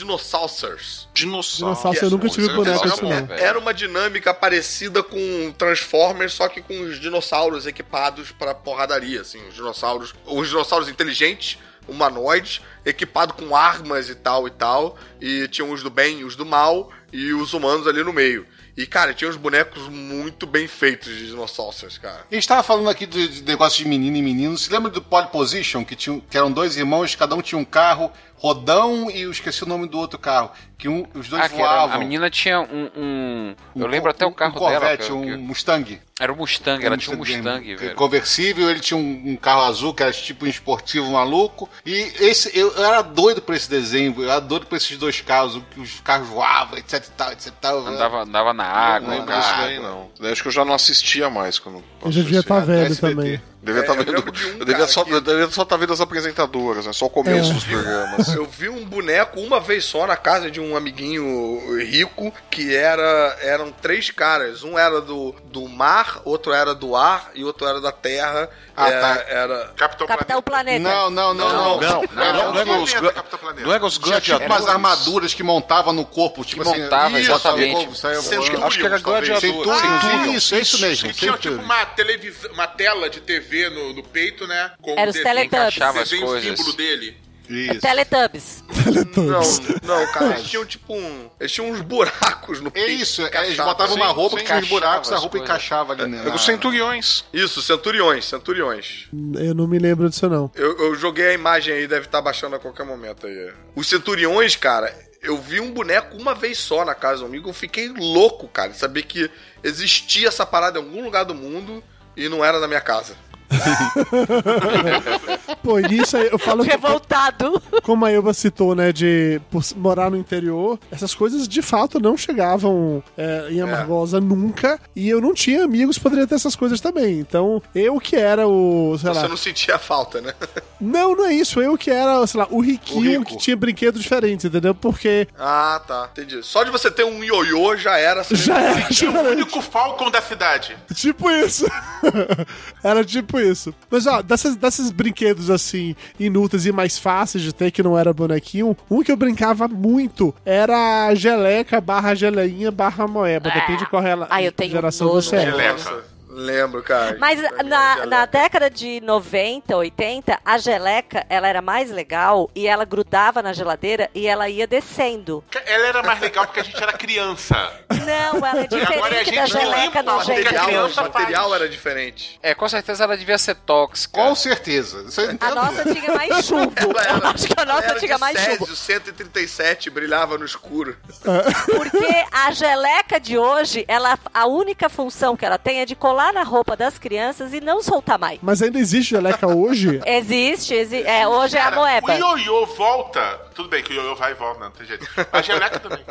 dinossauros.
Dinossauro.
Dinossauro, eu nunca tive boneco assim, não.
Era uma dinâmica parecida com Transformers, só que com os dinossauros equipados pra porradaria, assim, os dinossauros, os dinossauros inteligentes, humanoides, equipado com armas e tal e tal, e tinham os do bem, os do mal e os humanos ali no meio. E cara, tinha uns bonecos muito bem feitos de dinossauros, cara.
A gente tava falando aqui de, de negócio de menino e menino. Você lembra do Pole Position, que, tinha, que eram dois irmãos, cada um tinha um carro, Rodão e eu esqueci o nome do outro carro. Que um, os dois
Ah, que era,
voavam.
a menina tinha um. um- eu
Um
lembro
co-
até o
um
carro dela.
Corvette,
que-
um
que-
Mustang.
Era o Mustang, ela tinha um Mustang, velho.
Conversível, ele tinha um, um carro azul que era tipo um esportivo maluco. E esse eu, eu era doido por esse desenho, eu era doido por esses dois carros, que os carros voavam, etc e tal, etc e tal.
Andava, andava na
Não
água,
lembro
cara.
disso daí, não. Daí Acho que eu já não assistia mais quando.
Eu já devia estar velho também.
Devia
É,
tá
eu
vendo,
lembro de um,
eu devia
cara,
só, eu devia só estar vendo as apresentadoras, né? Só o começo dos programas.
Eu vi um boneco uma vez só na casa de um amiguinho rico que era eram três caras. Um era do, do mar, outro era do ar e outro era da terra.
Ah,
era,
tá.
era...
Capitão,
Capitão Planeta.
Não, não, não, não. Era um
Não, não,
é
é
não era
evento,
os
Capitão
Gun-
Planeta.
não era os
Tinha tipo
Gladiadores.
umas armaduras que montavam no corpo, tipo
Que
assim.
montava,
isso,
exatamente.
o corpo
é
saía
Centurions,
voando.
acho que era
talvez.
gladiador.
Centurions,
Centurions.
Isso, é isso mesmo.
Que tinha tipo
Centurions.
uma televisão, uma tela de TV no, no peito, né? Com
Era os
desenho-
Teletubbies.
Você
Encaixava
vê
as
o
coisas.
símbolo dele.
É Teletubbies.
Não, não, cara, Hum. eles tinham tipo um. Eles tinham uns buracos no peito.
é,
assim.
isso,
que
eles
encaixavam.
botavam uma roupa que tinha uns
encaixava
buracos, a
as
roupa
coisas.
encaixava ali
Era
nela.
os centuriões. Isso, centuriões, centuriões.
Eu não me lembro disso, não.
tá Eu, eu joguei a imagem aí, deve estar baixando a qualquer momento aí. Os centuriões, cara, eu vi um boneco uma vez só na casa do amigo, eu fiquei louco, cara, de saber que existia essa parada em algum lugar do mundo e não era na minha casa.
Pô, e isso aí eu falo que-
[laughs] Revoltado.
Como a Elba citou, né, de por s- morar no interior, essas coisas de fato não chegavam é, em Amargosa nunca, e eu não tinha amigos que poderiam ter essas coisas também. Então, eu que era o, sei lá...
Você não sentia falta, né? [laughs]
Não, não é isso, eu que era, sei lá, o riquinho
rico.
que tinha brinquedos diferentes, entendeu? Porque
Ah, tá. Entendi. Só de você ter um ioiô já era. assim.
Já era,
Tinha
já era.
único Falcon da cidade.
Tipo isso. [laughs] Era tipo isso. Mas, ó, dessas, desses brinquedos, assim, inúteis e mais fáceis de ter, que não era bonequinho, um que eu brincava muito era a geleca barra geleinha barra moeba. Depende de qual ela,
Ah, eu tenho
geração
nojo
você é.
Nossa, lembro, cara.
Mas
Pra mim,
na,
já
na década de 90, 80, a geleca, ela era mais legal e ela grudava na geladeira e ela ia descendo.
Ela era mais legal porque a gente era criança.
Não, ela é
[laughs] Agora
diferente
a
da
gente não
geleca
limpa a
nojenta.
material,
O material era diferente.
É, com certeza ela devia ser tóxica.
É.
Com
certeza.
A nossa tinha mais chumbo. Eu acho que a nossa
era
tinha
de
mais chumbo.
Césio 137 brilhava no escuro.
Porque a geleca de hoje, ela, a única função que ela tem é de colar na roupa das crianças e não soltar mais.
Mas ainda existe geleca hoje?
Existe, exi- é, hoje é a
O
moeba.
ioiô volta. Tudo bem que o ioiô vai e volta, não tem jeito. A geleca também.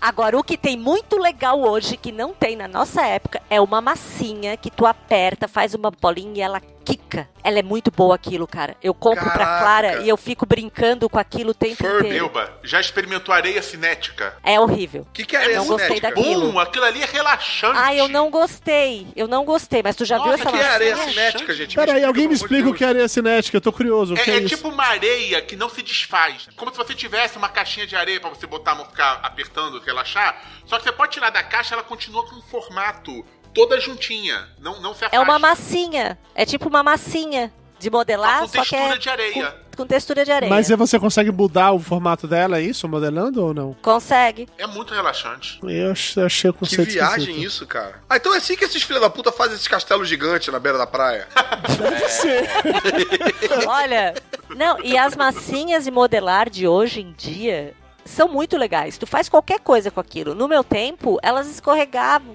Agora, o que tem muito legal hoje, que não tem na nossa época, é uma massinha que tu aperta, faz uma bolinha e ela quica. Ela é muito boa aquilo, cara. Eu compro pra Clara e eu fico brincando com aquilo o tempo inteiro.
Elba, já experimentou areia cinética?
É horrível.
O
é areia Não gostei cinética? daquilo.
Bom, aquilo ali é relaxante.
Ah, eu não gostei. Eu não gostei, mas tu já viu essa
que é areia
massinha?
cinética, gente?
Peraí, alguém
um
me explica o que é areia cinética, eu tô curioso. o que
É,
é
é
isso?
tipo uma areia que não se desfaz. Como se você tivesse uma caixinha de areia pra você botar a mão, ficar apertando, relaxar. Só que você pode tirar da caixa, ela continua com o formato toda juntinha. Não, não se afasta.
É uma massinha. É tipo uma massinha de modelar, só,
Só Ah, com
que é
textura de areia.
Com, com textura de areia.
Mas aí você consegue mudar o formato dela, é isso? Modelando ou não?
Consegue.
É muito relaxante.
Eu ach- achei o
Que
conceito
viagem
esquisito.
isso, cara. Ah, então é assim que esses filhos da puta fazem esses castelos gigantes na beira da praia.
É
[laughs]
Deve ser.
né?
Olha, não, e as massinhas de modelar de hoje em dia são muito legais. Tu faz qualquer coisa com aquilo. No meu tempo, elas escorregavam.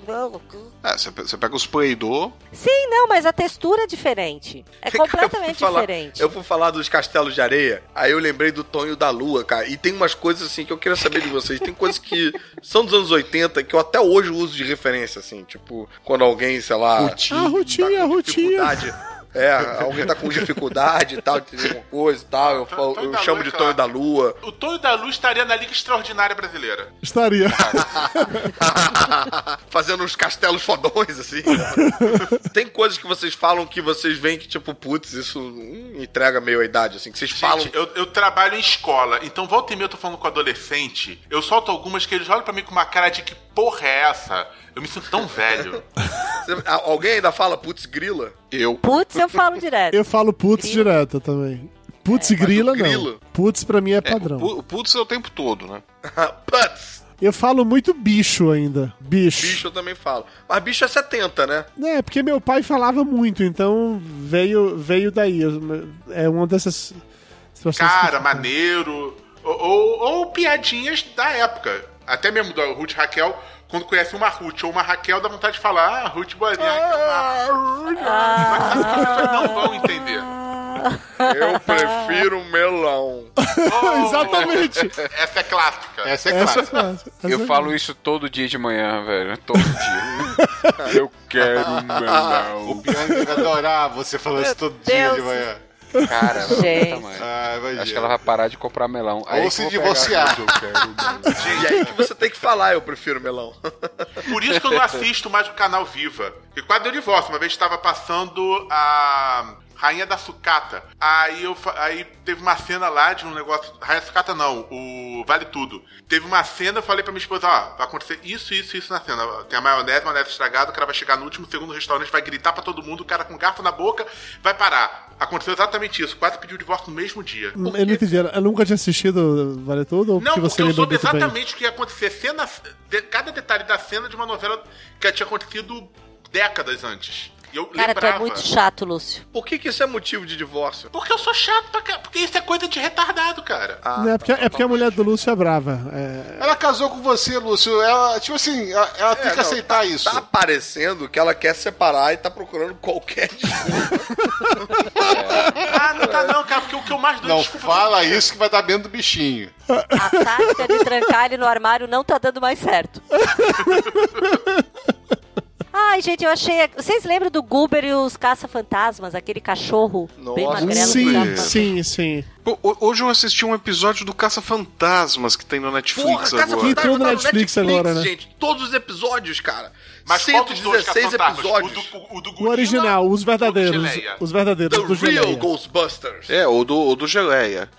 É, você pe- você pega os playdô.
Sim, não, mas a textura é diferente. É
Eu fui
completamente
falar-
diferente.
Eu vou falar dos castelos de areia, aí eu lembrei do Tonho da Lua, cara. E tem umas coisas assim que eu queria saber de vocês. Tem coisas
[laughs]
que são dos anos 80 que eu até hoje uso de referência, assim. Tipo, quando alguém, sei lá.
A rotinha, a rotinha.
É, alguém tá com dificuldade
[laughs]
e tal, de entender alguma coisa e tal. Eu, falo- eu
da
é
chamo
Lua,
de
claro.
Tonho da Lua.
O Tonho da Luz estaria na Liga Extraordinária Brasileira.
Estaria.
[laughs] Fazendo uns castelos
[laughs]
fodões, assim. Tem coisas que vocês falam que vocês veem que, tipo, putz, isso hum, entrega meio a idade, assim, que vocês falam.
Gente, eu, eu trabalho em escola, então volta e meia eu tô falando com adolescente. Eu solto algumas que eles olham pra mim com uma cara de que porra é essa? Eu me sinto tão velho.
Ah, Alguém ainda fala, putz, grila? [laughs]
Eu.
Putz, eu falo direto.
Eu falo putz direto também. Putz grila, não.
grilo-
Putz pra mim é
É, o
padrão.
pu- o putz é o tempo todo, né?
putz!
Eu falo muito bicho ainda. Bicho.
Bicho eu também falo. Mas bicho é 70, né?
É, porque meu pai falava muito, então veio, veio daí. Eu- É uma dessas situações. que- [laughs]
cara, maneiro. Ou, ou- ou piadinhas da época. Até mesmo da Ruth e Raquel, quando conhece uma Ruth ou uma Raquel, dá vontade de falar, ah, Ruth Boazinha,
Ah,
Mas as pessoas não vão entender.
Ah.
Eu prefiro melão.
Exatamente.
Essa é clássica.
Essa
é Essa clássica. é clássica. Essa
Eu
é
falo
clássica.
isso todo dia de manhã, velho. Todo dia. Eu quero um melão.
O Bianca vai adorar você falando isso todo dia de
Deus.
manhã.
Cara,
é
Gente.
puta, mãe. Acho que ela vai parar de comprar melão. Aí
Ou
que
se
eu vou pegar
divorciar.
tudo, eu quero
E aí que você tem que falar, eu prefiro melão. [laughs]
Por isso que eu não assisto mais o canal Viva. E quase deu divórcio. Uma vez estava passando a Rainha da Sucata. Aí, eu, fa- aí teve uma cena lá de um negócio. Rainha da Sucata não, o Vale Tudo. Teve uma cena, eu falei pra minha esposa: ó, vai acontecer isso, isso, isso na cena. Tem a maionese, a maionese estragada, o cara vai chegar no último segundo restaurante, vai gritar pra todo mundo, o cara com garfo na boca, vai parar. Aconteceu exatamente isso. Quase pediu o divórcio no mesmo dia.
Eu não entendi. Eu nunca tinha assistido Vale Tudo? Ou
Não,
porque você
porque eu
lembra
soube
muito bem?
exatamente o que ia acontecer. Cena, de- cada detalhe da cena de uma novela que tinha acontecido décadas antes. E eu
Cara, tu é
lembrava.
muito chato, Lúcio.
Por que, que isso é motivo de divórcio? Tá
Porque eu sou chato pra caralho. Porque isso é coisa de retardado, cara.
Não, é porque, é porque a mulher do Lúcio é brava. É,
Ela casou com você, Lúcio. Ela, tipo assim, ela, ela tem
É,
que
não,
aceitar
tá-
isso.
Tá aparecendo que ela quer separar e tá
[laughs]
procurando qualquer
Ah, não
é.
tá não, cara, porque o que eu mais dou
Não fala isso que vai dar dentro do bichinho.
A tática de trancar ele no armário não tá dando mais certo. Ai, gente, eu achei. Vocês lembram do Goober e os caça-fantasmas? Aquele cachorro bem
Nossa,
magrelo que
sim.
dava-
Sim, sim.
Pô, ho- Hoje eu assisti um episódio do Caça-Fantasmas que tem no Netflix
Porra,
agora.
Caça-Fantasmas Entrou no tá no Netflix Netflix, agora, né?
gente.
Todos os episódios, cara.
Mas qual dos dois é
116
Caça-Fantasmas?
episódios.
O original, os verdadeiros. Os verdadeiros, do
Real
Geleia.
Ghostbusters.
É, ou do, ou do Geleia.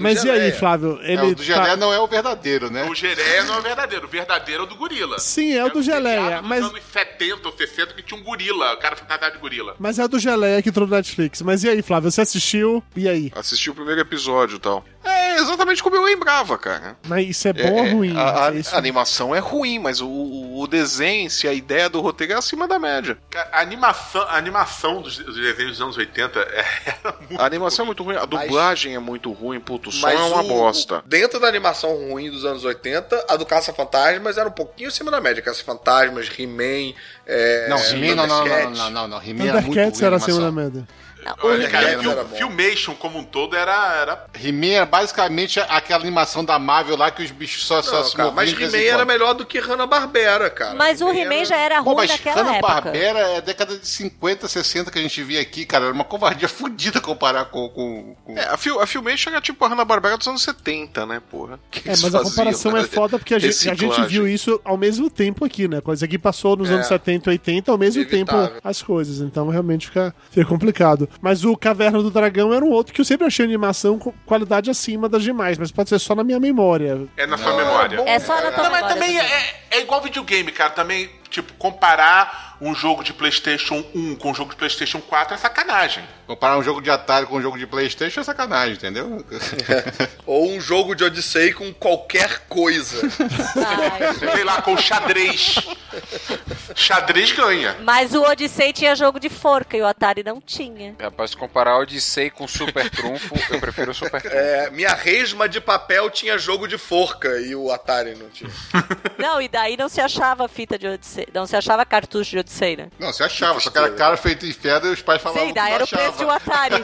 Mas e aí, Flávio? Ele
É, o do Geleia
tá-
não é o verdadeiro, né?
O Gereia não é o verdadeiro, o verdadeiro é o do gorila.
Sim, é o do Geleia. Mas,
Nos anos 70 ou 60 que tinha um gorila, o cara fantasma de gorila.
mas é o do Geleia que entrou no Netflix. Mas e aí, Flávio? Você assistiu? E aí?
Assisti o primeiro episódio e tal. É exatamente como eu lembrava, cara.
Mas isso é bom ou ruim?
a, a-
Isso-
a animação é ruim, mas o, o o desenho, se a ideia do roteiro é acima da média.
A animação, a animação dos, dos desenhos dos anos 80 [laughs] era muito.
A animação é muito ruim, a dublagem é muito ruim, puto, o som é uma
o-
bosta.
o- dentro da animação ruim dos anos 80, a do Caça-Fantasmas era um pouquinho acima da média. Caça-Fantasmas, He-Man. É,
Não, He-Man não, não, não,
Thundercats.
não, não, não. He-Man era muito
Thundercats
ruim.
era
a
a segunda
animação.
merda.
Olha, cara,
Ele
Film-
É, era bom.
Filmation como um todo era. era...
He-Man era é basicamente aquela animação da Marvel lá que os bichos só, só
Não,
se
cara,
moviam.
mas
de vez em
He-Man era
quando.
melhor do que Hanna-Barbera, cara.
Mas o He-Man já era
Pô,
ruim
mas
naquela
Hanna
época.
Barbera é década de 50, 60 que a gente via aqui, cara. Era uma covardia [laughs] fodida comparar com. com, com...
É, a, Fil a Filmation era tipo a Hanna-Barbera dos anos 70, né, porra? Que
É,
eles
mas a
faziam,
comparação
né?
é foda porque a gente, a gente
Reciclagem.
viu isso ao mesmo tempo aqui, né? Coisa que passou nos
É.
anos 70 e 80, ao mesmo
Inevitável.
tempo as coisas. Então realmente fica, fica complicado. Mas o Caverna do Dragão era um outro que eu sempre achei animação com qualidade acima das demais, mas pode ser só na minha memória.
É na sua memória.
É
né?
só na tua
Não, mas
memória,
também
Dudu.
é, é igual videogame, cara. Também, tipo, comparar um jogo de PlayStation 1 com um jogo de PlayStation 4 é sacanagem.
Comparar um jogo de Atari com um jogo de Playstation é sacanagem,
[laughs]
entendeu?
Ou um jogo de Odyssey com qualquer
[laughs]
coisa.
Sei lá,
[laughs]
com xadrez. Xadrez ganha.
Mas o Odyssey tinha jogo de forca e o Atari não tinha.
Rapaz, se comparar Odyssey com Super Trunfo,
[laughs]
eu prefiro o Super Trunfo.
É, minha resma de papel tinha jogo de forca e o Atari não tinha.
Não, e daí não se achava fita de Odyssey. Não se achava cartucho de Odyssey, né?
Não, você achava, só que era cara feito em pedra e os pais falavam.
Sei, daí era o preço de um
[laughs]
Atari.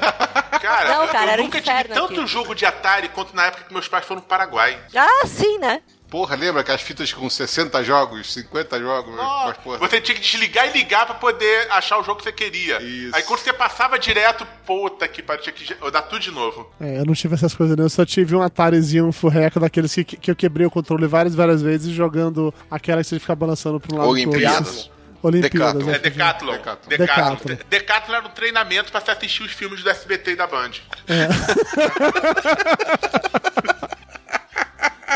Cara,
Não, cara,
eu
era um
nunca tive
inferno
tanto
aquilo.
jogo de Atari quanto na época que meus pais foram no Paraguai.
Ah, sim, né?
Porra, lembra que as fitas com 60 jogos, 50 jogos, mas porra.
Você tinha que desligar e ligar pra poder achar o jogo que você queria. Aí quando você passava direto, puta que pariu, tinha que ge- dar tudo de novo.
É, eu não tive essas coisas, não. Eu só tive um Atarizinho, um furreco daqueles que, que eu quebrei o controle várias, várias vezes jogando aquela que você fica balançando pra um lado pro outro.
Olimpíadas.
Olimpíadas.
É
é.
Decathlon. Decathlon.
Decathlon.
Decathlon. Decathlon era um treinamento pra se assistir os filmes do SBT e da Band.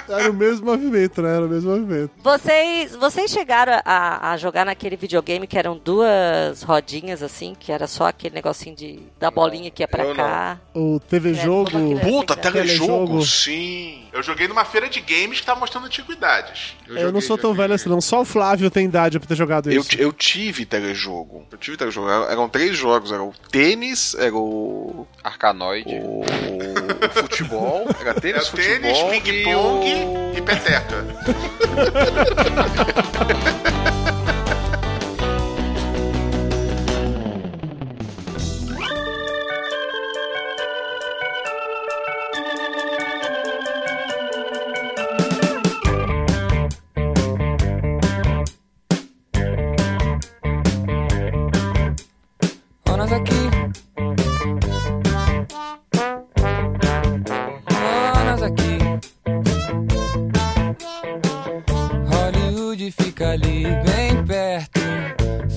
Era o mesmo movimento, né? Era o mesmo movimento.
Vocês, vocês chegaram a, a jogar naquele videogame que eram duas rodinhas assim, que era só aquele negocinho de, da bolinha que ia pra cá.
O TV Jogo.
é
É,
Puta,
telejogo.
Sim. Eu joguei numa feira de games que tava mostrando antiguidades.
Eu, não sou tão velho assim, não. Só o Flávio tem idade pra ter jogado
Eu,
isso.
ti- eu tive telejogo. Eu tive telejogo. Era- Eram três jogos. Era o tênis, era o.
Arcanoide.
O, o
[laughs]
futebol. Era tênis,
Era
futebol.
tênis, ping-pong e peteca.
Ó, nós aqui. Ó, nós aqui. Hollywood fica ali bem perto.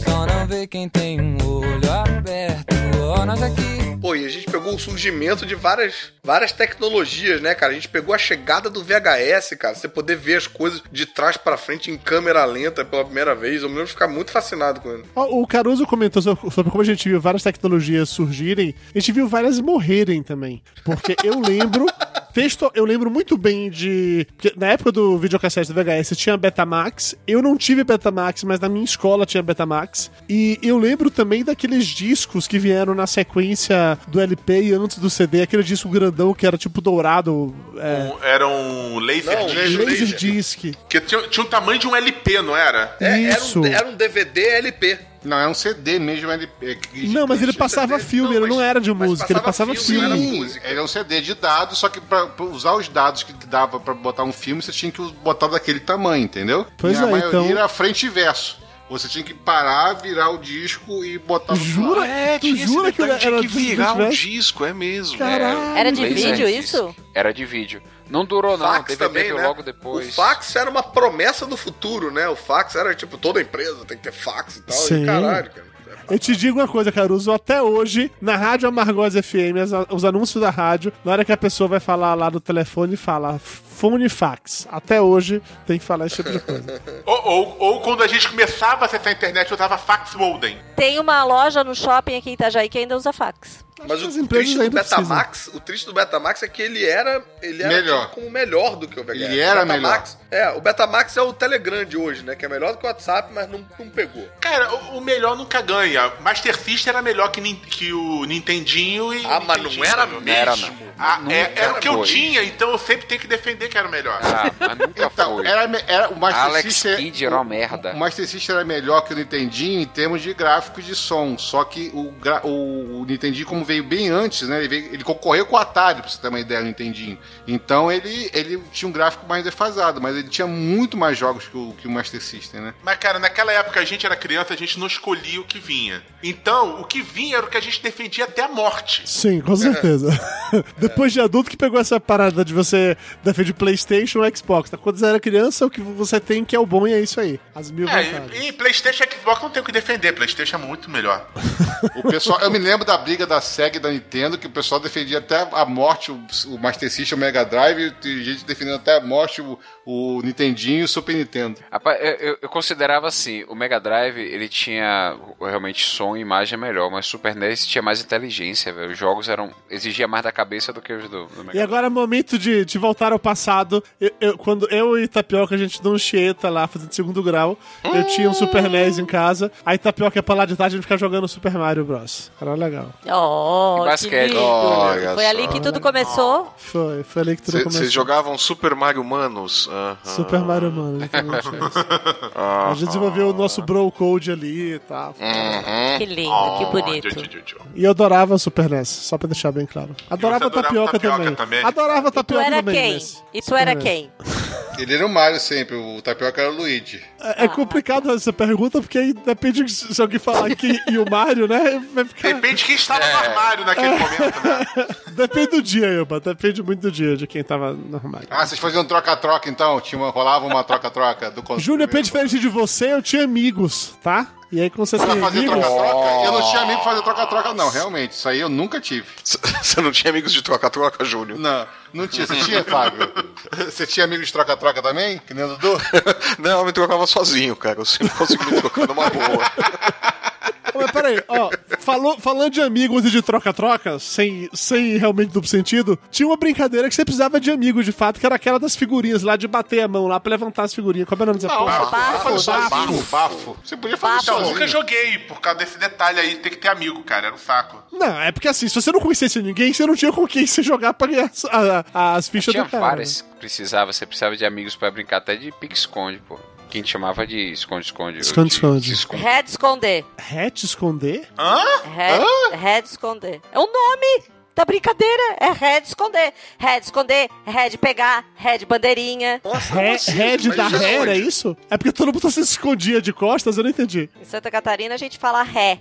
Só não vê quem tem um olho aberto. Ó, nós aqui.
Pô, e a gente pegou o surgimento de várias, várias tecnologias, né, cara? A gente pegou a chegada do VHS, cara. Você poder ver as coisas de trás pra frente em câmera lenta pela primeira vez. Eu me lembro de ficar muito fascinado com ele.
Ó, O Caruso comentou so- sobre como a gente
[laughs]
viu várias tecnologias surgirem. A gente viu várias morrerem também. Porque eu lembro. texto, eu lembro muito bem de. porque na época do videocassete do VHS tinha Betamax. Eu não tive Betamax, mas na minha escola tinha Betamax. E eu lembro também daqueles discos que vieram na sequência do LP e antes do CD, aquele disco grandão que era tipo dourado. É...
Um- Era um laser
Não,
disc.
laser disc.
Que tinha, tinha um tamanho de um LP, não era?
É, era um- Isso. era
um DVD LP.
Não, é um CD mesmo. LP, que-
Não, mas ele passava filme, ele não era de música, ele passava filme.
Era, música. era um CD de dados, só que pra, pra usar os dados que dava pra botar um filme, você tinha que botar daquele tamanho, entendeu?
Pois
e a
é,
maioria
então-
era frente e verso. Você tinha que parar, virar o disco e botar no
Jura?
É,
tu jura que era-
tinha
era
que
tudo
virar um
diferente?
disco, é mesmo.
Caralho.
É
Era de
Laser
é.
vídeo
disc.
isso?
Era de vídeo. Não durou, não.
fax
DVD
também,
veio
né?
logo depois.
O fax era uma promessa do futuro, né? O fax era tipo toda empresa tem que ter fax e tal.
Sim.
E caralho, cara.
Eu te digo uma coisa, Caruso, até hoje, na Rádio Amargosa FM, as- os anúncios da rádio, na hora que a pessoa vai falar lá no telefone, fala fone e fax. Até hoje tem que falar esse tipo de
[laughs]
coisa.
Ou, ou- ou quando a gente começava a acessar a internet, eu usava fax modem.
Tem uma loja no shopping aqui em Itajaí que ainda usa fax.
Mas o
empresas
triste do
ainda precisam.
Betamax, o triste do Betamax é que ele era, ele era
Melhor.
tido como melhor do que o VHS.
Ele era
o Betamax, É, o Betamax é o Telegram de hoje, né? Que é melhor do que o WhatsApp, mas não, não pegou.
Cara, o, o melhor nunca ganha. Master System era melhor que, nin- que o Nintendinho e. Ah, mas não
era
mesmo?
Era, não.
Ah,
Nunca
é, era o que eu
foi.
tinha, então eu sempre tenho que defender que era o melhor.
Ah, mas nunca
Então,
foi.
Então, Era, me- era o Master
Alex
System,
Kidd era uma merda.
O Master System era melhor que o Nintendinho em termos de gráfico e de som. Só que o, gra- o, o Nintendinho, como veio bem antes, né? Ele, veio- ele concorreu com o Atari, pra você ter uma ideia, o Nintendinho. Então ele, ele tinha um gráfico mais defasado, mas ele tinha muito mais jogos que o, que o Master System, né?
Mas, cara, naquela época a gente era criança, a gente não escolhia o que vinha. Então, o que vinha era o que a gente defendia até a morte.
Sim, com certeza. [laughs] Depois de adulto que pegou essa parada de você defender Playstation ou Xbox. Tá? Quando você era criança, o que você tem que é o bom e é isso aí. As mil
É,
vantagens.
e, e PlayStation e Xbox não tem o que defender. PlayStation é muito melhor.
O pessoal, eu me lembro da briga da SEGA e da Nintendo, que o pessoal defendia até a morte o, o Master System, o Mega Drive, e gente defendendo até a morte o, o Nintendinho e o Super Nintendo.
Rapaz, eu, eu- eu considerava assim, o Mega Drive, ele tinha realmente som e imagem é melhor, mas o Super NES tinha mais inteligência, velho. Os jogos eram. exigia mais da cabeça do que os do, do Mega
E agora é momento de, de voltar ao passado. Eu, eu- quando eu e Tapioca, a gente deu um chieta lá, fazendo segundo grau. Eu tinha um Super NES em casa. Aí Tapioca ia pra lá de tarde, a gente ficava jogando Super Mario Bros. Era legal.
Oh,
basquete.
Que lindo.
Olha
Foi ali que
só.
tudo começou.
Foi, foi ali que tudo começou.
Vocês jogavam Super Mario Manos?
ah?
Aham.
Super Mario Mano.
Ah,
A gente desenvolveu o nosso Bro Code ali e tal.
Que lindo, que bonito.
E eu adorava o Super NES, só pra deixar bem claro. Adorava
adorava
tapioca,
tapioca
também.
também?
Adorava
E tu
tapioca
era
também.
quem?
mas-
E tu era
Super
quem?
Ele era o Mario sempre, o Tapioca era o Luigi.
É, é complicado essa pergunta, porque aí depende se se alguém falar que e o Mario, né? Vai ficar...
Depende de quem estava no armário naquele
É.
momento.
Depende do dia, Yuba. Depende muito do dia de quem tava no armário.
Ah, vocês faziam troca-troca então? Tinha uma, rolava uma troca-troca do controle.
Júnior, bem diferente de você, eu tinha amigos, tá? E aí, quando você tem
Pra fazer
amigos...
troca-troca? Eu não tinha amigo pra fazer troca-troca, não, realmente. Isso aí eu nunca tive.
[laughs] Você não tinha amigos de troca-troca, Júnior?
Não, não tinha. Você tinha, Fábio? Você tinha amigos de troca-troca também? Que nem o Dudu?
[laughs] Não, eu me trocava sozinho, cara. Eu sempre consigo me trocar numa
[laughs]
boa.
Ô, Mas peraí, ó, falou, falando de amigos e de troca-troca, sem, sem realmente duplo sentido, tinha uma brincadeira que você precisava de amigo, de fato, que era aquela das figurinhas lá, de bater a mão lá pra levantar as figurinhas. Como é o nome dessa
ah,
porra?
bafo,
bafo,
bafo. Você podia fazer
Então, eu
sozinho.
nunca joguei por causa desse detalhe aí. Tem que ter amigo, cara. Era um saco.
Não, é porque assim, se você não conhecesse ninguém, você não tinha com quem você jogar pra ganhar as, a- a- as fichas
Tinha
do cara.
várias que precisava, você precisava de amigos pra brincar até de pique-esconde, pô. Que a gente chamava de esconde-esconde.
Esconde-esconde.
Red esconder.
Hatch né? esconder?
Hã?
Red, red esconder. É o nome da brincadeira. É red esconder. Red esconder, red pegar, red bandeirinha.
Ré, ré de
Mas
dar
isso é
ré, era
onde?
isso? É porque todo mundo se escondia de costas, eu não entendi.
Em Santa Catarina a gente fala ré.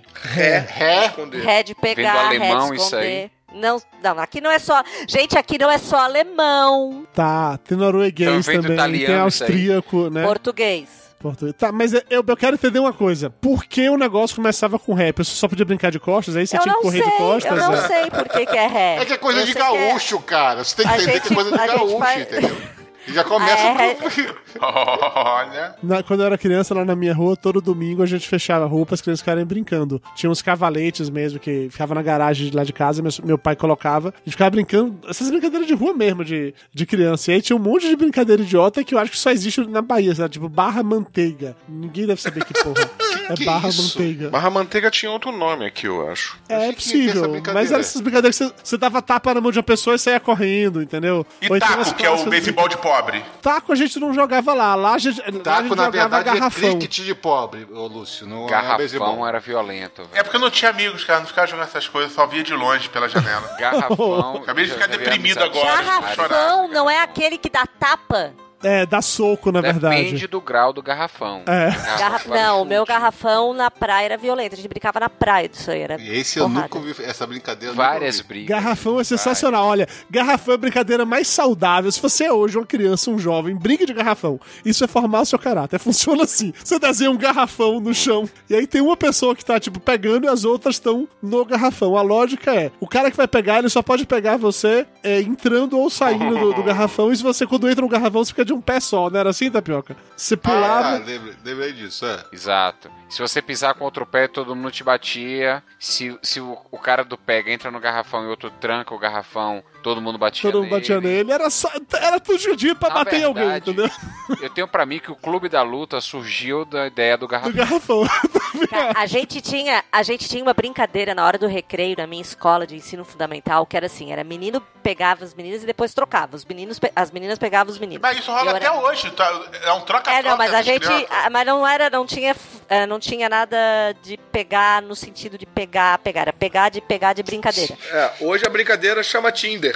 Ré.
É.
Ré.
Ré de pegar,
Vendo alemão
ré de
isso
esconder.
aí?
Não, não, aqui não é só. Gente, aqui não é só alemão,
Tá, tem norueguês
Então vem do
também, tem
italiano isso aí.
austríaco, né?
português.
Português. Tá, mas eu, eu quero entender uma coisa. Por que o negócio começava com rap? Você só podia brincar de costas, aí você
eu
tinha que
não
correr
sei,
de costas?
eu não
né?
sei por que, que é ré.
É que é coisa
Eu
de
sei que é-
gaúcho, cara. Você tem que
A
entender
gente-
que é coisa de
a gente
gaúcho,
faz-
entendeu?
Já começa
É.
por... Olha.
Na- quando eu era criança, lá na minha rua, todo domingo a gente fechava a rua para as crianças ficarem brincando. Tinha uns cavaletes mesmo que ficava na garagem de lá de casa, meu, meu pai colocava e ficava brincando. Essas brincadeiras de rua mesmo, de, de criança. E aí tinha um monte de brincadeira idiota que eu acho que só existe na Bahia, sabe? Tipo, barra manteiga. Ninguém deve saber que
[laughs]
porra. é
Que
barra
isso?
manteiga.
Barra manteiga tinha outro nome aqui, eu acho.
É, é
essa
possível,
brincadeira?
mas eram essas brincadeiras que você, você dava tapa na mão de uma pessoa e saía correndo, entendeu?
E
Ou então
taco,
as
que é o
clássicas-
beisebol de pobre.
Taco a gente não jogava lá, lá a gente, lá a gente
Taco, na
jogava
verdade,
garrafão.
é cricket de pobre, ô Lúcio. Não
um
é
Garrafão
beisebol.
era violento, velho.
É porque eu não tinha amigos, cara. Não ficava jogando essas coisas, só via de longe pela janela.
[laughs]
Garrafão.
Acabei de ficar
Já vi
deprimido
amizade.
agora.
Garrafão não é aquele que dá tapa?
É, dá soco, na
Depende
verdade.
do grau do garrafão.
É.
Garra- Não, o meu garrafão na praia era violento. A gente brincava na praia disso aí. Era
Esse eu
porrada.
nunca ouvi, essa brincadeira. eu
Várias
nunca ouvi.
Garrafão é sensacional. Olha, garrafão é a brincadeira mais saudável. Se você é hoje uma criança, um jovem, brigue de garrafão. Isso é formar o seu caráter. [laughs] Funciona assim. Você desenha um garrafão no chão e aí tem uma pessoa que tá, tipo, pegando e as outras estão no garrafão. A lógica é, o cara que vai pegar, ele só pode pegar você é, entrando ou saindo
[laughs]
do, do garrafão. E se você, quando entra no garrafão, você fica de um pé só, não era assim, Tapioca? Você pulava...
Ah, lembrei, lembrei disso, é.
Exato. Se você pisar com outro pé, todo mundo te batia. Se, se o, o cara do pega entra no garrafão e outro tranca o garrafão, todo mundo batia
Todo mundo
nele.
batia nele, era, só, era tudo judinho pra
Na
bater em alguém,
verdade,
entendeu?
Eu tenho pra mim que o clube da luta surgiu da ideia do
Do
garrafão.
garrafão.
Ca- A gente, tinha, a gente tinha uma brincadeira na hora do recreio na minha escola de ensino fundamental, que era assim, era menino pegava as meninas e depois trocava. Os meninos, pe- as meninas pegavam os meninos.
Mas isso rola
Eu
até
era-
hoje. tá? É um troca-troca.
É, não, mas a
das
gente.
crianças.
ah, Mas não era, não tinha, f- ah, não tinha nada de pegar no sentido de pegar, pegar. Era pegar de pegar de brincadeira.
É, hoje a brincadeira chama
[laughs]
Tinder.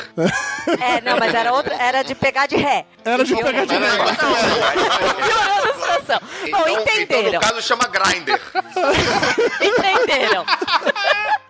É, não, mas era outra, era de pegar de ré.
Era de pegar de
ré.
Então,
Piorando a situação. Bom, entenderam.
Então, no caso, chama Grindr. [laughs]
Entenderam.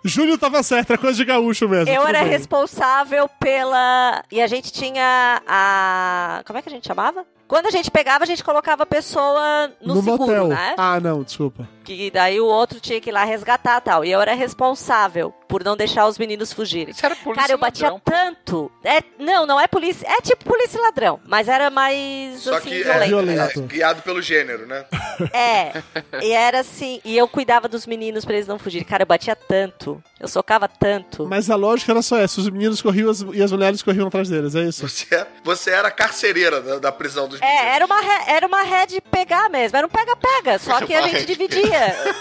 Júlio tava certo, é coisa de gaúcho mesmo.
Eu
tudo
era
bem.
responsável pela. E a gente tinha a. Como é que a gente chamava? Quando a gente pegava, a gente colocava a pessoa no, seguro,
motel.
né?
Ah, não, desculpa.
Que daí o outro tinha que ir lá resgatar tal. E eu era responsável por não deixar os meninos fugirem.
é
Cara, eu batia tanto. É, não, não é polícia. É tipo polícia e ladrão. Mas era mais
Só
assim,
que é,
violento.
é guiado pelo gênero, né?
É. E era assim. E eu cuidava dos meninos pra eles não fugirem. Cara, eu batia tanto. Eu socava tanto.
Mas a lógica era só essa: os meninos corriam as- e as mulheres corriam atrás deles, é isso?
[laughs] Você era carcereira da, da prisão dos meninos.
É, era uma, re- era uma ré de pegar mesmo, era um pega-pega, só que a
Vai.
gente dividia.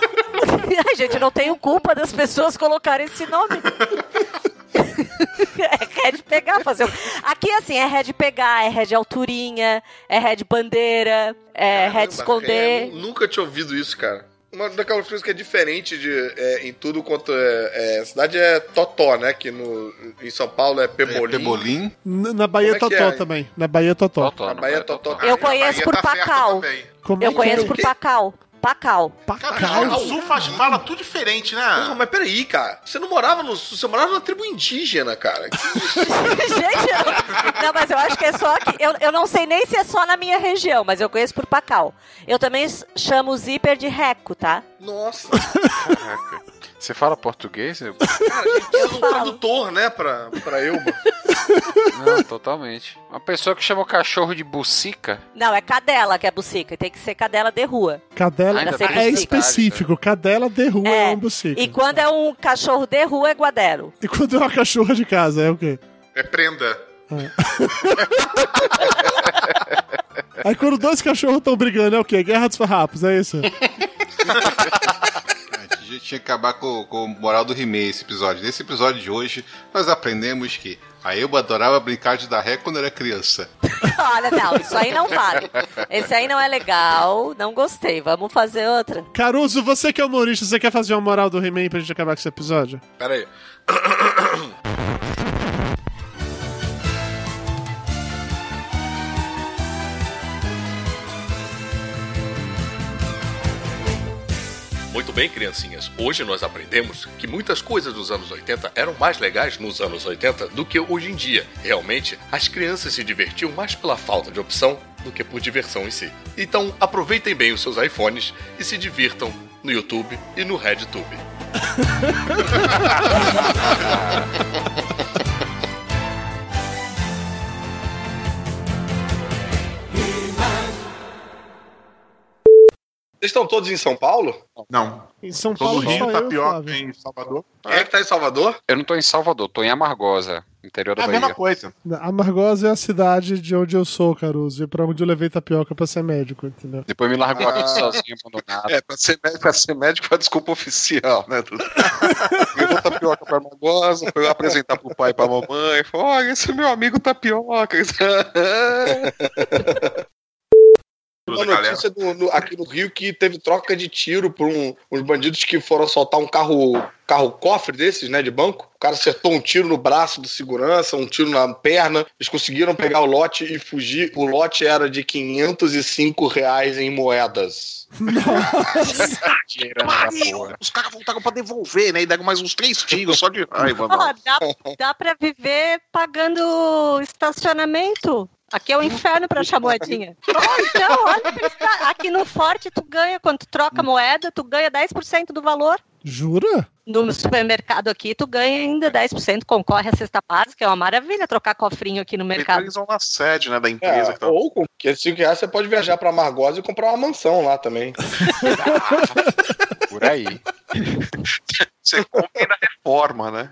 [laughs] a gente não tem culpa das pessoas colocarem esse nome. [laughs] é ré de pegar, fazer. o- Aqui, assim, é ré de pegar, é ré de alturinha, é ré de bandeira, é ré um- de
É,
esconder.
nunca tinha ouvido isso, cara. Uma daquelas coisas que é diferente de, é, em tudo quanto é, é, Cidade é Totó, né? Que no, em São Paulo é Pebolim.
Pebolim.
N- Na Bahia
Como é que
Totó
é?
também. Na Bahia Totó.
Na Bahia é Totó.
Eu conheço por Pacal.
Como é
Eu
que
conheço
é?
por Pacal. Pacal.
Cara, o Sul faz fala tudo diferente, né?
Ah, Porra, mas peraí, cara. Você não morava no sul, você morava numa tribo indígena, cara.
[laughs] Gente, eu- não, mas eu acho que é só aqui. Eu, eu não sei nem se é só na minha região, mas eu conheço por Pacal. Eu também s- chamo o zíper de reco, tá?
[laughs] Nossa.
Caraca. Você fala português? Eu-
Precisa de um tradutor, né, pra, pra Elba.
Não, [laughs] totalmente. Uma pessoa que chama o cachorro de bucica.
Não, é cadela que é bucica. Tem que ser cadela de rua.
Cadela
Ainda tem
é
isso.
específico. Cadela de rua é, um bucica.
E
E...
quando é um cachorro de rua, é
[laughs]
guadero.
quando é uma cachorra de casa, é o quê?
É prenda.
Aí quando dois cachorros estão brigando, é o quê? Guerra dos farrapos, é isso?
A gente tinha que acabar com, com o moral do Rimei esse episódio. Nesse episódio de hoje, nós aprendemos que a Elba adorava brincar de dar ré quando era criança.
Olha, não, isso aí não vale. Esse aí não é legal, não gostei. Vamos fazer outra.
Caruso, você que é humorista, você quer fazer uma moral do He-Man pra gente acabar com esse episódio?
Pera aí.
Muito bem, criancinhas. Hoje nós aprendemos que muitas coisas dos anos 80 eram mais legais nos anos 80 do que hoje em dia. Realmente, as crianças se divertiam mais pela falta de opção do que por diversão em si. Então, aproveitem bem os seus iPhones e se divirtam no YouTube e no RedTube.
Vocês estão todos em São Paulo?
Não.
Em São
Tô no
Paulo
Rio,
só eu,
tapioca
Então, Flávio.
em Salvador.
Quem é que tá em Salvador?
Eu não tô em Salvador, tô em Amargosa, interior da
É a
Bahia.
mesma coisa.
Amargosa é a cidade de onde eu sou, Caruso, e pra onde eu levei tapioca pra ser médico, entendeu?
Depois me largou aqui
Ah.
sozinho, [laughs] abandonado.
É, pra ser médico, pra ser médico é a desculpa oficial, né?
[laughs]
Dudu? Levou tapioca pra Magosa, foi apresentar pro pai e pra mamãe, falou: olha, esse é meu
[laughs]
amigo tapioca.
Uma notícia do- no- aqui no Rio que teve troca de tiro por um- uns bandidos que foram assaltar um carro, carro cofre desses, né, de banco. O cara acertou um tiro no braço do segurança, um tiro na perna. Eles conseguiram pegar o lote e fugir. O lote era de 505 reais em moedas.
Maria, os caras voltaram pra devolver, né? E deram mais uns três tiros só de raiva,
Ó,
mano.
dá, [laughs] dá pra viver pagando estacionamento. Aqui é o inferno pra achar moedinha. Ó, então, olha, pra esta- aqui no Forte tu ganha, quando tu troca moeda, tu ganha 10% do valor.
Jura?
No supermercado aqui, tu ganha ainda 10%, concorre à cesta básica, é uma maravilha trocar cofrinho aqui no mercado.
Eles vão na sede, né, da empresa
É,
que tá.
Ou com 505 reais você pode viajar pra Margosa e comprar uma mansão lá também.
Por
[laughs]
aí.
Você compra na reforma, né?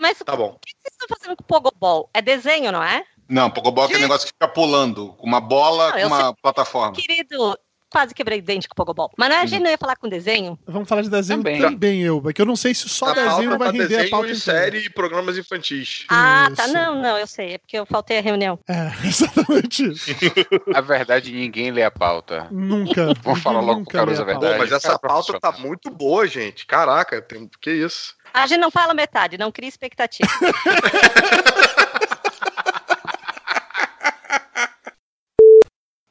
Mas
Tá bom.
o que vocês estão fazendo com o Pogobol? É desenho, não é?
Não, Pogobol é aquele negócio que fica pulando com uma bola,
Não,
com
eu
uma
sei.
plataforma.
Querido, quase quebrei dente com o Pogobol. Mas não, é, a gente não ia falar com desenho?
Vamos falar de desenho também, eu, porque eu não sei se só
A
desenho
pauta
não vai
tá
render a
desenho
pauta
de
inteira.
série e programas infantis.
Ah, tá, não, não, eu sei, é porque eu faltei a reunião.
É, [laughs] exatamente isso.
Na verdade, ninguém lê a pauta.
Nunca.
Vou falar logo com o
Nunca
Caruso, a
é
lê a
verdade.
pauta.
Mas essa pauta tá muito boa, gente. Caraca, tem... que isso?
A gente não fala metade, não cria [laughs] expectativa.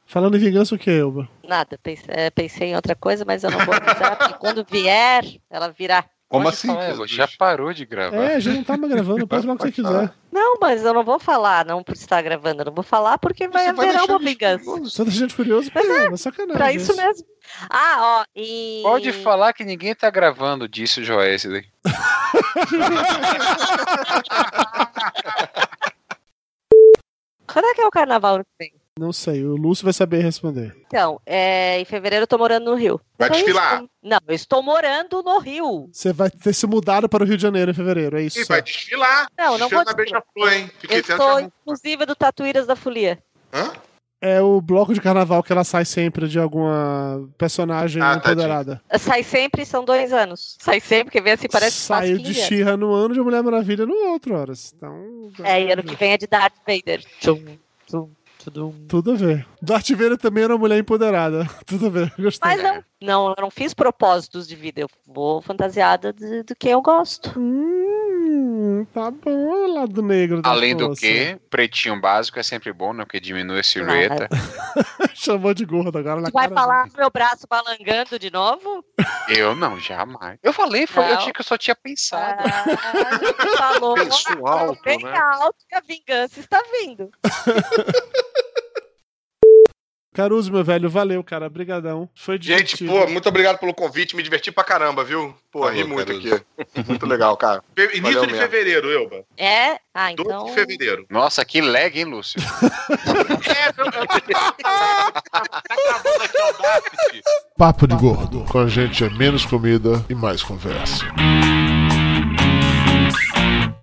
Falando em vingança, o que, Elba?
Nada, pense- é, pensei, em outra coisa, mas eu não vou avisar, porque quando vier, ela virá.
Como assim? já parou de gravar.
É, já não tá mais gravando, pode falar o que você quiser.
Não, mas eu não vou falar, não por estar gravando, eu não vou falar porque vai haver uma vingança.
Tanta gente curiosa, pô, é, sacanagem.
Pra isso mesmo. Ah, ó, e.
Pode falar que ninguém tá gravando disso, Joesley.
Quando é que é o carnaval ano que vem?
Não sei, o Lúcio vai saber responder.
Então, é, em fevereiro eu tô morando no Rio.
Vai
Então,
desfilar?
isso- Não, eu estou morando no Rio.
Você vai ter se mudado para o Rio de Janeiro em fevereiro, é isso?
Ih, vai
desfilar.
Não, não
Desfila
vou
na
desfilar.
Beija-Flor, hein? é Fiquei
eu
tentando
sou
chamar.
inclusive do Tatuíras da Folia.
É o bloco de carnaval que ela sai sempre de alguma personagem empoderada.
Sai sempre, são dois anos. Sai sempre, que vem assim, parece
Saiu de
Fasquinha.
Xirra no ano de Mulher Maravilha no outro, horas. Então,
É, e ano que vem é de Darth Vader. Tchum, tchum, tudum.
tudo a ver. Darth Vader também era uma mulher empoderada. [laughs] Tudo a ver, gostei.
Mas não, não, eu não fiz propósitos de vida. Eu vou fantasiada de- do que eu gosto.
Hum, tá bom, olha o lado negro da
Além do
força.
que, pretinho básico é sempre bom, né? Porque diminui a silhueta.
[laughs] Chamou de gordo agora na
Tu vai
cara. né?
falar do meu braço balangando de novo?
Eu não, jamais. Eu falei, foi, eu
Não.
tinha que eu só tinha pensado.
Tu Ah, [laughs] falou
Pensou alto,
Tá. bem
né?
alto que a vingança está vindo.
Caruso, meu velho, valeu, cara. Brigadão. Foi
Gente,
divertido.
pô, muito obrigado pelo convite. Me diverti pra caramba, viu? Pô,
Falou,
ri muito
Caruso.
aqui. Muito legal, cara.
Início
Valeu
de
mesmo.
fevereiro, Elba.
É? Ah, então.
fevereiro.
Nossa, que lag, hein, [laughs] Lúcio? É,
Papo de Gordo. Com a gente é menos comida e mais conversa.